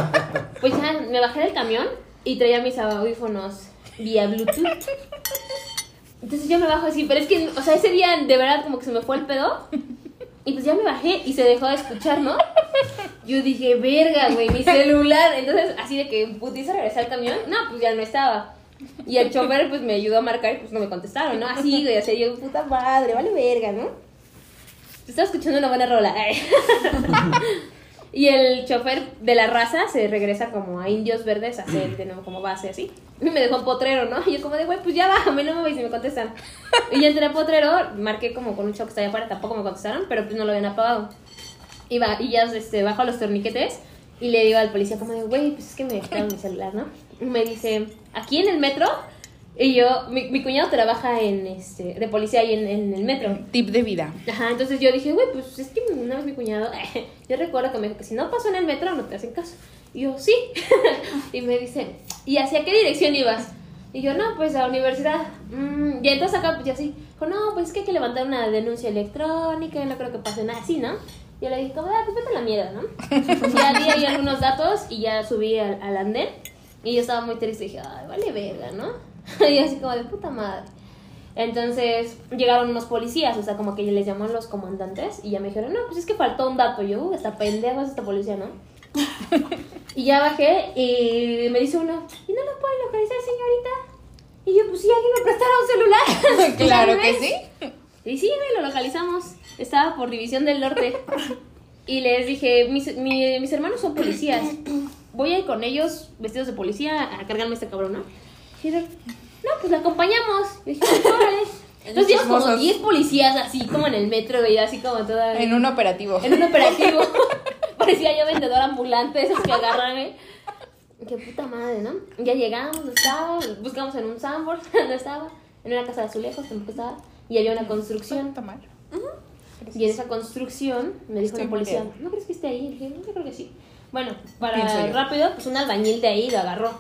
[SPEAKER 1] pues ya me bajé del camión y traía mis audífonos vía Bluetooth. Entonces yo me bajo así, pero es que, o sea, ese día de verdad como que se me fue el pedo. Y pues ya me bajé y se dejó de escuchar, ¿no? Yo dije, verga, güey, mi celular. Entonces, así de que putiza regresé al camión. No, pues ya no estaba. Y el chofer, pues me ayudó a marcar y pues no me contestaron, ¿no? Así, güey, así yo, puta madre, vale verga, ¿no? Estaba escuchando una buena rola. Ay. [laughs] y el chofer de la raza se regresa como a Indios Verdes a hacer de nuevo como base así. Y me dejó en potrero, ¿no? Y yo como de, güey, pues ya bájame, no me voy si me contestan. Y ya entré a potrero, marqué como con un choque que estaba allá afuera, tampoco me contestaron, pero pues no lo habían apagado. Y, va, y ya este, bajo los torniquetes y le digo al policía como de, güey, pues es que me dejaron mi celular, ¿no? Y me dice, ¿aquí en el metro? Y yo, mi, mi cuñado trabaja en este, de policía ahí en, en el metro.
[SPEAKER 2] Tip de [laughs] vida.
[SPEAKER 1] Ajá, entonces yo dije, güey, pues es que una vez mi cuñado, [laughs] yo recuerdo que me dijo que si no pasó en el metro no te hacen caso. Y yo, sí. [laughs] y me dice, ¿y hacia qué dirección ibas? Y yo, no, pues a la universidad. Mm, y entonces acá, pues yo así, dijo, no, pues es que hay que levantar una denuncia electrónica, no creo que pase nada así, ¿no? Yo le dije, como, ah, pues vete a la mierda, ¿no? [laughs] ya di ahí algunos datos y ya subí al, al andén. Y yo estaba muy triste y dije, ay, vale verga, ¿no? [laughs] y así como de puta madre. Entonces llegaron unos policías, o sea, como que les llamaron los comandantes y ya me dijeron, no, pues es que faltó un dato. Y yo, "Uh, está pendejo es esta policía,
[SPEAKER 2] [laughs]
[SPEAKER 1] ¿no? y ya bajé y me dice uno, ¿y no lo pueden localizar, señorita? Y yo, pues sí, alguien me prestara un celular.
[SPEAKER 2] [laughs] Claro
[SPEAKER 1] Tal
[SPEAKER 2] que
[SPEAKER 1] [laughs] vez.
[SPEAKER 2] sí.
[SPEAKER 1] Y sí, güey, lo localizamos. Estaba por División del Norte. Y les dije, mis, mi- mis hermanos son policías. Voy a ir con ellos vestidos de policía a cargarme a este cabrón, ¿no? Y dijeron, no, pues la acompañamos. Y dije, "Pues, órale". Entonces
[SPEAKER 2] Ellos
[SPEAKER 1] íbamos como
[SPEAKER 2] chismosos.
[SPEAKER 1] 10 policías así como en el metro, güey, así como toda...
[SPEAKER 2] En un operativo. [laughs]
[SPEAKER 1] En un operativo. [laughs] Parecía yo vendedor ambulante, esas que agarran, ¿eh? Qué puta madre, ¿no? Ya llegamos, no estaba, buscamos en un [laughs] Sanborn, no estaba, en una casa de azulejos, tampoco estaba, y había una construcción.
[SPEAKER 2] Tomar.
[SPEAKER 1] Y en esa construcción me dijo
[SPEAKER 2] Estoy
[SPEAKER 1] la policía,
[SPEAKER 2] muriendo.
[SPEAKER 1] ¿no crees que esté ahí? Y dije, no, yo creo que sí. Bueno,
[SPEAKER 2] Pienso
[SPEAKER 1] para
[SPEAKER 2] yo.
[SPEAKER 1] rápido, pues un albañil de ahí lo agarró.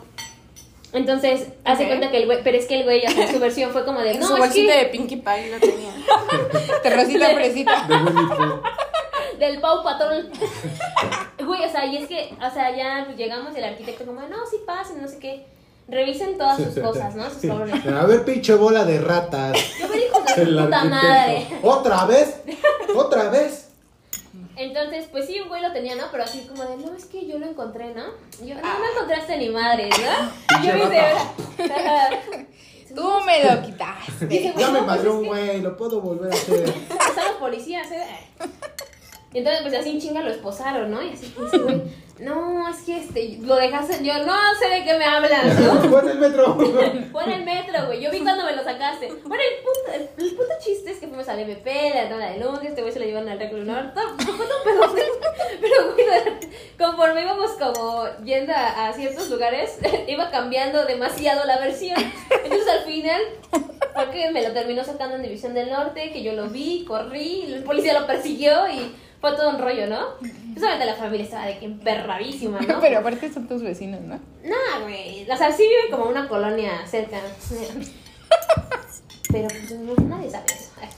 [SPEAKER 1] Entonces, hace
[SPEAKER 4] Ok.
[SPEAKER 1] cuenta que el güey, pero es que el güey, o sea, [laughs] su versión fue como de,
[SPEAKER 6] En
[SPEAKER 1] no,
[SPEAKER 6] su
[SPEAKER 1] es
[SPEAKER 6] bolsita
[SPEAKER 1] que-
[SPEAKER 6] de Pinkie Pie lo
[SPEAKER 1] [laughs]
[SPEAKER 6] tenía.
[SPEAKER 2] Terracita, presita. [laughs]
[SPEAKER 3] De Winnie Pooh.
[SPEAKER 1] del Pau Patrol. [laughs] Güey, o sea, y es que, o sea, ya pues, llegamos y el arquitecto como, no, sí pasen, no sé qué. Revisen todas
[SPEAKER 3] [laughs]
[SPEAKER 1] sus cosas, ¿no? Sus obras.
[SPEAKER 3] A ver, pinche bola de ratas.
[SPEAKER 1] [laughs] Yo me dijo de
[SPEAKER 3] [laughs] El
[SPEAKER 1] su puta
[SPEAKER 3] arquitecto.
[SPEAKER 1] madre.
[SPEAKER 3] ¿Otra vez? ¿Otra
[SPEAKER 1] [laughs]
[SPEAKER 3] vez?
[SPEAKER 1] Entonces, pues sí, un güey lo tenía, ¿no? Pero así como de, no, es que yo lo encontré, ¿no? Y yo, no, no encontraste ni madre,
[SPEAKER 3] [laughs]
[SPEAKER 1] ¿no? Y yo me [laughs] dice,
[SPEAKER 2] Tú me lo quitas.
[SPEAKER 3] [laughs]
[SPEAKER 1] Dice, güey,
[SPEAKER 3] Ya me
[SPEAKER 1] no, pues,
[SPEAKER 3] madrió
[SPEAKER 1] es
[SPEAKER 3] un
[SPEAKER 1] que-
[SPEAKER 3] güey, lo puedo volver a hacer.
[SPEAKER 1] están los policías, ¿eh? Y entonces, pues así en chinga lo esposaron, ¿no? Y así, dice, güey, no, es que este, lo dejaste, yo no sé de qué me hablan, ¿no?
[SPEAKER 3] Pon el metro.
[SPEAKER 1] Fue en el metro, güey. Yo vi cuando me lo sacaste. Bueno, el puto, el, el puto chiste es que fuimos al MP, la dieron la denuncia, este güey se lo llevan al Reclu Norte. Pero, pero güey, conforme íbamos como yendo a, a ciertos lugares, [laughs] iba cambiando demasiado la versión. Entonces al final, fue que me lo terminó sacando en División del Norte, que yo lo vi, corrí, el policía lo persiguió y fue todo un rollo, ¿no? Pues obviamente la familia estaba de que emperradísima, ¿no?
[SPEAKER 2] [laughs] [laughs] Pero aparte son tus vecinos, ¿no?
[SPEAKER 1] No, güey. O sea, sí viven como una colonia cerca. Pero pues no, nadie sabe eso. Ay.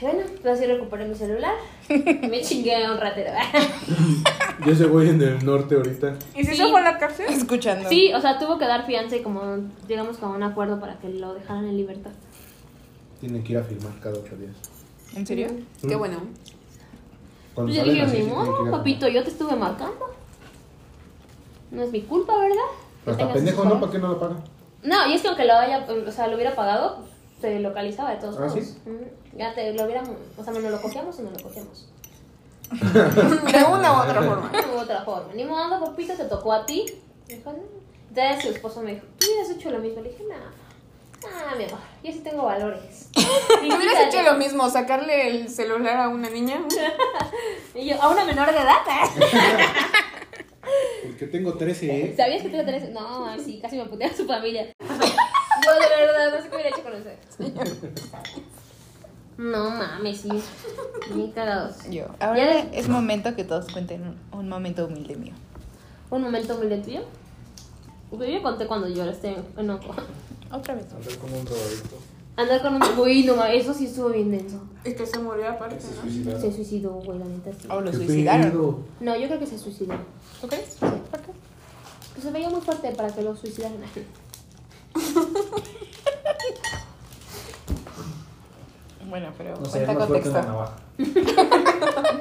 [SPEAKER 1] Bueno, pues así recuperé mi celular. Me chingué a un ratero.
[SPEAKER 3] Y ese güey en el norte ahorita.
[SPEAKER 6] ¿Y si
[SPEAKER 1] Sí.
[SPEAKER 6] se fue a la cárcel?
[SPEAKER 2] Escuchando.
[SPEAKER 1] Sí, o sea, tuvo que dar fianza y como llegamos como a un acuerdo para que lo dejaran en libertad.
[SPEAKER 3] Tienen que ir a firmar cada ocho días.
[SPEAKER 2] ¿En serio?
[SPEAKER 6] Qué bueno.
[SPEAKER 3] Cuando
[SPEAKER 1] Pues yo
[SPEAKER 3] salen
[SPEAKER 1] dije,
[SPEAKER 3] así,
[SPEAKER 1] mi
[SPEAKER 3] sí tienen que ir
[SPEAKER 1] modo,
[SPEAKER 3] a
[SPEAKER 1] papito, yo te estuve marcando. No es mi culpa, ¿verdad?
[SPEAKER 3] firmar.
[SPEAKER 1] Que
[SPEAKER 3] Pero está
[SPEAKER 1] tengas esos
[SPEAKER 3] pendejo, ¿no?
[SPEAKER 1] problemas.
[SPEAKER 3] ¿Para qué no lo paga?
[SPEAKER 1] No, y es que aunque lo haya, o sea, lo hubiera pagado, se localizaba de todos
[SPEAKER 3] ¿Ah,
[SPEAKER 1] modos.
[SPEAKER 3] sí?
[SPEAKER 1] Mm, Ya te lo hubiéramos, o sea, no lo copiamos o no lo copiamos.
[SPEAKER 6] [laughs] De una u otra
[SPEAKER 1] [laughs]
[SPEAKER 6] forma.
[SPEAKER 1] No hubo otra forma. Ni modo, papito, te tocó a ti. Me dijo, no. Entonces su esposo me dijo, tú hubieras hecho lo mismo. Le dije, no. Ah, mi amor, yo sí tengo [laughs] valores. Y
[SPEAKER 6] ¿Te hubieras
[SPEAKER 1] quítate.
[SPEAKER 6] hecho lo mismo? ¿Sacarle el celular a una niña?
[SPEAKER 1] Y yo, a una menor de edad, ¿eh?
[SPEAKER 3] Porque tengo 13, ¿eh?
[SPEAKER 1] ¿Sabías que tú lo tenés? No, ay, sí, casi me puteé a su familia. Yo de verdad, [laughs] no sé qué hubiera hecho con usted. No mames, sí. Bien cagados.
[SPEAKER 2] Yo. Ahora
[SPEAKER 1] Ya
[SPEAKER 2] es momento que todos cuenten un, un momento humilde mío.
[SPEAKER 1] Un momento humilde tuyo. Yo ya conté cuando yo este esté en Oco.
[SPEAKER 2] Otra vez.
[SPEAKER 5] Andar como un drogadicto.
[SPEAKER 1] Andar con un. [coughs] Uy, no mames, eso sí estuvo bien denso.
[SPEAKER 6] Es que se murió aparte, ¿no?
[SPEAKER 1] Se suicidó, güey, la neta sí.
[SPEAKER 2] O lo
[SPEAKER 3] Qué
[SPEAKER 2] suicidaron.
[SPEAKER 3] pedo.
[SPEAKER 1] No, yo creo que se suicidó.
[SPEAKER 2] ¿Tú crees? ¿Por qué?
[SPEAKER 1] Pues se veía muy fuerte para que lo suicidaran. [laughs]
[SPEAKER 2] Bueno, pero
[SPEAKER 5] No sé, es
[SPEAKER 2] cuenta
[SPEAKER 5] más fuerte una
[SPEAKER 2] contexto.
[SPEAKER 5] navaja.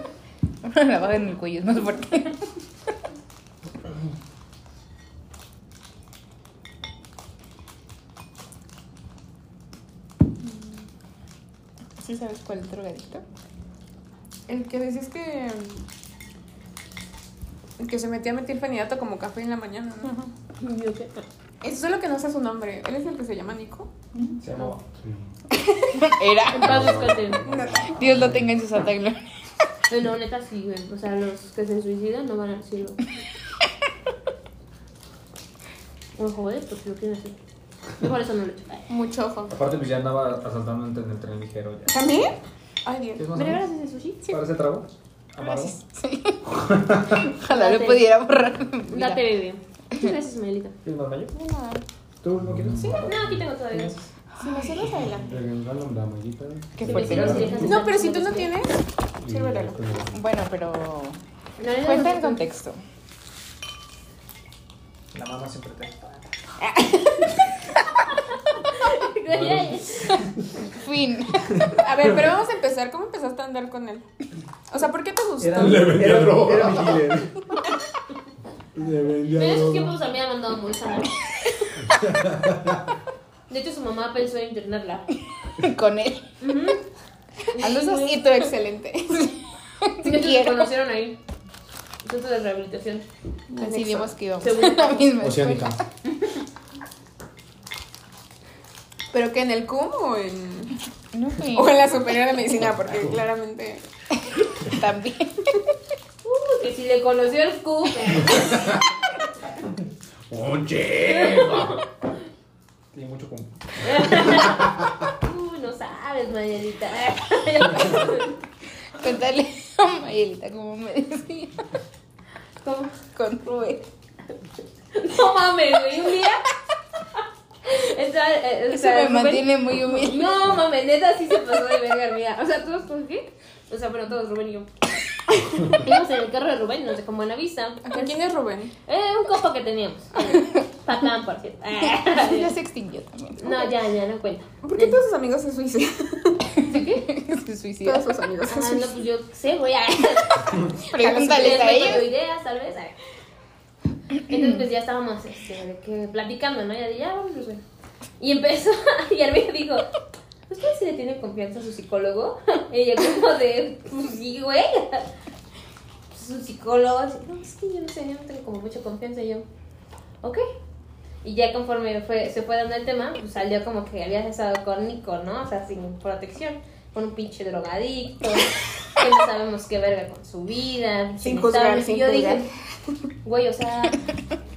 [SPEAKER 2] [laughs] Una navaja en el cuello es más fuerte. [laughs] ¿Sí sabes cuál es drogadicto?
[SPEAKER 6] El que decías que. El que se metía a metilfenidato como café en la mañana, ¿no?
[SPEAKER 1] Yo qué.
[SPEAKER 6] Es solo que no sé su nombre. ¿Él es el que se llama Nico?
[SPEAKER 5] Se llamaba.
[SPEAKER 2] [laughs] Era.
[SPEAKER 1] Paz descanse.
[SPEAKER 2] Dios lo tenga en su santa gloria. [laughs]
[SPEAKER 1] Ay, No, neta sí, güey. O sea, los que se suicidan no van al [laughs] cielo. No joder, eh, porque lo quieren hacer. Mejor eso no lo he hecho. Ay.
[SPEAKER 6] Mucho ojo.
[SPEAKER 5] Aparte, pues ya andaba asaltando en el tren ligero ya.
[SPEAKER 6] ¿También? Ay, Dios.
[SPEAKER 5] ¿Es más o
[SPEAKER 1] ¿Me
[SPEAKER 5] menos?
[SPEAKER 1] regalas ese sushi?
[SPEAKER 5] ¿Para ese trago? Amargo.
[SPEAKER 2] Ojalá lo
[SPEAKER 1] Date.
[SPEAKER 2] pudiera borrar. de mi vida.
[SPEAKER 1] Date, bebé. Muchas gracias, Maelita.
[SPEAKER 5] ¿Quieres más mayo?
[SPEAKER 6] De nada.
[SPEAKER 5] ¿Tú no quieres? Sí.
[SPEAKER 1] No, aquí tengo todavía.
[SPEAKER 6] Si nosotros adelante.
[SPEAKER 3] Regálame la mallita.
[SPEAKER 2] Qué
[SPEAKER 1] Sí,
[SPEAKER 2] fuerte.
[SPEAKER 1] pero
[SPEAKER 2] ¿no?
[SPEAKER 1] sí, déjame
[SPEAKER 6] No,
[SPEAKER 1] estar
[SPEAKER 6] pero si
[SPEAKER 1] con
[SPEAKER 6] tú no
[SPEAKER 1] los
[SPEAKER 6] tienes.
[SPEAKER 3] Y
[SPEAKER 6] Sírvelo.
[SPEAKER 3] pues,
[SPEAKER 2] Bueno, pero.
[SPEAKER 1] No, no, no,
[SPEAKER 2] Cuenta
[SPEAKER 1] no, [laughs]
[SPEAKER 2] [laughs] en contexto.
[SPEAKER 5] La mamá siempre te da.
[SPEAKER 1] Güey,
[SPEAKER 2] Fin.
[SPEAKER 6] A ver, pero vamos a empezar. ¿Cómo empezaste a andar con él? O sea, ¿por qué te gustó?
[SPEAKER 5] Era-
[SPEAKER 3] Le vendía
[SPEAKER 5] era-
[SPEAKER 3] droga.
[SPEAKER 5] era mi dealer.
[SPEAKER 3] [laughs] Le vendía
[SPEAKER 1] Pero en esos
[SPEAKER 3] droga.
[SPEAKER 1] tiempos a mí me han mandado muy sana. De hecho, su mamá pensó en
[SPEAKER 2] [laughs]
[SPEAKER 1] internarla.
[SPEAKER 2] Con él.
[SPEAKER 6] Andas así, tú excelente.
[SPEAKER 1] Sí,
[SPEAKER 2] quiero.
[SPEAKER 1] se conocieron ahí. Centro de rehabilitación.
[SPEAKER 2] Decidimos que íbamos.
[SPEAKER 1] Según-
[SPEAKER 2] a la misma
[SPEAKER 3] Oceánica.
[SPEAKER 2] escuela.
[SPEAKER 6] ¿Pero que en el CUM o en,
[SPEAKER 2] No fui.
[SPEAKER 6] o en la superior de medicina? Porque [laughs] claramente.
[SPEAKER 2] También.
[SPEAKER 1] Uh, que si le conoció el ¿eh? Q.
[SPEAKER 3] Oye.
[SPEAKER 5] Tiene mucho como.
[SPEAKER 1] [laughs]
[SPEAKER 3] [laughs]
[SPEAKER 1] Uh, no sabe. sabes, Mayelita.
[SPEAKER 2] Cuéntale a Mayelita cómo me decía. Todo con Rubén.
[SPEAKER 1] [laughs] No mames, güey, un día. [laughs] Estaba, eh, o
[SPEAKER 2] Eso
[SPEAKER 1] sea,
[SPEAKER 2] me
[SPEAKER 1] Rubén-
[SPEAKER 2] mantiene muy humilde.
[SPEAKER 1] No mames, neta sí se pasó de verga, mía. O sea, todos por qué? O sea, bueno, todos
[SPEAKER 2] [laughs]
[SPEAKER 1] Rubén y yo. Íbamos en el carro de Rubén y nos dejó en Buena Vista.
[SPEAKER 6] ¿A quién es Rubén?
[SPEAKER 1] Eh, un copo que
[SPEAKER 2] [laughs]
[SPEAKER 1] teníamos. Patán, por cierto. Ah,
[SPEAKER 2] Ya se extinguió también.
[SPEAKER 1] No, ya, ya, no cuenta.
[SPEAKER 6] ¿Por qué todos sus amigos se suicidan?
[SPEAKER 2] Se
[SPEAKER 6] [laughs]
[SPEAKER 2] suicidó.
[SPEAKER 6] Todos sus amigos se
[SPEAKER 1] Ah, no,
[SPEAKER 6] suicidan.
[SPEAKER 1] pues yo sé,
[SPEAKER 2] [laughs]
[SPEAKER 1] voy a.
[SPEAKER 2] Pregúntales a
[SPEAKER 1] me
[SPEAKER 2] ellos.
[SPEAKER 1] cuento ideas, tal vez. ay. Entonces, pues ya estábamos este, de que platicando, ¿no? Ya de ya, vamos, Rubén. Y empezó, [laughs] y Armin dijo: ¿Ustedes sí le tienen confianza a su psicólogo? [laughs] Y yo, como de, pues sí, güey. Su psicólogo, dice, no, es que yo no sé, yo no tengo como mucha confianza. Y yo, ok. Y ya conforme fue, se fue dando el tema, pues salió como que habías estado con Nico, ¿no? O sea, sin protección. Con un pinche drogadicto, que no sabemos qué verga con su vida.
[SPEAKER 6] Sin
[SPEAKER 1] no
[SPEAKER 6] juzgar,
[SPEAKER 1] sabes.
[SPEAKER 6] sin
[SPEAKER 1] Y yo
[SPEAKER 6] juzgar.
[SPEAKER 1] dije, güey, o sea,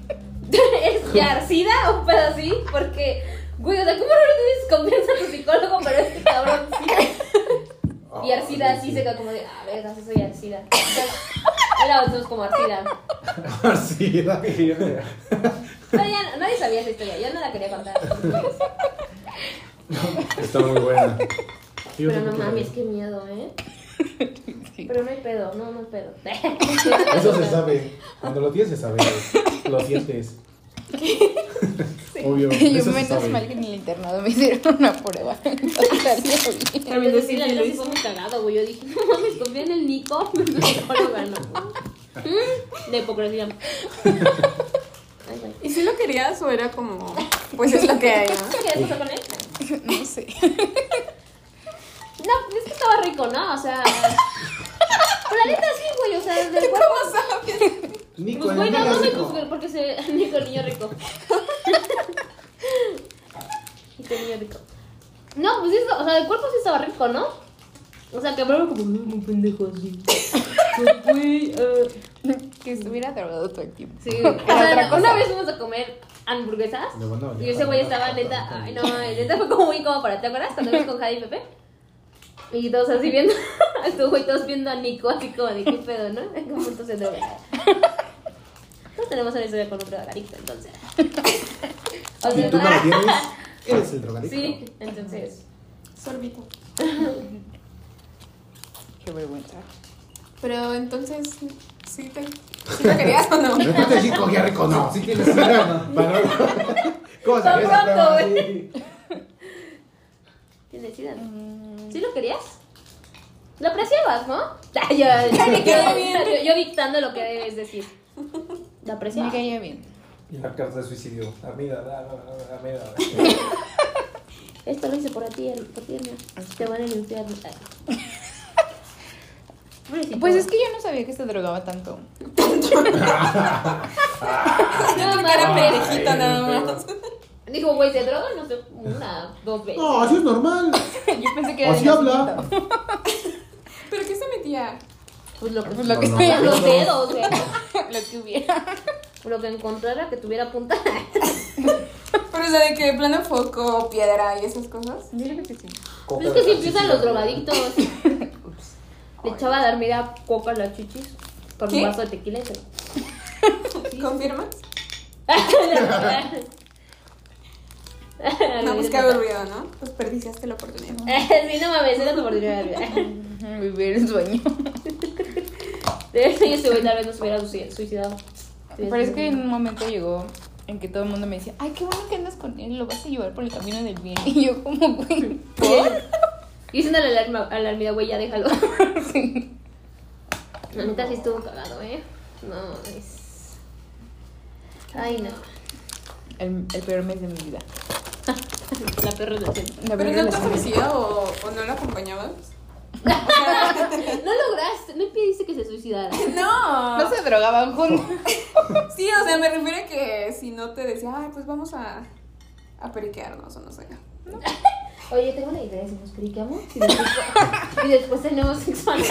[SPEAKER 1] [laughs] ¿es yarcida o un pedo así? Porque, güey, o sea, ¿cómo no le tienes confianza a tu psicólogo? Pero este cabrón sí. Y
[SPEAKER 3] Ah,
[SPEAKER 1] Arcida así se quedó como de, ah, verga, sí soy Arcida. Era dos como Arcida.
[SPEAKER 3] Arcida.
[SPEAKER 1] Pero ya nadie sabía esa historia, yo no la quería contar.
[SPEAKER 3] Está
[SPEAKER 1] [laughs]
[SPEAKER 3] muy buena. Yo
[SPEAKER 1] Pero no
[SPEAKER 3] creo que-
[SPEAKER 1] mames, qué miedo, ¿eh? Pero no hay pedo, no, no hay pedo.
[SPEAKER 3] [laughs] Eso se sabe. Cuando lo tienes se sabe. Lo [laughs] sientes.
[SPEAKER 1] [laughs]
[SPEAKER 3] Obvio.
[SPEAKER 2] Yo
[SPEAKER 3] eso se
[SPEAKER 2] menos
[SPEAKER 3] sabe.
[SPEAKER 2] mal que en el internado me hicieron una prueba. [laughs] Entonces salió bien.
[SPEAKER 1] También sí, la neta sí fue muy cagado, güey. Yo dije, [laughs] no mames, confía en el Nico. [laughs] Me lo ganó. Mm, De hipocresía. Ay, güey.
[SPEAKER 6] ¿Y si lo querías o era como, pues es lo que hay, ¿no?
[SPEAKER 1] ¿Te querías pasar con él?
[SPEAKER 2] No sé.
[SPEAKER 1] No, es que estaba rico, ¿no? O sea. Pero la neta sí, güey, o sea, de cuerpo.
[SPEAKER 6] ¿Cómo sabes?
[SPEAKER 3] Nico,
[SPEAKER 1] Pues
[SPEAKER 3] el
[SPEAKER 1] güey, no,
[SPEAKER 3] niño
[SPEAKER 1] no me
[SPEAKER 3] rico.
[SPEAKER 1] juzguen porque [laughs] se. Nico, el niño rico. Nico, el niño rico. No, pues eso, o sea, el cuerpo sí estaba rico, ¿no? O sea, que hablaba como "Mm, un pendejo así. [laughs] Pues, güey, eh,
[SPEAKER 2] Que estuviera drogado todo el tiempo.
[SPEAKER 1] [laughs] Sí, o
[SPEAKER 2] otra
[SPEAKER 1] sea,
[SPEAKER 2] cosa.
[SPEAKER 1] una vez fuimos a comer hamburguesas
[SPEAKER 3] Le van a valer
[SPEAKER 1] y ese güey
[SPEAKER 3] para la
[SPEAKER 1] estaba
[SPEAKER 3] boca,
[SPEAKER 1] neta,
[SPEAKER 3] para la
[SPEAKER 1] ay no, neta fue como muy cómodo para, ¿te acuerdas? Cuando vimos con Javi y Pepe y todos así viendo, [laughs] tú güey, todos viendo a Nico así como de qué pedo, ¿no? Como entonces droga. Todos tenemos una historia con un drogadicto,
[SPEAKER 3] [laughs]
[SPEAKER 1] entonces. O
[SPEAKER 3] Y tú no
[SPEAKER 1] ah,
[SPEAKER 3] lo tienes. Eres el
[SPEAKER 1] [laughs]
[SPEAKER 3] drogadicto. [laughs]
[SPEAKER 1] Sí, entonces.
[SPEAKER 6] [laughs] Sorbito.
[SPEAKER 2] Qué vergüenza.
[SPEAKER 6] Pero entonces, ¿sí, te, sí lo querías o no?
[SPEAKER 3] No te dije cogía rico, no. Si tienes una
[SPEAKER 1] [laughs]
[SPEAKER 3] palabra. ¿Cómo
[SPEAKER 1] Tan
[SPEAKER 3] sabías esa
[SPEAKER 1] pronto,
[SPEAKER 3] prueba?
[SPEAKER 1] güey. ¿Tienes idea? ¿Sí lo querías? Lo apreciabas,
[SPEAKER 3] [laughs]
[SPEAKER 1] ¿no? Yo, yo, yo dictando lo que debes decir. Lo
[SPEAKER 2] Me
[SPEAKER 1] apreciabas.
[SPEAKER 2] caía bien.
[SPEAKER 5] Y la carta de suicidio. Amiga, da, da, da, amiga, da.
[SPEAKER 1] Esto lo hice por ti, el- por ti, hermano. Te van a limpiar.
[SPEAKER 2] Pues es que yo no sabía que se drogaba tanto.
[SPEAKER 1] no,
[SPEAKER 6] Era
[SPEAKER 1] mames.
[SPEAKER 6] perejito nada más.
[SPEAKER 1] Digo, güey, se droga, no sé, una, dos veces.
[SPEAKER 3] No, así es normal.
[SPEAKER 2] [laughs] Yo pensé que era
[SPEAKER 3] Así
[SPEAKER 2] de
[SPEAKER 3] habla.
[SPEAKER 6] [laughs] ¿Pero qué se metía?
[SPEAKER 1] Pues lo que
[SPEAKER 2] Pues lo que
[SPEAKER 3] No,
[SPEAKER 2] sea,
[SPEAKER 3] no.
[SPEAKER 1] los dedos, güey.
[SPEAKER 2] [laughs] lo que hubiera.
[SPEAKER 1] Lo que encontrara que tuviera punta.
[SPEAKER 6] Pero, o sea, de que de plano foco, piedra y esas cosas.
[SPEAKER 2] Yo creo que sí.
[SPEAKER 1] Pero [laughs] es que si empiezan los drogadictos. Le echaba a dar mira coca a las chichis con
[SPEAKER 6] ¿Qué?
[SPEAKER 1] un vaso de tequila. y se- [laughs]
[SPEAKER 6] ¿Confirmas?
[SPEAKER 1] Ay,
[SPEAKER 6] No, pues
[SPEAKER 1] Dios
[SPEAKER 6] qué
[SPEAKER 1] mío.
[SPEAKER 6] aburrido, ¿no? Pues perdiciaste la oportunidad.
[SPEAKER 1] [laughs] Sí, no mames, era tu oportunidad.
[SPEAKER 2] Ujú, Vivir el sueño.
[SPEAKER 1] De hecho, yo ese güey tal vez nos hubiera suicid- suicidado.
[SPEAKER 2] Pero es que en un momento llegó en que todo el mundo me decía, ay, qué bueno que andas con él, lo vas a llevar por el camino del bien. [laughs] Y yo como, güey, ¿por?
[SPEAKER 1] Y diciendo a la alarma, a la alarmida, güey, ya déjalo. La neta sí estuvo cagado, ¿eh? No, es. Ay, no.
[SPEAKER 2] El, el peor mes de mi vida.
[SPEAKER 1] La perra relación.
[SPEAKER 2] La
[SPEAKER 6] ¿Pero no te
[SPEAKER 2] peor relación.
[SPEAKER 6] ofrecía o, o no lo acompañabas?
[SPEAKER 1] No lograste, no impediste que se suicidara.
[SPEAKER 6] [laughs] No.
[SPEAKER 2] No se drogaban juntos.
[SPEAKER 6] Sí, o sea, me refiero a que si no te decía, ay, pues vamos a, a periquearnos o no sé.
[SPEAKER 1] Oye, tengo una idea, si nos criqueamos y [laughs] después, y después tenemos sexo anal.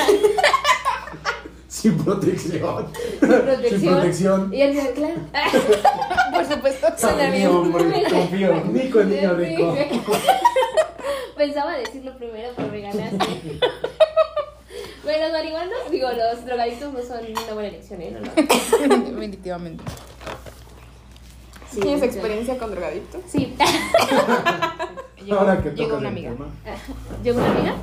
[SPEAKER 3] Sin protección.
[SPEAKER 1] protección.
[SPEAKER 3] Sin protección.
[SPEAKER 1] Y él dice, [laughs] claro.
[SPEAKER 2] [laughs] Por supuesto.
[SPEAKER 1] [laughs]
[SPEAKER 2] [laughs]
[SPEAKER 3] Confío, hombre, confío. Nico el niño
[SPEAKER 1] Sí, [laughs]
[SPEAKER 3] rico.
[SPEAKER 1] güey. Pero Pensaba decirlo primero, pero me ganaste. [laughs] Bueno, los marihuanos, digo, los drogadictos no son una buena elección, ¿eh? No, no.
[SPEAKER 2] Definitivamente.
[SPEAKER 4] ¿Tienes experiencia con drogadictos?
[SPEAKER 1] Sí. [laughs]
[SPEAKER 2] Llegó,
[SPEAKER 3] Ahora que
[SPEAKER 2] llegó
[SPEAKER 3] tocas
[SPEAKER 2] una
[SPEAKER 3] el
[SPEAKER 2] amiga.
[SPEAKER 3] tema.
[SPEAKER 1] ¿Llegó una amiga?